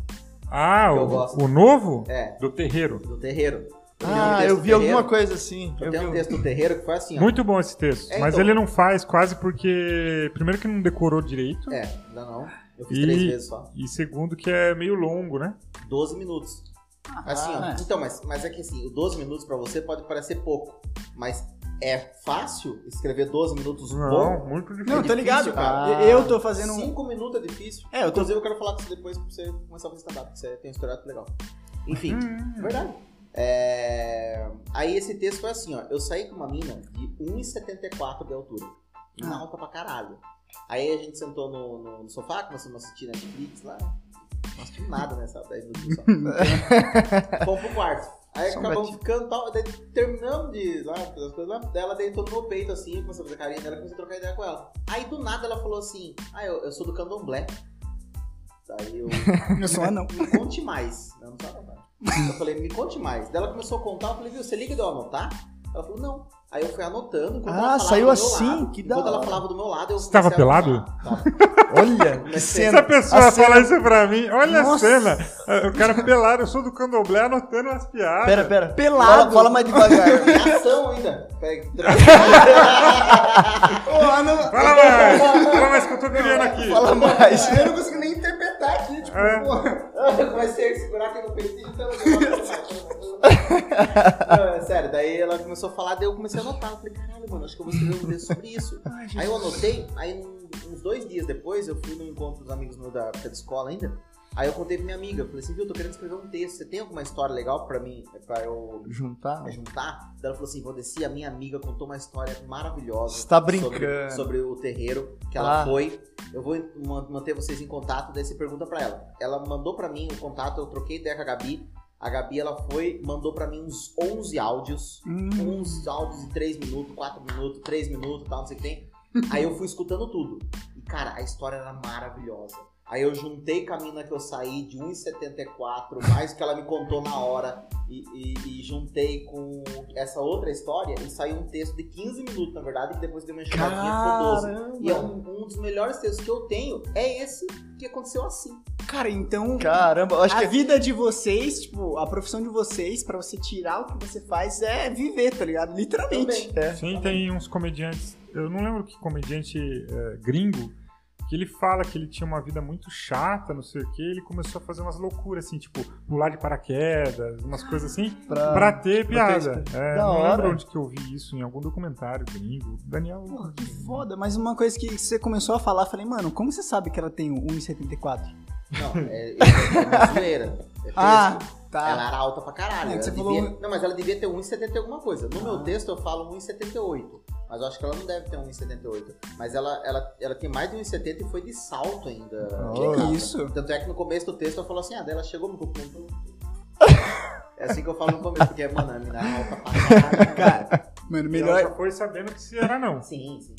Ah, Eu o, gosto. o novo? É, Do terreiro. do terreiro. tenho um ah, texto eu vi alguma terreiro. coisa assim. Eu Eu tenho um vi. texto do terreiro que foi assim, ó. Muito bom esse texto. É, mas então. ele não faz quase porque. Primeiro que não decorou direito. É, ainda não. Eu fiz E- três vezes só. E segundo que é meio longo, né? 12 minutos. Assim, ó. é. Então, mas, mas é que assim, o 12 minutos pra você pode parecer pouco, mas é fácil escrever 12 minutos Não, bom? muito difícil. tá Não, tô ligado, difícil, cara. cara. Eu tô fazendo um. 5 minutos é difícil. É, eu tô. Inclusive, eu quero falar com você depois pra você começar a fazer stand-up, que você tem um historiado legal. Enfim, Hum, verdade. É, Aí esse texto foi assim, ó. Eu saí com uma mina de 1,74 de altura. Mina Ah. alta pra caralho. Aí a gente sentou no, no- no sofá, começou a assistir Netflix lá. Não assistimos nada, né? Sabe? 10 minutos só. Fomos pro quarto. Aí Só um acabamos gatinho. ficando e tal. Daí terminamos de lá, fazer as coisas lá. Daí ela deitou no meu peito assim, comecei a fazer carinha dela, comecei a trocar ideia com ela. Aí do nada ela falou assim: Ah, eu, eu sou do candomblé. Daí eu. Eu sou anão. Me conte mais. Ela não sabe nada. Eu falei, me conte mais. Daí ela começou a contar, eu falei, viu, você liga e deu a anotar? Ela falou, não. Aí eu fui anotando. enquanto Ah, ela falava saiu do meu assim? lado. Que da Enquanto ela hora. falava do meu lado, eu Você tava comecei a anotar. Tava. Olha, que Comecei Se a cena. pessoa A cena- falar isso pra mim, olha Nossa. a cena. O cara pelado, eu sou do candomblé anotando as piadas. Pera, pera. Pelado. Fala, fala mais devagar. Em ação ainda. Peraí. Ô, anão. Fala mais! Fala mais que eu tô criando aqui. Fala mais. Eu não consigo nem interpretar aqui, tipo, É. porra. Eu comecei a segurar aqui no peito e então eu- Não, é Sério, daí ela começou a falar, daí eu comecei a anotar. Eu falei, caralho, mano, acho que eu vou escrever um texto sobre isso. Aí eu anotei, aí um- uns dois dias depois eu fui num encontro dos amigos meus da época de escola ainda. Aí eu contei pra minha amiga, eu falei assim, viu, eu tô querendo escrever um texto, você tem alguma história legal pra mim, pra eu Juntar? pra juntar? Daí ela falou assim, vou descer, a minha amiga contou uma história maravilhosa. Você tá sobre- brincando. Sobre, o terreiro que ela Ah. foi. Eu vou en- man- manter vocês em contato, daí você pergunta pra ela. Ela mandou pra mim o contato, eu troquei ideia com a Gabi. A Gabi, ela foi, mandou pra mim uns 11 áudios. Hum. Uns áudios de 3 minutos, 4 minutos, 3 minutos, tal, não sei o que tem. Aí eu fui escutando tudo. E, cara, a história era maravilhosa. Aí eu juntei com a mina que eu saí de 1,74, mais o que ela me contou na hora, e, e- e juntei com essa outra história, e saiu um texto de 15 minutos, na verdade, que depois deu uma enxugadinha ficou 12. E é um, um dos melhores textos que eu tenho é esse que aconteceu assim. Cara, então Caramba, eu acho a que é vida de vocês, tipo, a profissão de vocês, pra você tirar o que você faz é viver, tá ligado? Literalmente. É, Sim, tem uns comediantes. Eu não lembro que comediante é, gringo que ele fala que ele tinha uma vida muito chata, não sei o que, ele começou a fazer umas loucuras, assim, tipo, pular de paraquedas, umas coisas assim, pra... pra ter piada. É, Da não hora. lembro onde que eu vi isso, em algum documentário gringo. Daniel. Porra, que foda. Mas uma coisa que você começou a falar, eu falei, mano, como você sabe que ela tem 1,74? Não, é, é, é uma zoeira. É texto. Ah, tá. Ela era alta pra caralho. É, ela você devia- falou- Não, mas ela devia ter 1,70 alguma coisa. No Ah. meu texto eu falo 1,78. Mas eu acho que ela não deve ter 1,78. Mas ela, ela, ela tem mais de 1,70 e foi de salto ainda. Que Cara, isso? Tanto é que no começo do texto eu falo assim, ah, daí ela chegou no ponto. É assim que eu falo no começo, porque, mano, a mina é alta pra caralho. né? Mano, E melhor. Ela já foi sabendo que se era não. Sim, sim.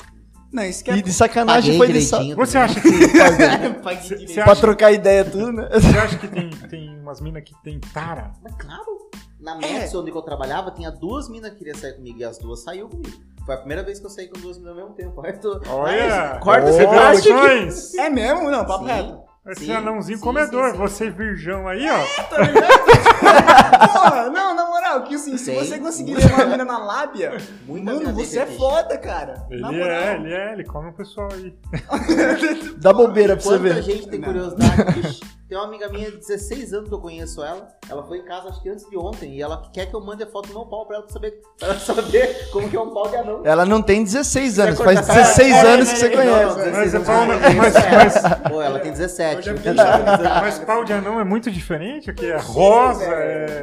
Não, isso que é. E de sacanagem foi de sal... Você acha que. Você você Pra acha, trocar ideia tudo, né? você acha que tem, tem umas minas que tem tara? Mas claro. Na É. Metz, onde que eu trabalhava, tinha duas minas que queriam sair comigo e as duas saíram comigo. Foi a primeira vez que eu saí com duas minas ao mesmo tempo. Aí tu- Olha! Mas, corta esse Você viu pedaço. que- opções? É mesmo? Não, papo Sim. reto. Esse Sim, anãozinho sim, comedor, sim, sim. você virgão aí, ó. tá Porra, não, na moral, que assim, se Tem. você conseguir ler uma mina na lábia, Muita mina mano, você é desse aqui. foda, cara. na Ele moral. é, ele é, ele come o pessoal aí. Dá bobeira pra você Quanta ver. gente tem Não. curiosidade. Ixi, tem uma amiga minha de 16 anos que eu conheço ela. Ela foi em casa acho que antes de ontem e ela quer que eu mande a foto do meu pau pra ela saber, pra ela saber como que é um pau de anão. Ela não tem 16 anos, Vai faz cortar- 16 É, anos é, que você é, conhece. não, não, Mas 16 é anos. pau, né? Mas- Pô, ela tem 17. Eu já fiquei pensando, é Mas pau de anão é muito diferente, que é rosa, Não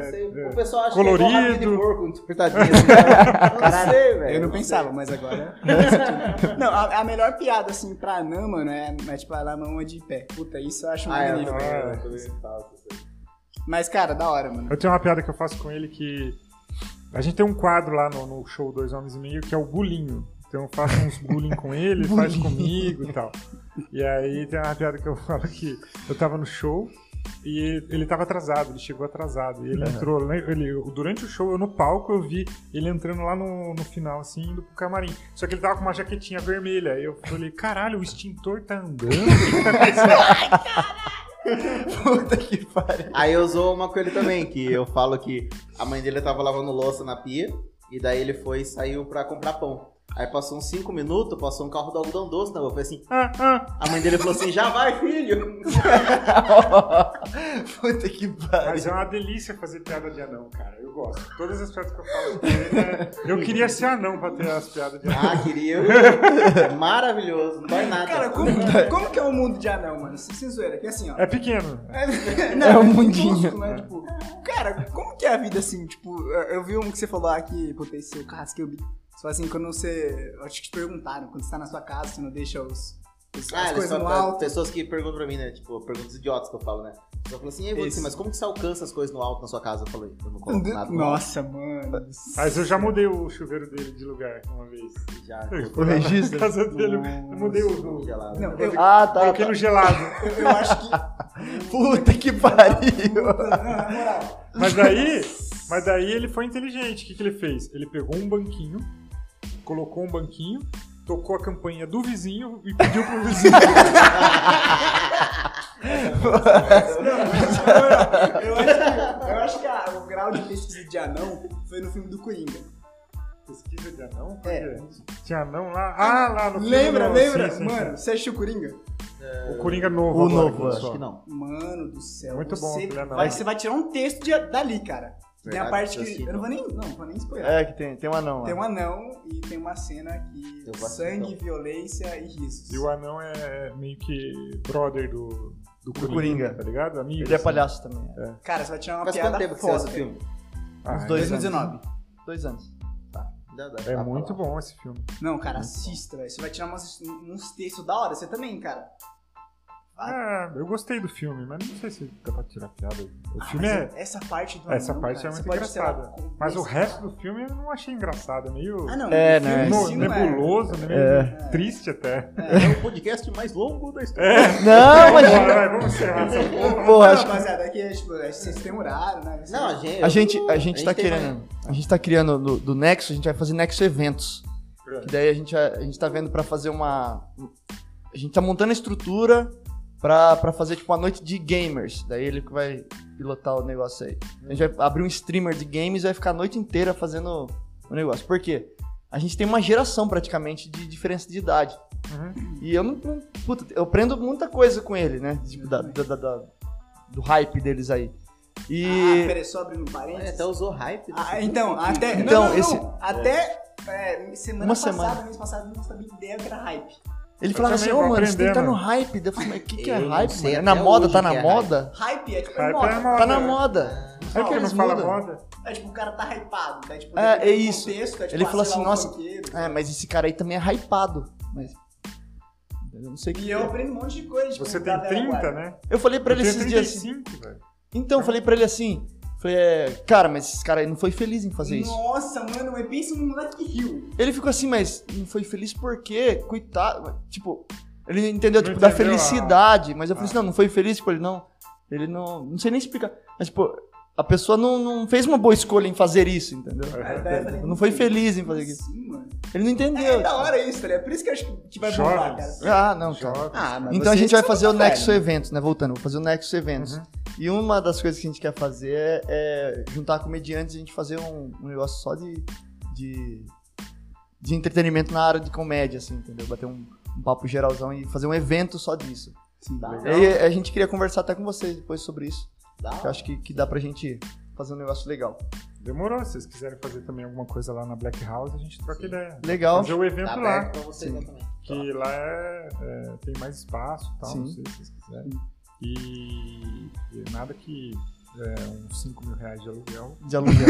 sei, é. O pessoal acha que é igual rabinho de colorido. porco, interpretadinho. assim, cara. Eu Não sei, velho. É, Eu não sei. pensava, mas agora. não, a, a melhor piada, assim, pra anã, mano, é, é tipo, ela mama de pé. Puta, isso eu acho um Ah, é, eu nível. também- Ah. eu também falo isso aí. Mas, cara, da hora, mano. Eu tenho uma piada que eu faço com ele que. A gente tem um quadro lá no, no show Dois Homens e Meio que é o bulinho. Então eu faço uns bullying com ele, ele faz comigo e tal. E aí tem uma piada que eu falo que eu tava no show e ele, ele tava atrasado, ele chegou atrasado. E ele entrou, né, ele, durante o show, eu no palco, eu vi ele entrando lá no, no final, assim, indo pro camarim. Só que ele tava com uma jaquetinha vermelha. Aí eu falei, caralho, o extintor tá andando? O que tá acontecendo? é. Puta que pariu. Aí eu usou uma com ele também, que eu falo que a mãe dele tava lavando louça na pia, e daí ele foi e saiu pra comprar pão. Aí passou uns 5 minutos, passou um carro do algodão doce na rua. Eu falei assim, Ah, ah. a mãe dele falou assim, já vai, filho! Puta que pariu. Mas é uma delícia fazer piada de anão, cara. Eu gosto. Todas as piadas que eu falo com ele, é... eu queria ser anão pra ter as piadas de anão. Ah, queria. Maravilhoso, não dói nada. Cara, como, que- como que é o mundo de anão, mano? Sem sem zoeira, que assim, ó. É pequeno. Não, É um mas mundinho. minúsculo, né? Tipo, cara, como que é a vida assim? Tipo, eu eu vi um que é você falou aqui, botei seu casco eu vi. Só assim, quando você. eu Acho que te perguntaram, quando você tá na sua casa, você não deixa os. os Ah, as eles coisas só, no alto. pessoas que perguntam pra mim, né? Tipo, perguntas idiotas que eu falo, né? Só falo assim, e aí, Isso. você, mas como que você alcança as coisas no alto na sua casa? Eu falei, eu não coloco nada no alto. Nossa, mano. do céu. Mas eu já mudei o chuveiro dele de lugar uma vez. Já, né? Por registro? casa dele. Eu mudei o. o- gelado. Não, eu, Ah, tá. Coloquei tá. no gelado. eu, eu acho que. Puta que pariu. Não, na moral. Mas daí, mas daí ele foi inteligente. O que, que ele fez? Ele pegou um banquinho, colocou um banquinho, tocou a campainha do vizinho e pediu pro vizinho. Eu acho que, eu acho que a- o grau de pesquisa de anão foi no filme do Coringa. Pesquisa de anão? Por É. quê? Tinha anão lá? Ah, lá no filme Lembra, do- lembra? Sim, sim, Mano, você assistiu Coringa? O Coringa novo. O agora, novo, é. pessoal. Acho que não. Mano do céu. É Muito bom, né? você, filha, não. vai, você vai tirar um texto de- dali, cara. Tem a Verdade, parte que. assisti, Eu não vou nem. Não, vou nem spoiler. É, que tem, tem um anão lá. Tem um anão e tem uma cena que Eu vou sangue, assistir, então. violência e risos. E o anão é meio que brother do, do, Coringa, Coringa. tá ligado? Amigo. Ele é assim. palhaço também. Cara, você vai tirar uma Faz piada quanto tempo que você foda. assiste o filme? Ah, Uns dois 2019. é. Dois anos. Dá- Tá dá- É dá pra muito falar. bom esse filme. Não, cara, assista, velho. Você vai tirar umas- uns textos da hora. Você também, cara. Ah, eu gostei do filme, mas não sei se dá pra tirar piada. O Ah, filme mas é. Essa parte do Essa anão, parte cara, é você muito pode, sei lá, engraçada. Mas o conversar. resto do filme eu não achei engraçado. É meio. Ah, não. É, né? o filme em no- si não é. nebuloso, né? meio É. triste até. É o podcast mais longo da história. É. Não, Vamos imagina. lá, vai, vamos encerrar essa porra. Porra, Não, acho que rapaziada, é que tipo, é, vocês têm horário, né? Não, a gente. a gente, a gente A tá gente tem querendo. A gente tá criando do, do Nexo, a gente vai fazer Nexo Eventos. Que daí a gente, a gente tá vendo pra fazer uma. A gente tá montando a estrutura pra, pra fazer tipo uma noite de gamers. Daí ele que vai pilotar o negócio aí. A gente vai abrir um streamer de games e vai ficar a noite inteira fazendo o negócio. Por quê? A gente tem uma geração praticamente de diferença de idade. E eu não. não- puta, eu aprendo muita coisa com ele, né? Tipo, da, da- da- da- do hype deles aí. Ah, E. peraí, só abrindo um É, parênteses. até usou hype. né? Ah, então, até. não, Então, não, não, esse- Até. é, semana Uma passada, semana. mês passado, eu não sabia ideia que era hype. Ele falava também assim, ô vou mano, você tem que estar aprender, no hype. Daí eu falei, mas o que, que é Eu não hype, sei mano? É na até moda? hoje Tá o que na é moda? Hype é tipo Hype é moda. moda. Tá na moda. Sabe Não, que ele não eles fala mudam. moda? É tipo, o cara tá hypado. Tá, tipo, É, depende é do isso. contexto, é, tipo, Ele ah, falou sei assim, lá, um nossa, funkeiro. É, mas esse cara aí também é hypado. Mas. Eu não sei o que. é. E eu aprendo um monte de coisa. tipo, Você da tem velha 30, guarda. né? Eu falei pra Eu ele tenho esses dias assim. 35, velho. Então, eu falei pra ele assim. Falei, é, cara, mas esse cara aí não foi feliz em fazer isso. Nossa, mano, mas pensa num moleque que riu. Ele ficou assim, mas não foi feliz porque, coitado. Tipo, ele entendeu, Não tipo, da entendeu a- felicidade. Mas eu falei Ah. assim, não, não foi feliz, tipo, ele não. Ele não. Não sei nem explicar. Mas, tipo, a pessoa não, não fez uma boa escolha em fazer isso, entendeu? Aí, daí eu falei, Não foi feliz em fazer como isso. assim, mano? Ele não É, entendeu. da hora isso, tá ligado? Por isso que eu acho que vai bombar, cara. Jovens. Ah, não, cara. Jovens. Ah, mas Então a vocês gente vai são fazer o muito Nexo velhos. Eventos, né? Voltando, vou fazer o Nexo Eventos. Uhum. E uma das coisas que a gente quer fazer é, é juntar comediantes e a gente fazer um, um negócio só de, de, de entretenimento na área de comédia, assim, entendeu? Bater um, um papo geralzão e fazer um evento só disso. Tá. E aí a gente queria conversar até com vocês depois sobre isso. Dá que Eu acho que, que dá pra gente fazer um negócio legal. Demorou. Se vocês quiserem fazer também alguma coisa lá na Black House, a gente troca Sim. ideia. Legal. Fazer o evento Tá lá. aberto pra vocês lá Sim. também. Que lá é, é, tem mais espaço e tal, não Tá. Sim. sei se vocês quiserem. E, e nada que é, uns 5 mil reais de aluguel De aluguel.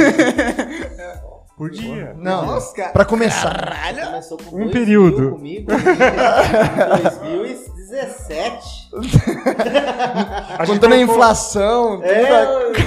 por dia. Não. Nossa, cara. pra começar. Caralho! Começou com Um 2000 período. comigo um em 2017. A gente Contando a colocou- é inflação. É, tudo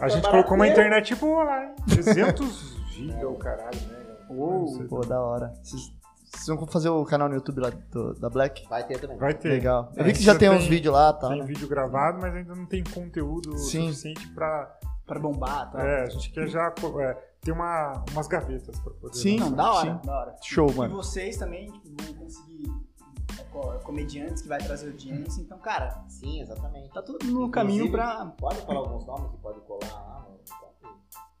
a- A gente colocou uma internet boa lá, hein? 300 É. giga, o caralho, né? Não Pô, da hora. Vocês vocês vão fazer o canal no YouTube lá do- da Black? Vai ter também. sei. Vai ter. Legal. Eu É, vi que isso já já tem tem- uns vídeos lá e tal. Tem né? vídeo gravado, mas ainda não tem conteúdo Sim. suficiente pra. Pra bombar, tá? É, a gente quer já co- é, ter uma, umas gavetas pra poder. Sim. lançar. Não, da hora, Sim. da hora. Show, E mano. vocês também tipo, vão conseguir é, co- é, comediantes que vai trazer audiência. Então, cara, Sim, exatamente. tá tudo no caminho pra. Pode falar alguns nomes que pode colar lá, mano. Pode. Vocês que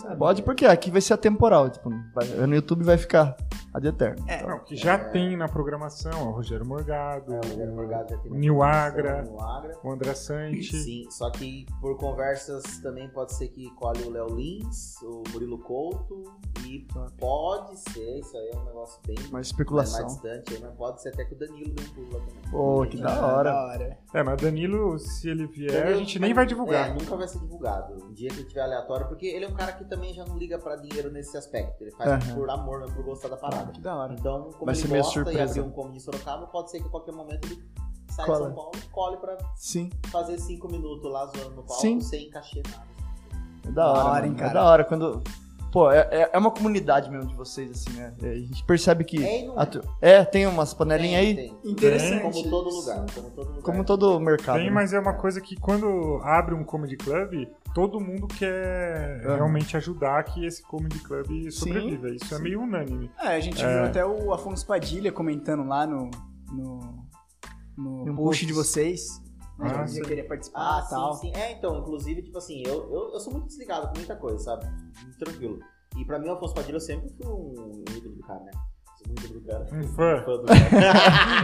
sabem. É, Pode, porque aqui vai ser atemporal. Tipo, vai- no YouTube vai ficar a de eterno. é. Não, que já tem na programação, ó, o Rogério Morgado, É, o Rogério Morgado já teve New uma Agra. conversa, New Agra. o André Sante. Sim, só que por conversas também pode ser que colhe o Léo Lins, o Murilo Couto e pode ser, isso aí é um negócio bem Uma mais especulação. distante, aí, É, mas pode ser até que o Danilo dê um pulo lá também. Pô, que da hora. É, mas Danilo, se ele vier, a Entendeu? gente nem vai divulgar. É, nunca vai ser divulgado. Um dia que ele tiver aleatório, porque ele é um cara que também já não liga pra dinheiro nesse aspecto. Ele faz Aham. por amor, não por gostar da parada. Que da hora. Então, como Vai ele ser meio gosta e surpresa. abrir um comedy em Sorocaba, pode ser que a qualquer momento ele saia Cola. de São Paulo e cole pra Sim, fazer cinco minutos lá zoando no palco Sim. sem cachê nada. é da hora. Da hora, mano. hein, cara. É da hora quando. Pô, é, é- é uma comunidade mesmo de vocês, assim, né? É, A gente percebe que. É, e não a tu- É, tem umas panelinhas aí, Tem, tem. Interessante. Como todo lugar. Como todo lugar. como todo mercado. Tem, né? mas é uma coisa que quando abre um comedy club, todo mundo quer Aham. realmente ajudar que esse comedy club sobreviva. Isso é sim. meio unânime. É, a gente viu até o Afonso Padilha comentando lá no. no, no No post post. de vocês. né, que Ah, um dia sim. queria participar Ah, e sim, tal. sim. É, então, inclusive, tipo assim, eu, eu, eu sou muito desligado com muita coisa, sabe? Muito tranquilo. E pra mim, o Afonso Padilha, eu sempre fui um ídolo do cara, né? Sou muito ídolo do cara. Um fã. Fã do cara.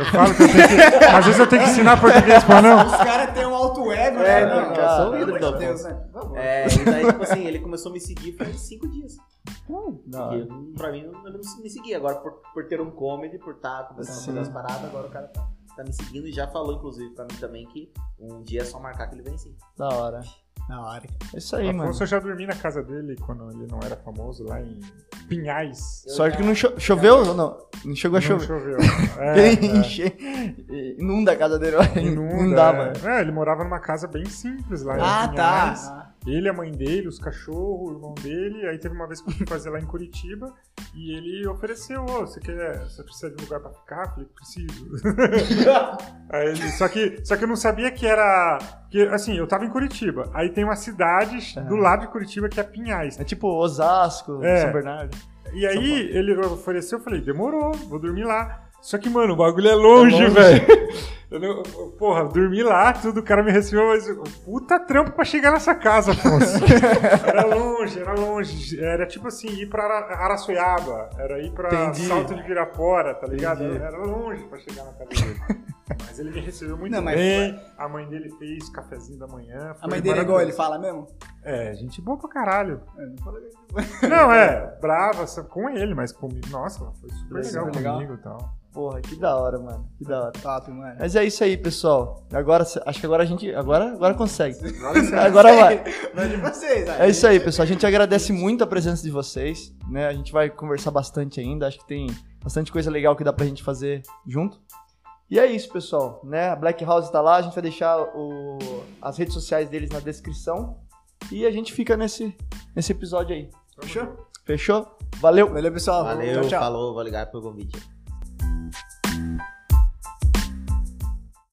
Eu falo que eu tenho que. Às vezes eu tenho que ensinar português pra não. Os caras têm um alto ego, É, né? não, Não, cara, cara, sou pelo ídolo, amor de não. Deus, né? Por favor. É, e daí, tipo assim, ele começou a me seguir faz cinco dias. Da Porque hora. eu- pra mim, eu não me seguia. Agora, por, por ter um comedy, por estar começando a Sim. fazer as paradas, agora o cara tá, tá me seguindo e já falou, inclusive, pra mim também, que um dia é só marcar que ele vem sim. Da hora. Da hora. É isso aí, mano. Ah, Afonso, eu já dormi na casa dele quando ele não era famoso, lá em Pinhais. Sorte que não cho- choveu ou não? Não chegou a Não chover. choveu. É, É, Inunda a casa dele, ó. é, Inunda, inunda, mano. é. É, ele morava numa casa bem simples lá. em um Ah, Pinhais. tá. Ele, a mãe dele, os cachorros, o irmão dele. Aí teve uma vez que eu fui fazer lá em Curitiba e ele ofereceu: Ô, você quer. Você precisa de um lugar pra ficar? Eu falei, preciso. Aí ele- só, que, só que eu não sabia que era. Porque, assim, eu tava em Curitiba. Aí tem uma cidade do lado de Curitiba que é Pinhais. É tipo Osasco, É. São Bernardo. E São Paulo. aí ele ofereceu, eu falei, demorou, vou dormir lá. Só que, mano, o bagulho é longe, É longe. velho. Eu não- eu- Porra, dormi lá, tudo, o cara me recebeu, mas eu- puta trampo pra chegar nessa casa, Afonso. era longe, era longe. Era tipo assim, ir pra Ara- Araçoiaba, era ir pra Entendi. Salto de Virapora, tá ligado? Entendi. Era longe pra chegar na casa dele. mas ele me recebeu muito Não, mas- bem, a mãe dele fez cafezinho da manhã. A foi mãe dele é igual ele maravilhoso. fala mesmo? É, gente boa pra caralho. É, não fala mesmo. Não, é, brava só com ele, mas comigo. Nossa, ela foi super Legal, legal, legal. comigo e tal. Porra, que da hora, mano. Que da hora. Top, mano. Mas é isso aí, pessoal. Agora, acho que agora a gente. Agora, agora consegue. Agora vai. Mas de vocês, né? aí. É isso aí, pessoal. A gente agradece muito a presença de vocês. Né? A gente vai conversar bastante ainda. Acho que tem bastante coisa legal que dá pra gente fazer junto. E é isso, pessoal. Né? A Black House tá lá. A gente vai deixar o- as redes sociais deles na descrição. E a gente fica nesse, nesse episódio aí. Fechou? Fechou? Valeu! Valeu, pessoal. Valeu, tchau, tchau. falou, vou ligar pro convite.